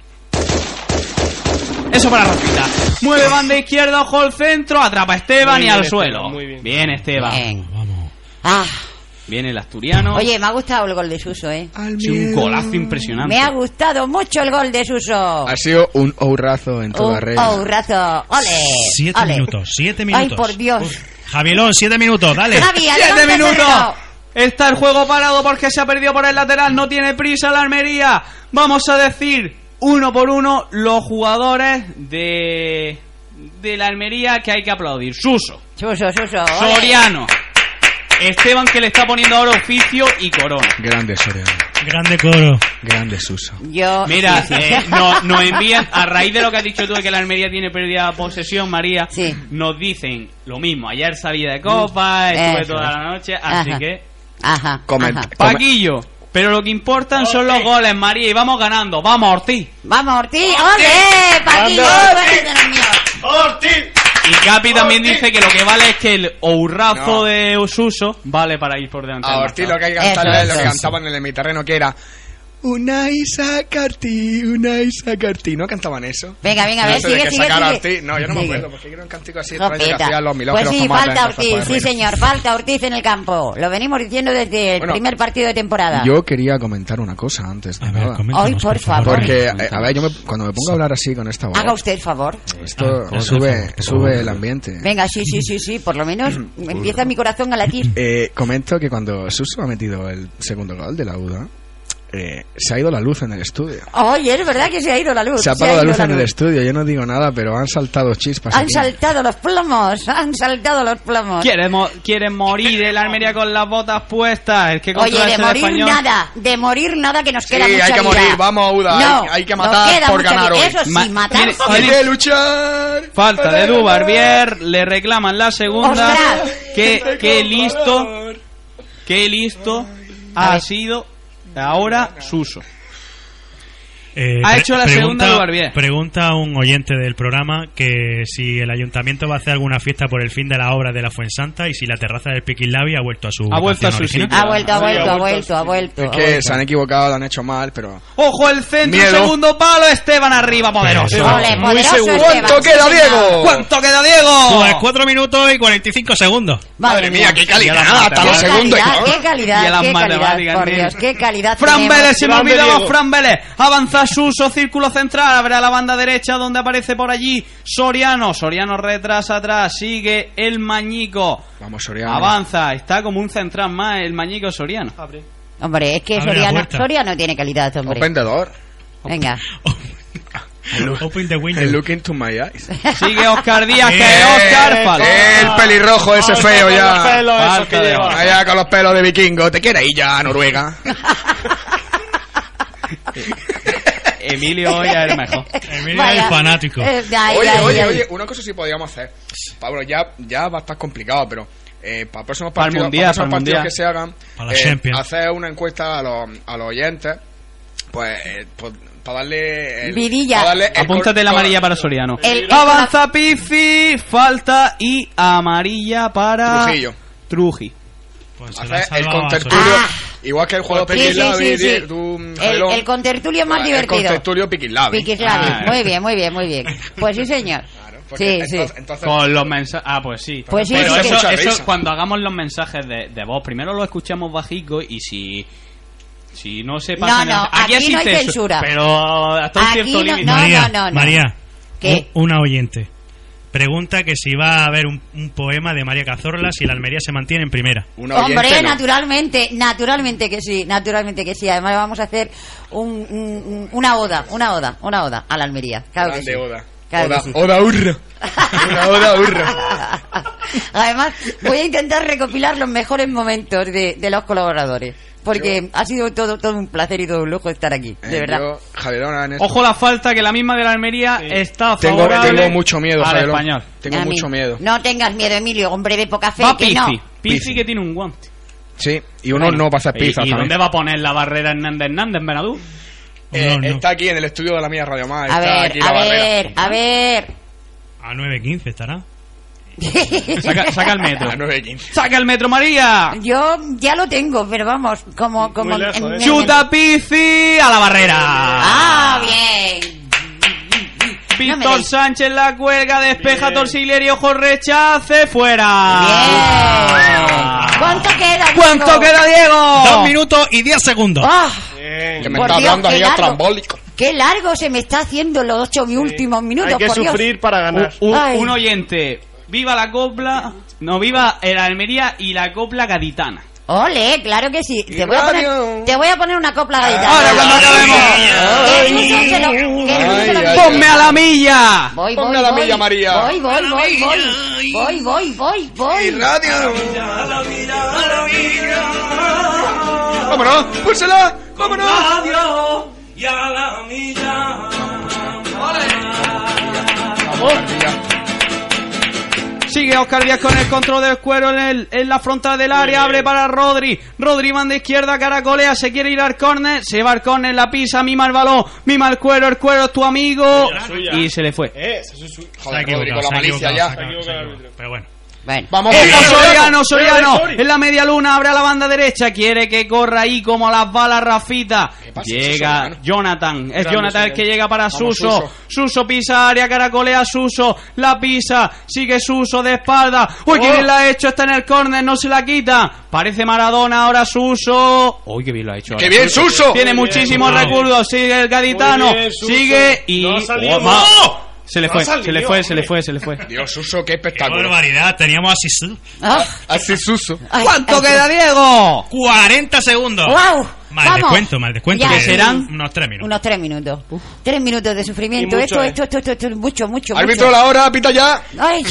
Speaker 1: Eso para Rafita. Mueve banda izquierda, ojo al centro, atrapa a Esteban
Speaker 4: Muy
Speaker 1: y
Speaker 4: bien,
Speaker 1: al
Speaker 4: Esteban,
Speaker 1: suelo.
Speaker 4: muy bien.
Speaker 1: Esteban.
Speaker 3: Bien.
Speaker 5: Vamos.
Speaker 3: Ah,
Speaker 1: Bien el asturiano.
Speaker 3: Eh. oye, me ha gustado el gol de Suso, ¿eh?
Speaker 1: Es un golazo
Speaker 2: Ah,
Speaker 1: impresionante.
Speaker 2: pues-
Speaker 3: Me ha gustado mucho el gol de Suso.
Speaker 2: Ha sido un ourrazo en toda
Speaker 3: Un
Speaker 2: regla.
Speaker 3: ourrazo. Ole.
Speaker 5: Siete
Speaker 3: ole.
Speaker 5: minutos, siete minutos.
Speaker 3: Ay, por Dios.
Speaker 5: Javielón, siete minutos, dale.
Speaker 3: Javi,
Speaker 1: ¡Siete
Speaker 3: adelántate,
Speaker 1: minutos!
Speaker 3: reloj.
Speaker 1: Está el juego parado porque se ha perdido por el lateral. No tiene prisa la Almería. Vamos a decir uno por uno los jugadores de, de la Almería que hay que aplaudir. Suso,
Speaker 3: Suso, Suso. ole.
Speaker 1: Soriano, Esteban que le está poniendo ahora oficio y Corona.
Speaker 2: Grande Soriano.
Speaker 5: Grande coro.
Speaker 2: Grande Suso.
Speaker 3: Yo.
Speaker 1: Mira,
Speaker 3: sí, sí.
Speaker 1: eh, no- nos envían, a raíz de lo que has dicho tú de que la Almería tiene pérdida de posesión, María,
Speaker 3: Sí.
Speaker 1: nos dicen lo mismo. Ayer salí de copa, estuve
Speaker 3: Mm. Eso
Speaker 1: toda
Speaker 3: es.
Speaker 1: la noche, así
Speaker 3: Ajá.
Speaker 1: que...
Speaker 3: <laughs> Ajá.
Speaker 2: Comenta.
Speaker 3: ajá.
Speaker 1: Paquillo, pero lo que importan son los goles, María, y vamos ganando. Vamos, Ortiz.
Speaker 3: Vamos, Ortiz. ¡Ole!
Speaker 2: Grande,
Speaker 3: Paquillo, tú eres de los míos.
Speaker 1: Y Capi también dice que lo que vale es que el ourrazo de Ususo vale para ir por delante.
Speaker 2: A
Speaker 1: del
Speaker 2: Ah, Ortiz lo
Speaker 1: marcador.
Speaker 2: que hay que
Speaker 3: Eso,
Speaker 2: cantarle es lo que
Speaker 3: eso.
Speaker 2: cantaban en el mi terreno, que era. Una Isacarti, una Isacarti. ¿No cantaban eso?
Speaker 3: Venga, venga, a
Speaker 2: No
Speaker 3: ver,
Speaker 2: sé de
Speaker 3: sigue,
Speaker 2: qué
Speaker 3: sigue,
Speaker 2: sacar a
Speaker 3: sigue.
Speaker 2: Ortiz. No, yo no me
Speaker 3: Sigue.
Speaker 2: acuerdo, porque era un cántico así
Speaker 3: Jopeta.
Speaker 2: extraño que hacían los milagros.
Speaker 3: Pues sí,
Speaker 2: famosos
Speaker 3: falta
Speaker 2: en Rafa
Speaker 3: Ortiz, sí
Speaker 2: Herrera.
Speaker 3: señor, falta Ortiz en el campo. Lo venimos diciendo desde el
Speaker 2: Bueno,
Speaker 3: primer partido de temporada.
Speaker 2: Yo quería comentar una cosa antes de
Speaker 5: A ver,
Speaker 2: nada.
Speaker 5: coméntanos,
Speaker 3: Ay, por favor.
Speaker 2: Porque, eh, a ver, yo me- cuando me pongo a hablar así con esta voz,
Speaker 3: Ah, Haga usted el favor.
Speaker 2: esto
Speaker 5: Ah,
Speaker 2: sube,
Speaker 5: por favor.
Speaker 2: sube el ambiente.
Speaker 3: Venga, sí, sí, sí, sí, por lo
Speaker 2: <clears throat>
Speaker 3: menos empieza mi corazón a latir.
Speaker 2: Eh, comento que cuando Suso ha metido el segundo gol de la UDA, eh, se ha ido la luz en el estudio.
Speaker 3: Oye, es verdad que se ha ido la luz.
Speaker 2: Se ha
Speaker 3: ha
Speaker 2: apagado la
Speaker 3: ido
Speaker 2: luz en el estudio, yo no digo nada, pero han saltado chispas.
Speaker 3: Han
Speaker 2: aquí.
Speaker 3: saltado los plomos, han saltado los plomos.
Speaker 1: Quiere, mo- quiere morir el Almería con las botas puestas. El que
Speaker 3: Oye,
Speaker 1: controla
Speaker 3: de
Speaker 1: el
Speaker 3: morir
Speaker 1: español.
Speaker 3: nada, de morir nada que nos
Speaker 2: Sí,
Speaker 3: queda mucha
Speaker 2: hay que
Speaker 3: vida.
Speaker 2: morir, vamos, Uda, hay-
Speaker 3: No,
Speaker 2: hay que
Speaker 3: nos
Speaker 2: matar
Speaker 3: queda
Speaker 2: por
Speaker 3: mucha
Speaker 2: ganar
Speaker 3: vida.
Speaker 2: hoy.
Speaker 3: Eso sí,
Speaker 1: Ma-
Speaker 3: matar.
Speaker 1: tiene-
Speaker 3: sí.
Speaker 2: Hay que luchar.
Speaker 1: Falta de
Speaker 2: Duba
Speaker 1: Dubarbier, le reclaman la segunda.
Speaker 3: Ostras.
Speaker 1: Qué,
Speaker 2: Este
Speaker 1: qué listo, qué listo
Speaker 3: A
Speaker 1: ha
Speaker 3: ver.
Speaker 1: sido ahora Suso.
Speaker 5: Eh,
Speaker 1: Ha
Speaker 5: pre-
Speaker 1: hecho la segunda de Barbier.
Speaker 5: Pregunta a un oyente del programa que si el ayuntamiento va a hacer alguna fiesta por el fin de la obra de la Fuensanta y si la terraza del Piquilabi ha vuelto a su
Speaker 1: Ha vuelto a
Speaker 5: vocación
Speaker 1: su sitio.
Speaker 5: original.
Speaker 3: Ha vuelto, ha vuelto, ha vuelto, ha vuelto.
Speaker 2: Es
Speaker 3: ha
Speaker 2: que
Speaker 3: vuelto.
Speaker 2: se han equivocado, lo han hecho mal, pero.
Speaker 1: Ojo el centro,
Speaker 2: Miedo.
Speaker 1: segundo palo, Esteban arriba, poderoso.
Speaker 3: Ole, poderoso este Esteban,
Speaker 2: ¿Cuánto
Speaker 3: sí,
Speaker 2: queda,
Speaker 3: señor.
Speaker 2: Diego?
Speaker 1: ¿Cuánto queda, Diego?
Speaker 3: Oh.
Speaker 5: Pues 4 minutos y 45 segundos.
Speaker 2: Madre mía, qué calidad,
Speaker 1: Ya la
Speaker 2: hasta
Speaker 1: mata.
Speaker 2: los
Speaker 3: Qué
Speaker 2: segundos.
Speaker 3: calidad,
Speaker 2: ¿no?
Speaker 3: qué calidad,
Speaker 1: Y a las
Speaker 3: qué calidad,
Speaker 1: matemáticas,
Speaker 3: por
Speaker 1: nene.
Speaker 3: Dios, qué calidad.
Speaker 1: Fran
Speaker 3: tenemos.
Speaker 1: Vélez, se me
Speaker 4: Grande
Speaker 1: olvidaba
Speaker 4: Diego.
Speaker 1: Fran Vélez. Avanza Suso, círculo central, abre a la banda derecha donde aparece por allí Soriano. Soriano retrasa atrás, sigue el Mañico.
Speaker 2: Vamos, Soriano.
Speaker 1: Avanza, está como un central más el Mañico
Speaker 3: <laughs>
Speaker 1: Soriano.
Speaker 3: Hombre, es que
Speaker 5: Abre la
Speaker 3: Soriano,
Speaker 5: puerta.
Speaker 3: Soriano tiene calidad,
Speaker 2: Un <laughs>
Speaker 3: hombre.
Speaker 2: vendedor.
Speaker 3: Venga.
Speaker 5: <laughs> Open the window.
Speaker 2: El look into my eyes.
Speaker 1: Sigue Oscar Díaz, que
Speaker 2: Eh,
Speaker 1: Oscar falta.
Speaker 2: El pelirrojo ese feo ya.
Speaker 1: Falta de Oscar.
Speaker 2: Allá con los pelos de vikingo. ¿Te quieres ir ya a Noruega?
Speaker 1: Emilio hoy es el mejor.
Speaker 5: Emilio es el fanático.
Speaker 3: Eh, ay,
Speaker 2: Oye,
Speaker 3: ay,
Speaker 2: oye,
Speaker 3: ay.
Speaker 2: oye, una cosa sí podríamos hacer. Pablo, ya, ya va a estar complicado, pero eh, para próximos
Speaker 1: Para el
Speaker 2: partidos,
Speaker 1: Mundial,
Speaker 2: para próximos
Speaker 1: para el
Speaker 2: partidos
Speaker 1: Mundial.
Speaker 2: que se hagan, eh,
Speaker 5: Para la Champions.
Speaker 2: hacer una encuesta a los, a los oyentes, pues, eh, pues, para darle. el-
Speaker 3: Vidilla.
Speaker 2: para darle el
Speaker 1: Apúntate
Speaker 2: cor-
Speaker 1: la
Speaker 2: cor-
Speaker 1: amarilla para Soriano.
Speaker 3: El- el-
Speaker 1: Avanza Pizzi, falta y amarilla para
Speaker 2: Trujillo.
Speaker 1: Trujillo.
Speaker 5: Pues se la ha
Speaker 2: Hacer el
Speaker 5: salvado a
Speaker 2: contertulio.
Speaker 3: Ah.
Speaker 2: Igual que el juego de
Speaker 3: Sí, sí,
Speaker 2: Piquilabi,
Speaker 3: sí, sí.
Speaker 2: di- tú,
Speaker 3: El,
Speaker 2: Jailón.
Speaker 3: el contertulio es más
Speaker 2: Ah, El
Speaker 3: divertido.
Speaker 2: contertulio ¿eh? Piquilabi.
Speaker 3: Piquislavi.
Speaker 1: Ah.
Speaker 3: Muy bien, muy bien, muy bien. Pues sí, señor.
Speaker 2: Claro, porque
Speaker 3: Sí, sí.
Speaker 2: entonces- entonces-
Speaker 1: Con los mensajes. Ah, pues sí.
Speaker 3: Pues sí,
Speaker 1: Pero
Speaker 3: sí, sí.
Speaker 1: eso,
Speaker 2: Mucha
Speaker 1: eso
Speaker 2: risa.
Speaker 1: cuando hagamos los mensajes de, de voz, primero lo escuchamos bajico y si. Si no se pasa.
Speaker 3: No, no, aquí
Speaker 1: existe
Speaker 3: no hay
Speaker 1: eso,
Speaker 3: censura.
Speaker 1: Pero hasta un
Speaker 3: Aquí
Speaker 1: cierto
Speaker 3: no-
Speaker 1: límite.
Speaker 3: Ah, no.
Speaker 5: María,
Speaker 3: no, no.
Speaker 5: María,
Speaker 3: ¿Qué?
Speaker 5: un- una oyente. Pregunta que si va a haber un, un poema de María Cazorla si la Almería se mantiene en primera.
Speaker 2: un
Speaker 3: Hombre,
Speaker 2: oyente, no.
Speaker 3: naturalmente, naturalmente que sí, naturalmente que sí. Además vamos a hacer un, un- un- una oda, una oda, una oda a la Almería. Claro que
Speaker 2: Grande
Speaker 3: sí.
Speaker 2: Oda.
Speaker 3: Claro que
Speaker 2: Oda,
Speaker 3: sí.
Speaker 2: Oda Urra. Una Oda Urra.
Speaker 3: <laughs> Además, voy a intentar recopilar los mejores momentos de, de los colaboradores. Porque ha sido todo, todo un placer y todo un lujo estar aquí, de
Speaker 2: Eh,
Speaker 3: verdad.
Speaker 2: yo, Jaderona, en esto-
Speaker 1: Ojo la falta que la misma de la Almería está
Speaker 2: tengo,
Speaker 1: favorable
Speaker 2: tengo mucho miedo,
Speaker 1: al
Speaker 2: Jaderón.
Speaker 1: español.
Speaker 2: Tengo
Speaker 3: A mí.
Speaker 2: mucho miedo.
Speaker 3: No tengas miedo, Emilio, hombre de poca fe.
Speaker 1: Va
Speaker 3: que no.
Speaker 1: Pizzi. Pizzi
Speaker 2: Pizzi.
Speaker 1: que tiene un guante.
Speaker 2: Sí, y uno no va a hacer pizza.
Speaker 1: ¿Y, y dónde va a poner la barrera Hernández Hernández, Benadú?
Speaker 5: No, no.
Speaker 2: Eh, Está aquí en el estudio de la mía Radio Más.
Speaker 3: A
Speaker 2: Está aquí
Speaker 3: ver,
Speaker 2: la
Speaker 3: a
Speaker 2: barrera.
Speaker 3: ver, a ver.
Speaker 5: A 9.15 estará.
Speaker 3: <laughs>
Speaker 1: Saca, saca el metro.
Speaker 2: A 9.15.
Speaker 1: ¡Saca el metro, María!
Speaker 3: Yo ya lo tengo, pero vamos, como... como
Speaker 4: lejos,
Speaker 3: en-
Speaker 4: ¿eh?
Speaker 3: en-
Speaker 1: ¡Chuta Pizzi a la barrera!
Speaker 3: Ah, bien. No me
Speaker 1: Víctor
Speaker 3: deis.
Speaker 1: Sánchez la cuelga, despeja Torsileri, ojo rechace, fuera.
Speaker 3: Bien. ¿Cuánto queda? Diego?
Speaker 1: Ah. ¿Cuánto queda, Diego?
Speaker 5: Dos minutos y 10 segundos.
Speaker 3: Oh. ¡Ah!
Speaker 4: Bien.
Speaker 2: Que me
Speaker 3: Por
Speaker 2: está
Speaker 3: Dios,
Speaker 2: hablando
Speaker 3: qué
Speaker 2: ahí a
Speaker 3: largo.
Speaker 2: trambólico.
Speaker 3: Qué largo se me está haciendo los ocho mi- últimos minutos.
Speaker 4: Hay que
Speaker 3: por Dios.
Speaker 4: sufrir para ganar.
Speaker 2: Uh,
Speaker 1: Un,
Speaker 3: Ay.
Speaker 1: un oyente. Viva la copla. No, viva el Almería y la copla gaditana.
Speaker 3: Ole, claro que sí. Te voy a poner, te voy a poner una copla
Speaker 4: Ah.
Speaker 3: gaditana.
Speaker 1: Ahora cuando acabemos.
Speaker 3: Que el Suso se lo- que el Suso se lo
Speaker 2: Ay, ay,
Speaker 3: quite.
Speaker 1: ¡Ponme a la milla!
Speaker 3: Voy, voy,
Speaker 2: Ponme a la
Speaker 3: voy.
Speaker 2: milla, María.
Speaker 3: Voy, voy, voy, voy. Voy, voy, voy,
Speaker 2: Y
Speaker 3: voy.
Speaker 2: radio. Vámonos, púlsela. ¡Vámonos!
Speaker 8: Adiós y a la milla.
Speaker 1: Sigue Oscar Díaz con el control del cuero en, el- en la frontal del área. Abre para Rodri. Rodri manda izquierda, caracolea. Se quiere ir al córner. Se va al córner, la pisa. Mima el balón. Mima el cuero. El cuero es tu amigo. Y se le fue.
Speaker 4: Eh, eso es su-
Speaker 5: Se ha
Speaker 2: Joder, Rodri, con la
Speaker 5: se ha
Speaker 2: malicia
Speaker 5: equivocado, se ha
Speaker 2: ya.
Speaker 5: equivocado, se ha equivocado. Pero bueno.
Speaker 3: Bueno,
Speaker 2: Vamos,
Speaker 1: ¡Ojo,
Speaker 2: Miguel.
Speaker 1: Soriano, Soriano!
Speaker 4: Soriano.
Speaker 1: En la media luna abre a la banda derecha. Quiere que corra ahí como las balas Rafita.
Speaker 2: ¿Qué pasa,
Speaker 1: Llega
Speaker 2: Soriano?
Speaker 1: Jonathan. Es
Speaker 4: Grande,
Speaker 1: Jonathan el que
Speaker 4: Soriano.
Speaker 1: llega para
Speaker 2: Vamos,
Speaker 1: Suso.
Speaker 2: Suso.
Speaker 1: Suso pisa área, caracolea Suso. La pisa. Sigue Suso de espalda. ¡Uy, qué
Speaker 4: Oh.
Speaker 1: bien la ha hecho! Está en el córner, no se la quita. Parece Maradona ahora Suso. ¡Uy, qué bien lo ha hecho!
Speaker 2: ¡Qué
Speaker 1: ahora
Speaker 2: bien,
Speaker 1: Suso.
Speaker 2: Suso!
Speaker 1: Tiene
Speaker 4: Muy bien,
Speaker 1: muchísimos
Speaker 5: Suso.
Speaker 1: recursos. Sigue el gaditano.
Speaker 4: Muy bien, Suso.
Speaker 1: sigue y.
Speaker 4: No ha salido.
Speaker 1: ¡Oh, ma-
Speaker 4: ¡No!
Speaker 1: Se le
Speaker 4: No
Speaker 1: fue,
Speaker 4: ha salido,
Speaker 1: se le fue, se le
Speaker 4: hombre.
Speaker 1: fue, se le fue.
Speaker 2: Dios, Suso, qué
Speaker 5: ¡Qué
Speaker 2: espectáculo.
Speaker 5: barbaridad! Teníamos así. su-
Speaker 3: ¡ah!
Speaker 2: Así Suso.
Speaker 3: Ay,
Speaker 1: ¿Cuánto
Speaker 3: ay,
Speaker 1: queda, Diego?
Speaker 5: 40 segundos.
Speaker 3: ¡Guau!
Speaker 5: Mal
Speaker 3: ¡Vamos!
Speaker 5: descuento, mal descuento.
Speaker 3: Ya,
Speaker 5: que
Speaker 3: sí.
Speaker 5: serán unos 3 minutos.
Speaker 3: Unos tres minutos. Tres minutos de sufrimiento.
Speaker 4: Y
Speaker 3: esto,
Speaker 4: mucho, eh.
Speaker 3: esto, esto, esto, esto, mucho, mucho.
Speaker 2: Árbitro,
Speaker 3: mucho.
Speaker 2: la hora, pita ya.
Speaker 3: Ay,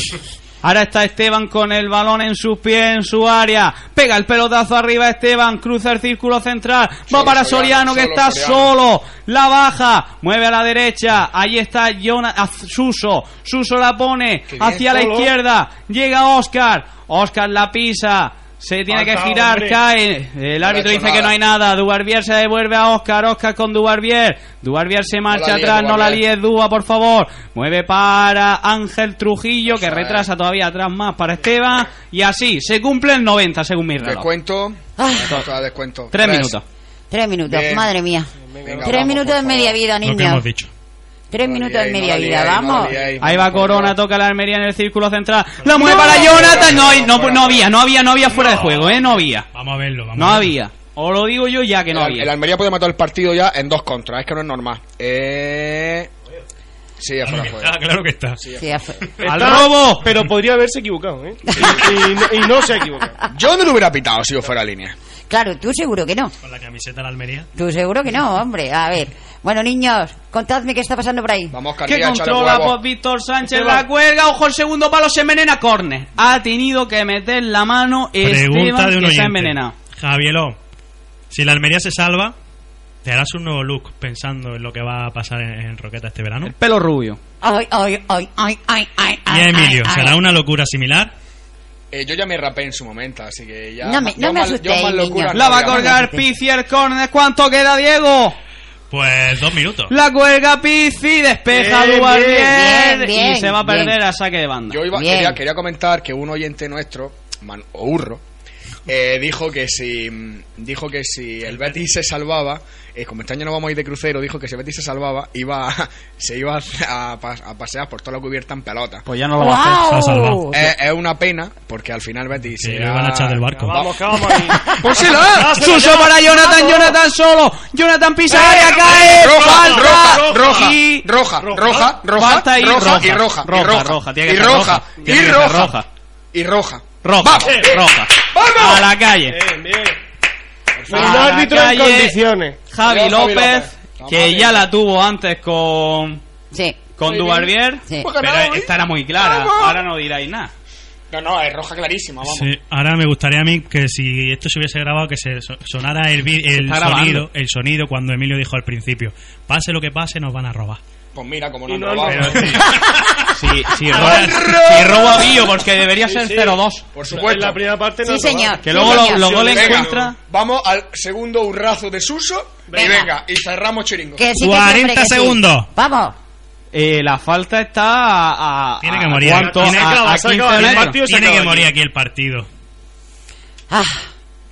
Speaker 1: Ahora está Esteban con el balón en sus pies, en su área. Pega el pelotazo arriba Esteban, cruza el círculo central. Va
Speaker 2: Solo
Speaker 1: para Soriano
Speaker 2: Soriano,
Speaker 1: que
Speaker 2: solo
Speaker 1: está
Speaker 2: Soriano.
Speaker 1: solo. La baja, mueve a la derecha. Ahí está Jona- a Suso. Suso la pone
Speaker 2: Qué bien,
Speaker 1: hacia la
Speaker 4: solo.
Speaker 1: izquierda. Llega Oscar. Oscar la pisa. Se tiene que
Speaker 4: Falta,
Speaker 1: girar,
Speaker 4: hombre.
Speaker 1: cae. El árbitro
Speaker 2: ha hecho
Speaker 1: dice que
Speaker 2: nada.
Speaker 1: no hay nada. Duarbier se devuelve a Oscar. Oscar con Duarbier. Duarbier se marcha
Speaker 2: la líes,
Speaker 1: atrás. No la
Speaker 2: Duarbier.
Speaker 1: líes, Dúa, por favor. Mueve para Ángel Trujillo, que
Speaker 2: Eso es.
Speaker 1: retrasa todavía atrás más para Esteban. Y así, se cumplen 90 según mi reloj.
Speaker 2: Descuento.
Speaker 3: Ah.
Speaker 2: Descuento, da descuento.
Speaker 1: Tres minutos.
Speaker 3: tres minutos,
Speaker 2: Bien.
Speaker 3: madre mía.
Speaker 2: Venga,
Speaker 3: tres
Speaker 2: vamos,
Speaker 3: minutos
Speaker 2: por
Speaker 3: de media
Speaker 2: favor.
Speaker 3: vida,
Speaker 5: Lo que
Speaker 3: niña.
Speaker 5: hemos dicho.
Speaker 3: Tres
Speaker 2: No la
Speaker 3: minutos
Speaker 2: liéis,
Speaker 3: de
Speaker 2: no
Speaker 3: media
Speaker 2: la
Speaker 3: vida,
Speaker 2: liéis, no la
Speaker 3: vamos.
Speaker 2: liéis,
Speaker 1: Ahí va
Speaker 2: por favor.
Speaker 1: Corona, toca la Almería en el círculo central. La mueve
Speaker 2: No,
Speaker 1: para Jonathan. No, hay- no,
Speaker 2: fuera,
Speaker 1: no había,
Speaker 2: fuera.
Speaker 1: no había, no había fuera de juego, ¿eh? No había.
Speaker 5: Vamos a verlo. Vamos
Speaker 1: No
Speaker 5: a verlo.
Speaker 1: había. O lo digo yo ya que no
Speaker 2: el, el
Speaker 1: había.
Speaker 2: Almería puede matar el partido ya en dos contras, es que no es normal. Eh... Sí, es fuera de
Speaker 5: Claro que
Speaker 2: juego.
Speaker 5: está, claro que está.
Speaker 3: Sí, ya fue.
Speaker 1: ¡Al
Speaker 4: Está-
Speaker 1: robo!
Speaker 4: Pero podría haberse equivocado, ¿eh? Y, y no, y no se ha equivocado.
Speaker 2: Yo no lo hubiera pitado si yo fuera línea.
Speaker 3: Claro, tú seguro que no.
Speaker 5: Con la camiseta de la Almería.
Speaker 3: Tú seguro que no, hombre. A ver. Bueno, niños, contadme qué está pasando por ahí.
Speaker 2: Vamos,
Speaker 1: Que
Speaker 2: Carlilla, échale
Speaker 1: controla
Speaker 2: huevos.
Speaker 1: por Víctor Sánchez
Speaker 4: Se va.
Speaker 1: la cuelga, ojo el segundo palo, se envenena Corne. Ha tenido que meter la mano
Speaker 5: Pregunta
Speaker 1: Esteban
Speaker 5: de un
Speaker 1: que se ha
Speaker 5: oyente.
Speaker 1: envenenado.
Speaker 5: Javieló, si la Almería se salva, te harás un nuevo look pensando en lo que va a pasar en, en Roqueta este verano.
Speaker 1: Pelo rubio.
Speaker 3: Ay, ay, ay, ay, ay, ay,
Speaker 5: Y a
Speaker 3: ay,
Speaker 5: Emilio,
Speaker 3: ay,
Speaker 5: ¿será
Speaker 3: ay.
Speaker 5: una locura similar?
Speaker 2: Eh, yo ya me rapé en su momento, así que ya.
Speaker 3: No me- no
Speaker 2: yo
Speaker 3: me
Speaker 2: más-
Speaker 3: asustéis,
Speaker 2: yo más locura
Speaker 3: niños.
Speaker 2: no
Speaker 1: La va a
Speaker 2: voy hacer.
Speaker 1: colgar Pizzi el córner. ¿Cuánto queda, Diego?
Speaker 5: Pues dos minutos.
Speaker 1: La cuelga Pizzi, despeja
Speaker 4: Bien,
Speaker 1: Duarbier
Speaker 3: bien, bien,
Speaker 1: y se va a perder
Speaker 3: bien.
Speaker 1: a saque de banda.
Speaker 2: Yo iba,
Speaker 3: Bien.
Speaker 2: quería, quería comentar que un oyente nuestro, Man Urro, eh, dijo que si dijo que si el Betis se salvaba, eh, como este año no vamos a ir de crucero, dijo que si el Betis se salvaba iba <laughs> a- se iba a, a pas- a pasear por toda la cubierta en pelota.
Speaker 1: Pues ya no lo va a hacer.
Speaker 5: Se ha
Speaker 3: ¡Wow!
Speaker 5: salvado.
Speaker 2: Es, es una pena porque al final Betis
Speaker 5: Sí,
Speaker 2: se
Speaker 5: lo van a echar del barco.
Speaker 4: Vamos, que vamos ahí.
Speaker 2: <laughs> ¡Pónsela!
Speaker 1: Suso para Jonathan, Jonathan solo. Jonathan pisa área, cae.
Speaker 2: Eh, Roja,
Speaker 1: falta.
Speaker 2: roja, roja,
Speaker 1: Y-
Speaker 2: roja, roja, roja,
Speaker 1: Falta y
Speaker 2: roja, y
Speaker 1: roja,
Speaker 2: roja, y
Speaker 1: roja,
Speaker 2: roja,
Speaker 1: roja, tiene que
Speaker 2: y
Speaker 1: ser
Speaker 2: roja,
Speaker 1: roja, tiene
Speaker 2: y
Speaker 1: que ser roja.
Speaker 2: roja, y roja.
Speaker 1: Roja,
Speaker 2: ¡Vamos!
Speaker 1: roja.
Speaker 2: ¡Vamos! Eh,
Speaker 1: A la calle.
Speaker 4: Bien, bien.
Speaker 1: A
Speaker 4: Un
Speaker 1: la
Speaker 4: árbitro en
Speaker 1: Ah, calle.
Speaker 4: condiciones.
Speaker 1: Javi
Speaker 2: Javi
Speaker 1: López,
Speaker 2: López.
Speaker 1: que ya la tuvo antes con,
Speaker 3: Sí,
Speaker 1: con Duarbier.
Speaker 3: sí.
Speaker 1: Pero esta era muy clara. Ahora no diráis nada.
Speaker 2: No, no, es roja clarísima, vamos.
Speaker 5: Sí, ahora me gustaría a mí que si esto se hubiese grabado, que se so- sonara el, vi- el
Speaker 1: está grabando.
Speaker 5: sonido el sonido cuando Emilio dijo al principio: pase lo que pase, nos van a robar.
Speaker 2: Pues mira, como no,
Speaker 4: Y no,
Speaker 2: no, <laughs>
Speaker 4: pero-
Speaker 2: vamos.
Speaker 1: Sí, sí, roba, sí, robo a Billo, porque debería ser
Speaker 4: sí.
Speaker 1: 0-2.
Speaker 2: Por
Speaker 4: En
Speaker 2: supuesto.
Speaker 4: la primera parte
Speaker 3: Sí,
Speaker 4: no
Speaker 3: señor.
Speaker 1: Que
Speaker 3: Sí,
Speaker 1: luego lo-
Speaker 3: señor.
Speaker 1: los goles
Speaker 2: Venga,
Speaker 1: encuentra.
Speaker 2: Vamos al segundo hurrazo de Suso. Y
Speaker 3: Venga.
Speaker 2: venga, y cerramos chiringo.
Speaker 3: Que sí, que sí, hombre,
Speaker 5: 40
Speaker 3: que sí.
Speaker 5: segundos.
Speaker 3: Vamos.
Speaker 1: Eh, la falta está a. a-
Speaker 5: Tiene
Speaker 1: a-
Speaker 5: que
Speaker 1: a
Speaker 5: morir.
Speaker 1: cuánto,
Speaker 5: Tiene que
Speaker 1: a-
Speaker 4: acabar,
Speaker 1: a
Speaker 4: se acaba
Speaker 1: 15
Speaker 4: el
Speaker 1: metros.
Speaker 4: partido. se
Speaker 5: Tiene
Speaker 4: acaba
Speaker 5: que morir
Speaker 4: aquí.
Speaker 5: aquí el partido.
Speaker 3: Ah,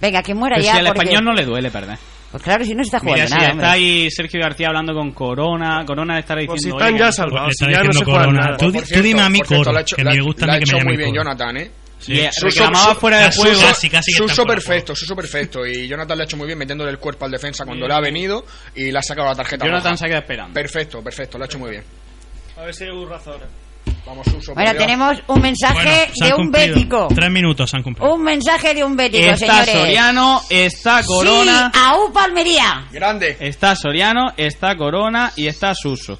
Speaker 3: venga, que muera
Speaker 1: Pero si
Speaker 3: ya.
Speaker 1: al
Speaker 3: porque-
Speaker 1: español no le duele perder.
Speaker 3: Pues claro, si no se está jugando
Speaker 1: Mira, si
Speaker 3: nada.
Speaker 1: está
Speaker 3: hombre.
Speaker 1: ahí Sergio García hablando con Corona. Corona le estará diciendo.
Speaker 4: Pues si están
Speaker 1: "Oye,
Speaker 4: ya
Speaker 1: que-".
Speaker 5: Le
Speaker 4: salvados,
Speaker 5: está
Speaker 4: si ya no
Speaker 5: diciendo
Speaker 4: se juega
Speaker 5: Corona.
Speaker 4: nada.
Speaker 5: Tú-
Speaker 2: Por
Speaker 5: tú
Speaker 2: cierto,
Speaker 5: dime a mí
Speaker 2: por cierto,
Speaker 5: coro,
Speaker 2: la ha hecho-
Speaker 5: que
Speaker 2: la-
Speaker 5: me gusta a
Speaker 2: la
Speaker 5: mí
Speaker 2: ha
Speaker 5: que me
Speaker 2: hecho muy
Speaker 5: llamen
Speaker 2: bien
Speaker 5: coro.
Speaker 2: Jonathan, ¿eh?
Speaker 1: Y, eh,
Speaker 2: Suso-
Speaker 1: reclamaba
Speaker 2: Suso-
Speaker 1: fuera de
Speaker 5: Suso-
Speaker 1: juego.
Speaker 5: Casi, casi que está
Speaker 2: Suso
Speaker 5: fuera de
Speaker 2: perfecto, Suso perfecto. Y Jonathan le ha hecho muy bien metiéndole el cuerpo al defensa cuando le ha venido y le ha sacado la tarjeta.
Speaker 1: Jonathan
Speaker 2: roja.
Speaker 1: se ha quedado esperando.
Speaker 2: Perfecto, perfecto, lo ha hecho muy bien.
Speaker 4: A ver si hay un razón.
Speaker 2: Vamos, Suso. por
Speaker 3: Bueno,
Speaker 2: Dios.
Speaker 3: tenemos un
Speaker 5: Bueno,
Speaker 3: mensaje
Speaker 5: se han
Speaker 3: de un
Speaker 5: cumplido.
Speaker 3: bético.
Speaker 5: Tres minutos se han cumplido.
Speaker 3: Un mensaje de un bético,
Speaker 1: Está
Speaker 3: señores. ah.
Speaker 1: Soriano, está Corona.
Speaker 3: Sí, a UPA Almería.
Speaker 2: Grande.
Speaker 1: Está Soriano, está Corona y está Suso.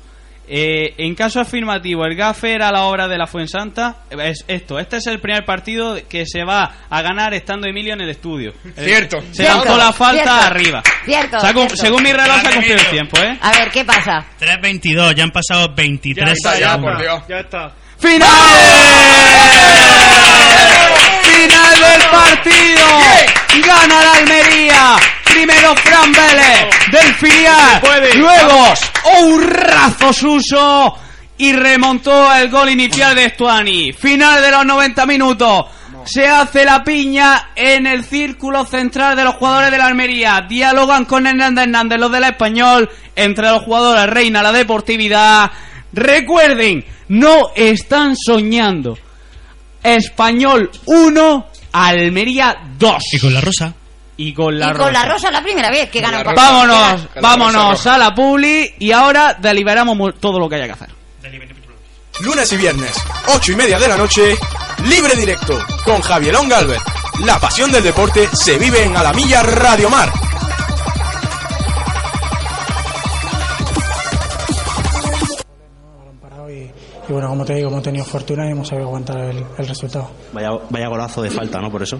Speaker 1: Eh, en caso afirmativo, el gafe era la obra de la Fuensanta. Es esto, este es el primer partido que se va a ganar estando Emilio en el estudio.
Speaker 4: Eh,
Speaker 2: Cierto.
Speaker 1: Se lanzó la falta
Speaker 3: cierto,
Speaker 1: arriba.
Speaker 3: cierto,
Speaker 1: Se ha cum-
Speaker 3: cierto.
Speaker 1: Según mi reloj se ha
Speaker 5: Grande
Speaker 1: cumplido el
Speaker 5: Emilio.
Speaker 1: tiempo, ¿eh?
Speaker 3: A ver, ¿qué pasa?
Speaker 5: 3.22, ya han pasado 23
Speaker 4: Ya está, ya
Speaker 2: ya,
Speaker 5: segundos.
Speaker 2: por Dios.
Speaker 4: Ya está.
Speaker 1: ¡Final! ¡Final del partido! ¡Gana la Almería! Primero Fran Vélez del filial, luego Ourrazo Suso y remontó el gol inicial de Stuani. Final de los 90 minutos. Se hace la piña en el círculo central de los jugadores de la Almería. Dialogan con Hernández Hernández, los del español. Entre los jugadores reina la deportividad. Recuerden, no están soñando. Español 1, Almería 2.
Speaker 5: Y con la rosa.
Speaker 1: Y con
Speaker 3: y con la rosa la primera vez que gana
Speaker 2: la
Speaker 3: un partido.
Speaker 1: Vámonos,
Speaker 2: Con la
Speaker 1: vámonos
Speaker 2: rosa
Speaker 1: a la publi y ahora deliberamos mu- todo lo que haya que hacer.
Speaker 9: Lunes y viernes, 8 y media de la noche, libre directo con Javielón Galvez. La pasión del deporte se vive en Alamilla Radio Mar.
Speaker 10: Y, y bueno, como te digo, hemos tenido fortuna y hemos sabido aguantar el, el resultado.
Speaker 8: Vaya, vaya golazo de falta, ¿no? Por eso.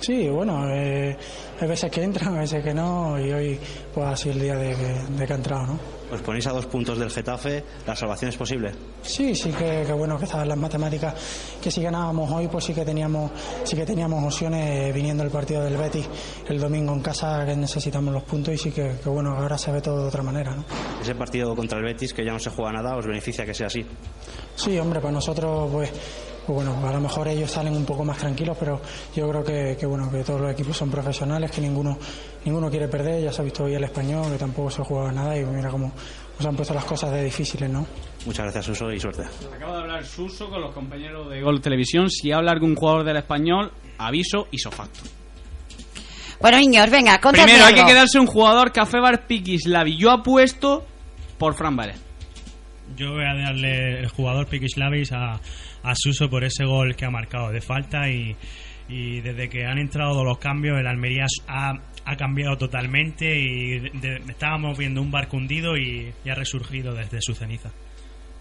Speaker 10: Sí, bueno, eh, hay veces que entran, a veces que no, y hoy pues así el día de que, de que ha entrado, ¿no?
Speaker 8: Os ponéis a dos puntos del Getafe, la salvación es posible.
Speaker 10: Sí, sí que, que bueno que estaban las matemáticas, que si ganábamos hoy, pues sí que teníamos, sí que teníamos opciones eh, viniendo el partido del Betis el domingo en casa, que necesitamos los puntos y sí que, que bueno, ahora se ve todo de otra manera, ¿no?
Speaker 8: Ese partido contra el Betis, que ya no se juega nada,
Speaker 1: Pues
Speaker 8: os beneficia que sea así.
Speaker 10: Sí, hombre, para nosotros, pues, pues bueno, a lo mejor ellos salen un poco más tranquilos, pero yo creo que, que, bueno, que todos los equipos son profesionales, que ninguno, ninguno quiere perder. Ya se ha visto hoy el español, que tampoco se ha jugado nada y mira cómo nos han puesto las cosas de difíciles, ¿no?
Speaker 8: Muchas gracias, Uso, y suerte.
Speaker 1: Acabo de hablar Suso con los compañeros de Gol Televisión. Si habla algún jugador del español, aviso y sofacto.
Speaker 3: Bueno, niños, venga, contadme
Speaker 1: Primero, hay
Speaker 3: algo.
Speaker 1: que quedarse un jugador Café Bar Piquislavi. Yo apuesto por Fran Vélez.
Speaker 5: Yo voy a darle el jugador Pikislavis a, a Suso por ese gol que ha marcado de falta y, y desde que han entrado los cambios el Almería ha, ha cambiado totalmente y de- de- estábamos viendo un barco hundido y, y ha resurgido desde su ceniza.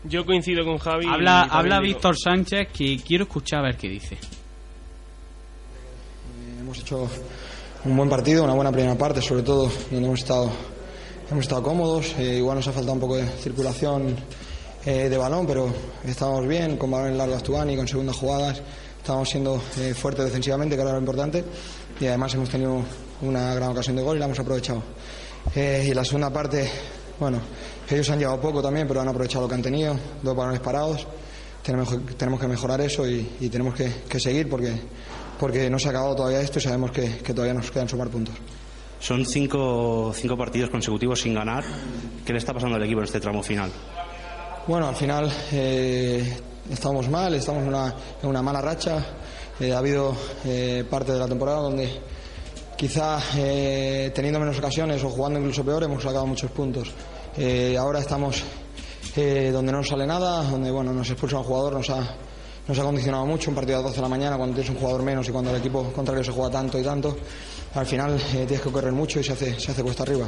Speaker 4: Yo coincido con Javi.
Speaker 1: Habla,
Speaker 4: y también
Speaker 1: habla
Speaker 4: digo-
Speaker 1: Víctor Sánchez, que quiero escuchar a ver qué dice.
Speaker 10: Hemos hecho un buen partido, una buena primera parte, sobre todo donde hemos estado, hemos estado cómodos. Eh, igual nos ha faltado un poco de circulación eh, de balón, pero estábamos bien, con balón en largo Astuani, con segundas jugadas. Estábamos siendo eh, fuertes defensivamente, que era lo importante. Y además hemos tenido una gran ocasión de gol y la hemos aprovechado. Eh, y la segunda parte, bueno, ellos han llevado poco también, pero han aprovechado lo que han tenido, dos balones parados. Tenemos, que- tenemos que mejorar eso y, y tenemos que, que seguir porque, porque no se ha acabado todavía esto y sabemos que, que todavía nos quedan sumar puntos.
Speaker 8: Son cinco, cinco partidos consecutivos sin ganar. ¿Qué le está pasando al equipo en este tramo final?
Speaker 10: Bueno, al final eh, estamos mal, estamos en una, en una mala racha. Eh, ha habido eh, parte de la temporada donde quizá eh, teniendo menos ocasiones o jugando incluso peor hemos sacado muchos puntos. Eh, ahora estamos eh, donde no nos sale nada, donde bueno, nos expulsa un jugador, nos ha, nos ha condicionado mucho un partido a las 12 de la mañana cuando tienes un jugador menos y cuando el equipo contrario se juega tanto y tanto. Al final eh, tienes que correr mucho y se hace, se hace cuesta arriba.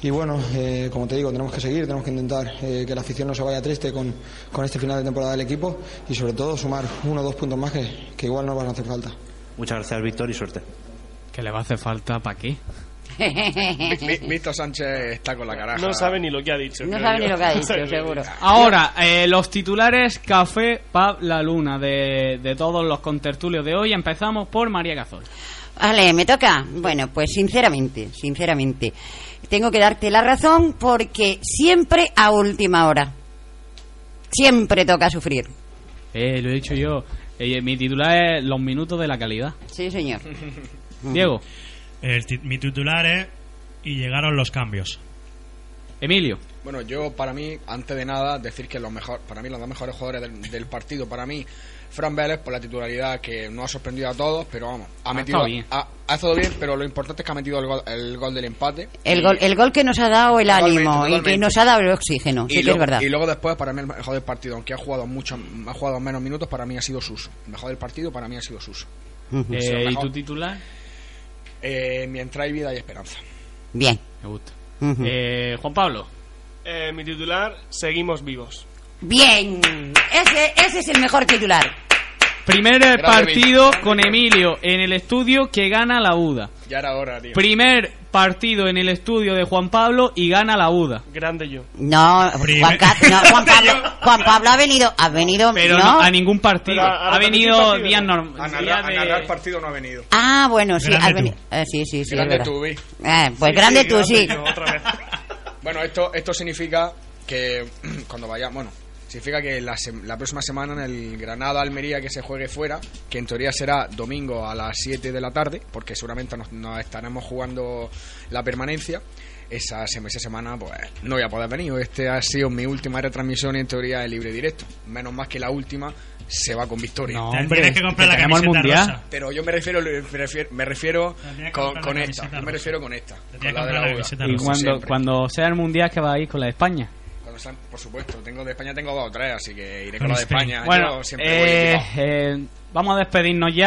Speaker 10: Y bueno, eh, como te digo, tenemos que seguir, tenemos que intentar eh, que la afición no se vaya triste con, con este final de temporada del equipo y sobre todo sumar uno o dos puntos más que, que igual nos van a hacer falta.
Speaker 8: Muchas gracias, Víctor, y suerte.
Speaker 1: ¿Qué le va a hacer falta? ¿Para qué?
Speaker 2: Vi- Víctor Sánchez está con la caraja.
Speaker 4: No sabe ni lo que ha
Speaker 3: <laughs>
Speaker 4: dicho.
Speaker 3: No
Speaker 4: creo
Speaker 3: sabe
Speaker 4: yo.
Speaker 3: ni lo que ha
Speaker 4: No
Speaker 3: dicho,
Speaker 4: <laughs> sabe ni lo que
Speaker 3: seguro.
Speaker 1: Ahora, eh, los titulares Café Pab La Luna de, de todos los contertulios de hoy. Empezamos por María Cazor.
Speaker 3: Vale, me toca. Bueno, pues sinceramente, sinceramente, tengo que darte la razón porque siempre a última hora. Siempre toca sufrir.
Speaker 1: Eh, lo he dicho yo. Eh, mi titular es Los minutos de la calidad.
Speaker 3: Sí, señor.
Speaker 1: Diego,
Speaker 5: El ti- mi titular es y llegaron los cambios.
Speaker 1: Emilio.
Speaker 2: Bueno, yo para mí, antes de nada, decir que los mejor, para mí los dos mejores jugadores del, del partido, para mí, Fran Vélez por la titularidad que no ha sorprendido a todos, pero vamos, ha metido,
Speaker 1: estado bien.
Speaker 2: ha, ha estado bien, pero lo importante es que ha metido el gol, el gol del empate.
Speaker 3: El gol, el gol que nos ha dado el
Speaker 2: Totalmente,
Speaker 3: ánimo y que
Speaker 2: totalmente.
Speaker 3: nos ha dado el oxígeno.
Speaker 2: Y
Speaker 3: sí, que
Speaker 2: lo-
Speaker 3: es verdad.
Speaker 2: y luego después, para mí el mejor del partido, aunque ha jugado mucho, ha jugado menos minutos, para mí ha sido Suso. El mejor del partido para mí ha sido Suso.
Speaker 1: Eh,
Speaker 2: Sí,
Speaker 1: ¿Y
Speaker 2: mejor.
Speaker 1: tu titular?
Speaker 2: Eh, mientras hay vida y esperanza.
Speaker 3: Bien.
Speaker 1: Me gusta.
Speaker 3: Ujú.
Speaker 1: Eh, Juan Pablo.
Speaker 4: Eh, mi titular, seguimos vivos.
Speaker 3: Bien, ese, ese es el mejor titular.
Speaker 1: Primer eh, partido con Emilio en el estudio que gana la UDA.
Speaker 2: Ya era hora,
Speaker 3: Pues,
Speaker 2: tío.
Speaker 1: Primer partido en el estudio de Juan Pablo y gana la UDA.
Speaker 4: Grande yo.
Speaker 3: No, Juan, Ca- no, Juan Pablo, Juan Pablo ha venido, ha venido,
Speaker 1: Pero
Speaker 3: ¿no?
Speaker 1: no, a ningún partido.
Speaker 2: Pero a- a
Speaker 1: ha venido
Speaker 2: partido,
Speaker 1: días
Speaker 2: ¿no?
Speaker 1: normales.
Speaker 2: A narrar, a narrar partido no ha venido.
Speaker 3: Ah, bueno, sí,
Speaker 2: Grande
Speaker 3: has venido. eh, sí, sí, sí. es
Speaker 2: Grande
Speaker 3: verdad.
Speaker 2: tú, Vi.
Speaker 3: Eh, pues grande tú, sí.
Speaker 2: Bueno, esto, esto significa que <clears throat> cuando vaya, bueno, significa que la, sem- la próxima semana en el Granada Almería que se juegue fuera, que en teoría será domingo a las 7 de la tarde, porque seguramente nos, nos estaremos jugando la permanencia. Esa, sem- esa semana pues no voy a poder venir. Este ha sido mi última retransmisión en teoría de libre directo. Menos más que la última se va con victoria.
Speaker 1: No, Te- hombre, tienes que comprar que la tenemos camiseta mundial. rosa.
Speaker 2: Pero yo me refiero, me refiero, me refiero
Speaker 1: que
Speaker 2: con,
Speaker 1: comprar
Speaker 2: con
Speaker 1: la
Speaker 2: esta.
Speaker 1: camiseta
Speaker 2: Yo me
Speaker 1: rosa.
Speaker 2: refiero con esta.
Speaker 1: Y
Speaker 2: Con la de la UDA.
Speaker 1: cuando,
Speaker 2: Siempre.
Speaker 1: cuando sea el mundial que va a ir con la de España.
Speaker 2: Cuando sean- por supuesto, tengo de España tengo dos o tres, así que iré
Speaker 1: Con
Speaker 2: con, la de
Speaker 1: Spain.
Speaker 2: España.
Speaker 1: Bueno,
Speaker 2: Yo Ah, siempre voy
Speaker 1: eh,
Speaker 2: equipado.
Speaker 1: eh, vamos a despedirnos ya.